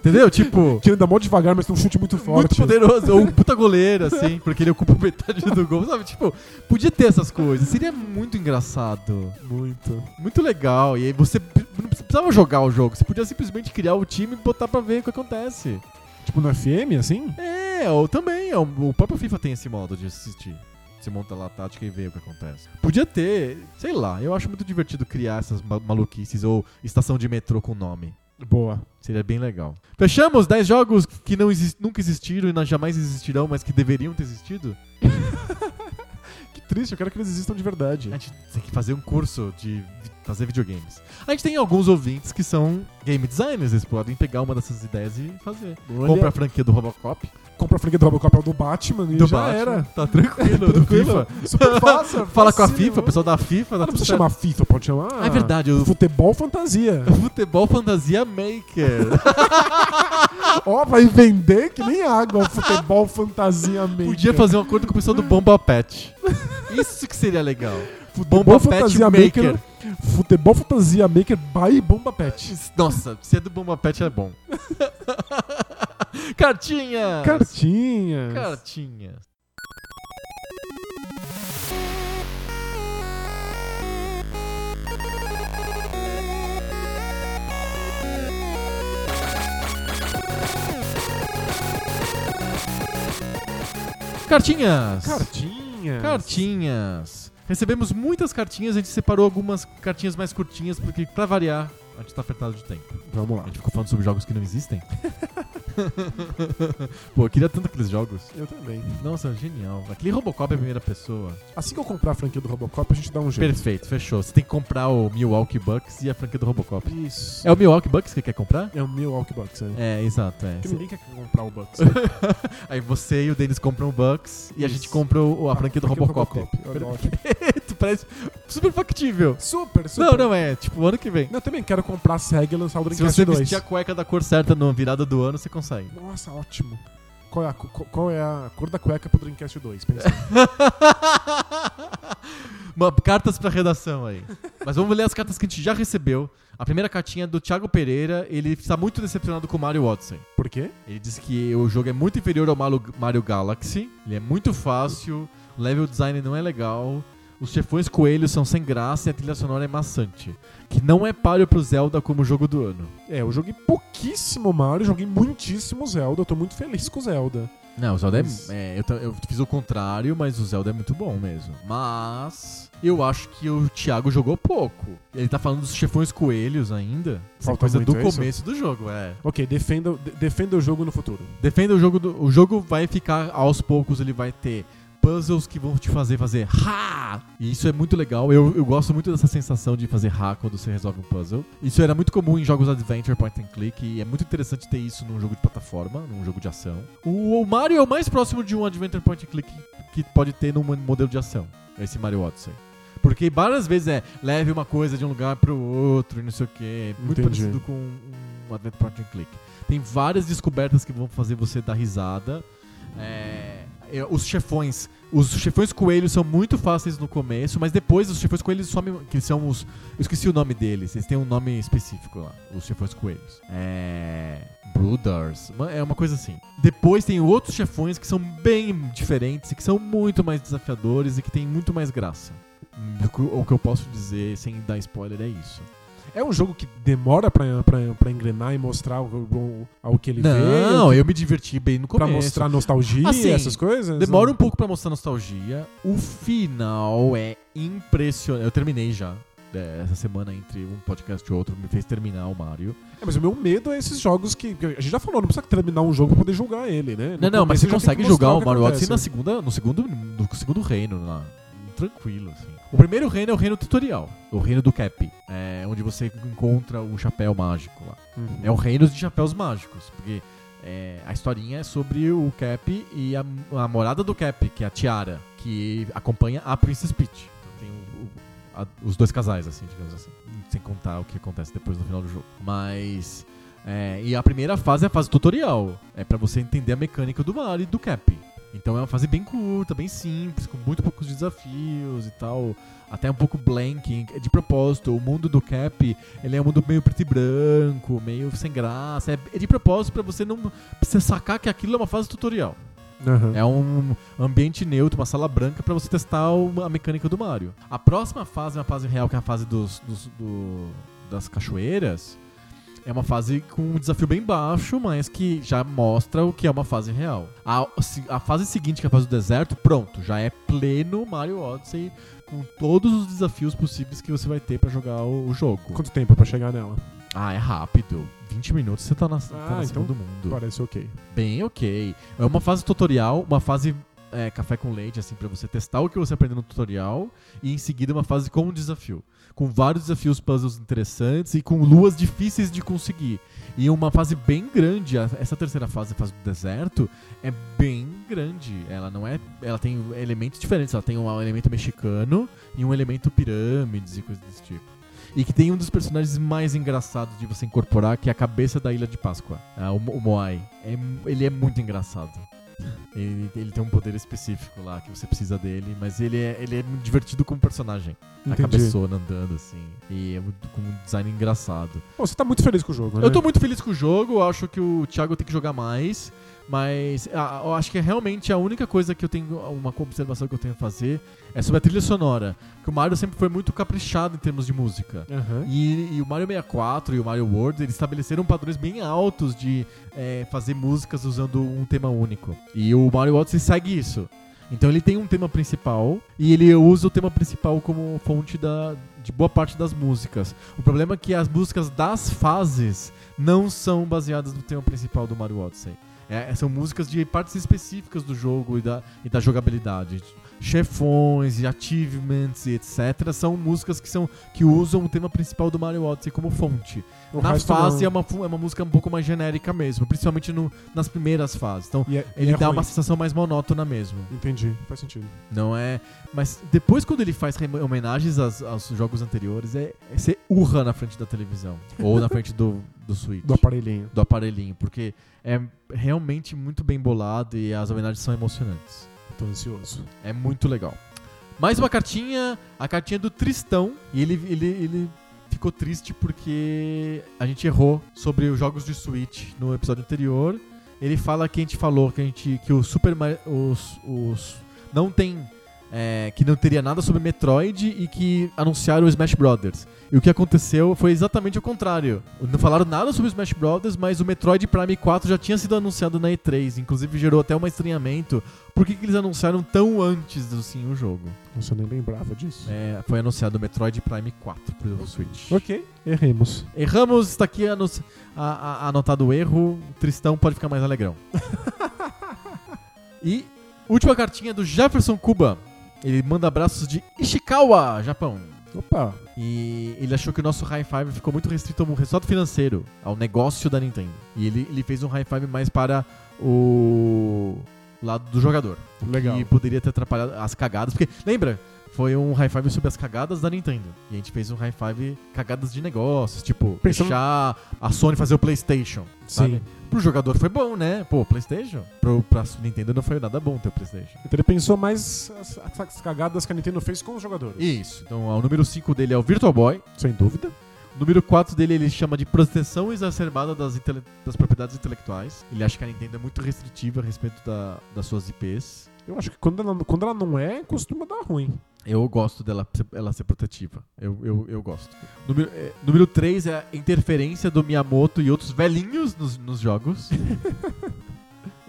Entendeu? Tipo... Que ele anda mó devagar, mas tem um chute muito Muito forte. poderoso, ou um puta goleiro, assim, porque ele ocupa metade do gol, sabe? Tipo, podia ter essas coisas, seria muito engraçado, Muito. muito legal. E aí você p- não precisava jogar o jogo, você podia simplesmente criar o time e botar pra ver o que acontece. Tipo no FM, assim? É, ou também, é, o próprio FIFA tem esse modo de assistir. Você monta lá a tática e vê o que acontece. Podia ter, sei lá, eu acho muito divertido criar essas ma- maluquices ou estação de metrô com nome. Boa. Seria bem legal. Fechamos 10 jogos que não exis- nunca existiram e não- jamais existirão, mas que deveriam ter existido. Que triste, eu quero que eles existam de verdade. É A gente tem que fazer um curso de vi- fazer videogames. A gente tem alguns ouvintes que são game designers, eles podem pegar uma dessas ideias e fazer. Olha. Compra a franquia do Robocop, Compra a franquia do Robocop é o do Batman e do já Batman, era. tá tranquilo, do Tranquilo. FIFA. Super fácil. Fala com a facinho. FIFA, o pessoal da FIFA. dá Ah, não tudo precisa certo. chamar FIFA, pode chamar. Ah, é verdade, o Futebol fantasia. Futebol Fantasia Maker. Ó, vai vender que nem água. o Futebol fantasia mesmo. Podia fazer um acordo com o pessoal do Bomba Pet. Isso que seria legal. Futebol Bomba Pet fantasia Maker. maker. Futebol fantasia maker by Bomba Pet. Nossa, se é do Bomba Pet é bom. Cartinhas! Cartinhas. Cartinhas. Cartinhas! Cartinhas. Cartinhas. Recebemos muitas cartinhas, a gente separou algumas cartinhas mais curtinhas, porque, pra variar, a gente tá apertado de tempo. Vamos A lá. gente ficou falando sobre jogos que não existem. Pô, eu queria tanto aqueles jogos. Eu também. Nossa, genial. Aquele Robocop é a primeira pessoa. Assim que eu comprar a franquia do Robocop, a gente dá um jeito. Perfeito, fechou. Você tem que comprar o Milwaukee Bucks e a franquia do Robocop. Isso. É o Milwaukee Bucks que quer comprar? É o Milwaukee Bucks, é. É, exato, é. Porque ninguém quer comprar o Bucks. Aí você e o Dennis compram o Bucks e a Isso. gente compra o- a franquia do Robocop. Olha, ótimo. Perfeito, parece super factível. Super, super. Não, não é. Tipo, ano que vem. Eu também quero comprar a SEG e lançar o Se Dreamcast você 2. vestir a cueca da cor certa na virada do ano, você consegue. Nossa, ótimo. Qual é, a, cu- qual é a cor da cueca pro Dreamcast 2? Pensa. Uma- cartas pra redação aí. Mas vamos ler as cartas que a gente já recebeu. A primeira cartinha é do Thiago Pereira. Ele está muito decepcionado com o Mario Watson. Por quê? Ele diz que o jogo é muito inferior ao Malu- Mario Galaxy. Ele é muito fácil. O level design não é legal. Os chefões coelhos são sem graça e a trilha sonora é maçante. Que não é páreo pro Zelda como jogo do ano. É, eu joguei pouquíssimo Mario, joguei muitíssimo Zelda. Eu tô muito feliz com o Zelda. Não, o Zelda é, Mas- é, eu, ta- eu fiz o contrário, mas o Zelda é muito bom mesmo. Mas eu acho que o Thiago jogou pouco. Ele tá falando dos chefões coelhos ainda. Essa Falta coisa do muito, é isso? começo do jogo, é. Ok, defenda, de- defenda o jogo no futuro. Defenda o jogo. Do, o jogo vai ficar aos poucos, ele vai ter puzzles que vão te fazer fazer ha! E isso é muito legal. Eu, eu gosto muito dessa sensação de fazer ha quando você resolve um puzzle. Isso era muito comum em jogos adventure point and click e é muito interessante ter isso num jogo de plataforma, num jogo de ação. O, o Mario é o mais próximo de um adventure point and click que pode ter num modelo de ação. Esse Mario Odyssey. Porque várias vezes é leve uma coisa de um lugar pro outro e não sei o que. Muito Entendi. parecido com um Adventure Point and Click. Tem várias descobertas que vão fazer você dar risada. É, é, os chefões. Os chefões coelhos são muito fáceis no começo, mas depois os chefões coelhos somem. Que são os. Eu esqueci o nome deles, eles têm um nome específico lá, os chefões coelhos. É. Brooders. uma- É uma coisa assim. Depois tem outros chefões que são bem diferentes e que são muito mais desafiadores e que têm muito mais graça. Hum, o que- O que eu posso dizer sem dar spoiler é isso. É um jogo que demora pra, pra, pra engrenar e mostrar o, o- ao que ele veio? Não, eu me diverti bem no Pra começo. mostrar nostalgia, Assim, essas coisas? Demora um pouco pra mostrar nostalgia. O final é impressionante. Eu terminei já. É, Essa semana, entre um podcast e outro, me fez terminar o Mario. É, mas o meu medo é esses jogos que. que A gente já falou, não precisa terminar um jogo pra poder julgar ele, né? Não, não, mas você começo já tem consegue que jogar mostrar o que Mario Odyssey acontece. na segunda, no, segundo, no segundo reino lá. Tranquilo, assim. O primeiro reino é o reino tutorial. O reino do Cap. É, onde você encontra o chapéu mágico lá. Uhum. É o reino de chapéus mágicos. Porque é, a historinha é sobre o Cap e a, a morada do Cap, que é a Tiara, que acompanha a Princess Peach. Então tem o- o- a- os dois casais, assim, digamos assim. Sem contar o que acontece depois no final do jogo. Mas. é, e a primeira fase é a fase tutorial. É pra você entender a mecânica do Mario e do Cap. Então é uma fase bem curta, bem simples, com muito poucos desafios e tal. Até um pouco blanking. De propósito, o mundo do Cap, ele é um mundo meio preto e branco, meio sem graça. É, é de propósito pra você não precisa sacar que aquilo é uma fase tutorial. Aham. É um ambiente neutro, uma sala branca pra você testar uma- a mecânica do Mario. A próxima fase é uma fase real, que é a fase dos, dos- do- das cachoeiras. É uma fase com um desafio bem baixo, mas que já mostra o que é uma fase real. A, se- a fase seguinte, que é a fase do deserto, pronto, já é pleno Mario Odyssey com todos os desafios possíveis que você vai ter pra jogar o, o jogo. Quanto tempo pra chegar nela? Ah, é rápido. 20 minutos você tá na, tá Ah, na então segunda do mundo. Parece ok. Bem ok. É uma fase tutorial, uma fase é, café com leite, assim, pra você testar o que você aprendeu no tutorial e em seguida uma fase com um desafio. Com vários desafios, puzzles interessantes e com luas difíceis de conseguir. E uma fase bem grande, a- essa terceira fase, a fase do deserto, é bem grande. Ela não é. Ela tem elementos diferentes. Ela tem um elemento mexicano e um elemento pirâmides e coisas desse tipo. E que tem um dos personagens mais engraçados de você incorporar, que é a cabeça da Ilha de Páscoa, ah, o Mo- o Moai. É mu- ele é muito engraçado. Ele, ele tem um poder específico lá que você precisa dele, mas ele é, ele é muito divertido como personagem. A Entendi. cabeçona andando assim. E é muito- com um design engraçado. Pô, você tá muito feliz com o jogo, né? Eu tô muito feliz com o jogo, eu acho que o Thiago tem que jogar mais, mas ah, eu acho que realmente a única coisa que eu tenho, uma observação que eu tenho a fazer é sobre a trilha sonora. Que o Mario sempre foi muito caprichado em termos de música. Aham. E, e o Mario 64 e o Mario World eles estabeleceram padrões bem altos de é, fazer músicas usando um tema único. E o Mario Odyssey segue isso. Então ele tem um tema principal e ele usa o tema principal como fonte da, de boa parte das músicas. O problema é que as músicas das fases não são baseadas no tema principal do Mario Odyssey. É, são músicas de partes específicas do jogo e da, e da jogabilidade. Chefões, e achievements e etc. São músicas que, são, que usam o tema principal do Mario Odyssey como fonte. O Na resto fase não. é uma, fu- é uma música um pouco mais genérica mesmo, principalmente no- nas primeiras fases. Então, E é- ele é dá ruim. uma sensação mais monótona mesmo. Entendi, faz sentido. Não é. Mas depois, quando ele faz rem- homenagens às- aos jogos anteriores, é, é você urra na frente da televisão. ou na frente do, do Switch Do aparelhinho. do aparelhinho, porque é realmente muito bem bolado e as homenagens são emocionantes. Tô ansioso. É muito legal. Mais uma cartinha, a cartinha do Tristão, e ele, ele, ele ficou triste porque a gente errou sobre os jogos de Switch no episódio anterior. Ele fala que a gente falou que, a gente, que o Super Mario. Os, os, não tem. é, que não teria nada sobre Metroid e que anunciaram o Smash Brothers. E o que aconteceu foi exatamente o contrário. Não falaram nada sobre o Smash Brothers, mas o Metroid Prime 4 já tinha sido anunciado na E3. Inclusive gerou até um estranhamento. Por que, que eles anunciaram tão antes do sim o jogo? Nossa, eu nem lembrava disso. É, foi anunciado o Metroid Prime 4 pro Switch. Ok, erremos. Erramos, está aqui anu- a- a- anotado o erro. O Tristão pode ficar mais alegrão. e última cartinha do Jefferson Cuba. Ele manda abraços de Ishikawa, Japão. Opa, E ele achou que o nosso high five ficou muito restrito ao resultado financeiro, ao negócio da Nintendo. E ele, ele fez um high five mais para o lado do jogador. legal. E poderia ter atrapalhado as cagadas. Porque, lembra? Foi um high five sobre as cagadas da Nintendo. E a gente fez um high five cagadas de negócios, tipo, Pensando- deixar a Sony fazer o PlayStation. Sabe? Sim. Pro jogador foi bom, né? Pô, PlayStation? Pro, pra Nintendo não foi nada bom ter o PlayStation. Então ele pensou mais as, as cagadas que a Nintendo fez com os jogadores. Isso. Então, o número 5 dele é o Virtual Boy. Sem dúvida. Número 4 dele ele chama de proteção exacerbada das, intele- das propriedades intelectuais. Ele acha que a Nintendo é muito restritiva a respeito da- das suas IPs. Eu acho que quando ela, quando ela não é, costuma dar ruim. Eu gosto dela ser- ela ser protetiva. Eu, eu, eu gosto. Número, é, número 3 é a interferência do Miyamoto e outros velhinhos nos, nos jogos.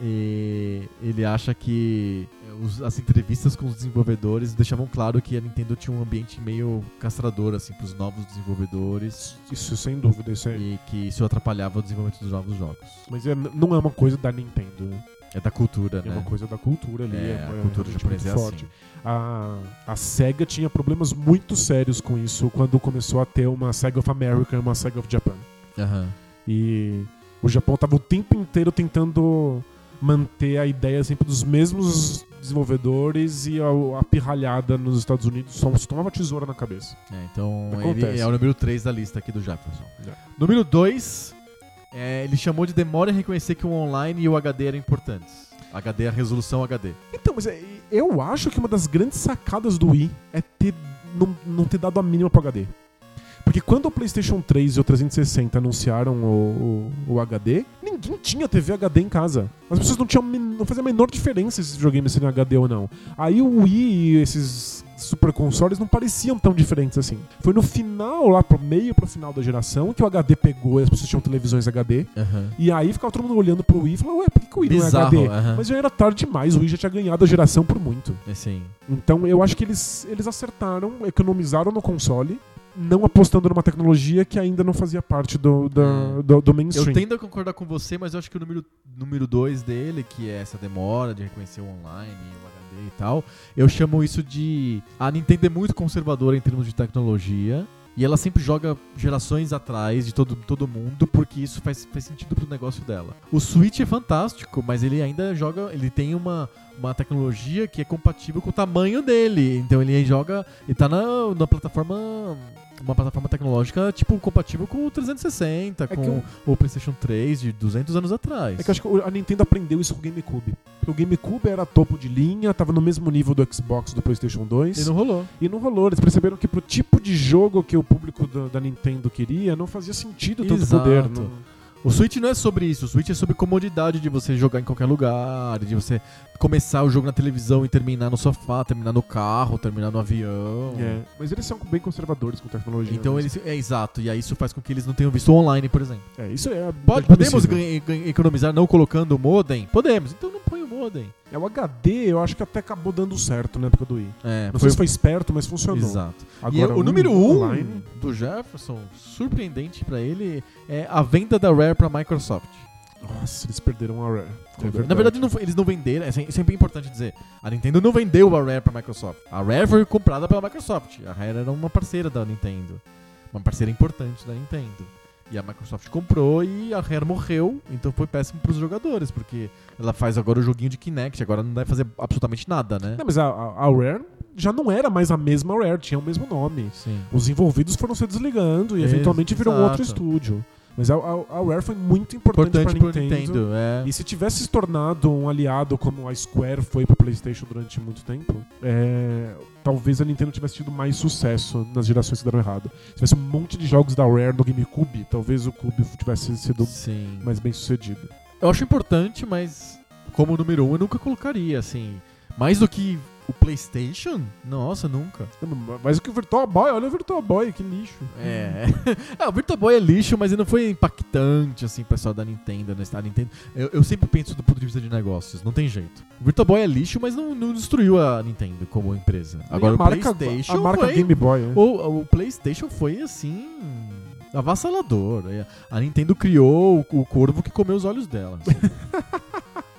E ele acha que os- as entrevistas com os desenvolvedores deixavam claro que a Nintendo tinha um ambiente meio castrador assim, para os novos desenvolvedores. Isso sem dúvida, isso é. E que isso atrapalhava o desenvolvimento dos novos jogos. Mas é- não é uma coisa da Nintendo, né? É da cultura, É né? uma coisa da cultura ali. É, É, a é cultura realmente japonesa é muito assim. A, a SEGA tinha problemas muito sérios com isso quando começou a ter uma SEGA of America e uma SEGA of Japan. Aham. E o Japão tava o tempo inteiro tentando manter a ideia sempre dos mesmos desenvolvedores e a, a pirralhada nos Estados Unidos só se tomava tesoura na cabeça. É, então Acontece. ele é o número 3 da lista aqui do Jefferson. É. Número 2, ele chamou de demora em reconhecer que o online e o HD eram importantes. HD é a resolução HD. Então, mas é- eu acho que uma das grandes sacadas do Wii é ter, não, não ter dado a mínima pro HD. Porque quando o PlayStation 3 e o 360 anunciaram o, o- o HD, ninguém tinha TV HD em casa. As pessoas não tinham men- não fazia a menor diferença se esse videogame seria HD ou não. Aí o Wii e esses super consoles não pareciam tão diferentes assim. Foi no final, lá pro meio pro final da geração, que o HD pegou e as pessoas tinham televisões HD. E aí ficava todo mundo olhando pro Wii e falava, ué, por que, que o Wii Bizarro, não é HD? aham. Mas já era tarde demais, o Wii já tinha ganhado a geração por muito. Assim, Então eu acho que eles, eles acertaram, economizaram no console, não apostando numa tecnologia que ainda não fazia parte do, da- É. do, do eu mainstream. tendo a concordar com você, mas eu acho que o número 2 número dois dele, que é essa demora de reconhecer o online e o HD, aprender e tal. Eu chamo isso de. A Nintendo é muito conservadora em termos de tecnologia. E ela sempre joga gerações atrás de todo, todo mundo, porque isso faz, faz sentido pro negócio dela. O Switch é fantástico, mas ele ainda joga. Ele tem uma, uma tecnologia que é compatível com o tamanho dele. Então ele joga. Ele tá na, na plataforma. Uma plataforma tecnológica, tipo, compatível com o 360, É que com eu- o PlayStation 3 de 200 anos atrás. É que eu acho que a Nintendo aprendeu isso com o GameCube. Porque o GameCube era topo de linha, tava no mesmo nível do Xbox do PlayStation 2. E não rolou. E não rolou. Eles perceberam que pro tipo de jogo que o público do- da Nintendo queria, não fazia sentido tanto Exato. poder. Não... O Switch não é sobre isso, o Switch é sobre comodidade de você jogar em qualquer lugar, de você começar o jogo na televisão e terminar no sofá, terminar no carro, terminar no avião. É. Mas eles são bem conservadores com tecnologia. Então né? eles. É exato, e aí isso faz com que eles não tenham visto online, por exemplo. É, isso é. Pode- podemos admissível. ganha- ganha- economizar não colocando o modem? Podemos, então não põe o modem. É o HD, eu acho que até acabou dando certo na época do I. É, Não sei se foi esperto, mas funcionou. Exato. Agora, E o número um online- do Jefferson, surpreendente pra ele, é a venda da Rare pra Microsoft. Nossa, eles perderam a Rare. É Na verdade, não foi- eles não venderam. é sem- Isso é bem importante dizer. A Nintendo não vendeu a Rare pra Microsoft. A Rare foi comprada pela Microsoft. A Rare era uma parceira da Nintendo. Uma parceira importante da Nintendo. E a Microsoft comprou e a Rare morreu. Então foi péssimo pros jogadores, porque ela faz agora o joguinho de Kinect. Agora não vai fazer absolutamente nada, né? Não, mas a, a, a Rare já não era mais a mesma Rare, tinha o mesmo nome. Sim. Os envolvidos foram se desligando e Ex- eventualmente virou um outro exato. estúdio. Mas a, a, a Rare foi muito importante, Importante pra pro Nintendo. Nintendo. É. E se tivesse se tornado um aliado como a Square foi pro PlayStation durante muito tempo, é, talvez a Nintendo tivesse tido mais sucesso nas gerações que deram errado. Se tivesse um monte de jogos da Rare no GameCube, talvez o Cube tivesse sido Sim. mais bem sucedido. Eu acho importante, mas como número um eu nunca colocaria, assim. Mais do que o PlayStation? Nossa, nunca. Mas o que o Virtual Boy, olha o Virtual Boy, que lixo. É. é, o Virtual Boy é lixo, mas ele não foi impactante, assim, pessoal da Nintendo, né? A Nintendo. Eu, eu sempre penso do ponto de vista de negócios, não tem jeito. O Virtual Boy é lixo, mas não, não destruiu a Nintendo como empresa. Agora E a o marca, PlayStation. a marca foi, Game Boy. né? o, o PlayStation foi assim. avassalador. É, A Nintendo criou o, o corvo que comeu os olhos dela. assim.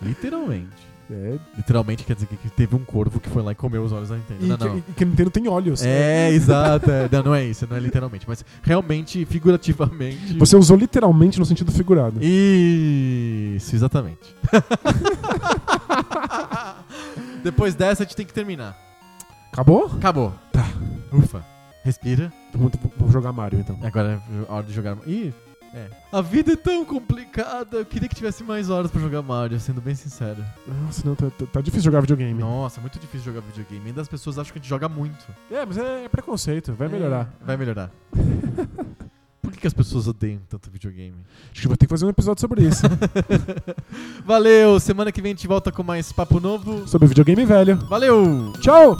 Literalmente. É, Literalmente quer dizer que- que teve um corvo que foi lá e comeu os olhos da Nintendo. e, não, que, não. e que a Nintendo tem olhos. É, exato. é. Não, não é isso, não é literalmente. Mas realmente, figurativamente. Você é um usou literalmente no sentido figurado. Isso, exatamente. Depois dessa, a gente tem que terminar. Acabou? Acabou. Tá. Ufa. Respira. Vamos, vamos jogar Mario então. Agora é a hora de jogar. Ih. É. A vida é tão complicada. Eu queria que tivesse mais horas pra jogar Mario, sendo bem sincero. Nossa, não, tá, tá- tá difícil jogar videogame. Nossa, é muito difícil jogar videogame. Ainda as pessoas acham que a gente joga muito. É, mas é, é preconceito, vai melhorar. É, vai melhorar. Por que, que as pessoas odeiam tanto videogame? Acho que vou ter que fazer um episódio sobre isso. Valeu, semana que vem a gente volta com mais papo novo. sobre videogame velho. Valeu! Tchau!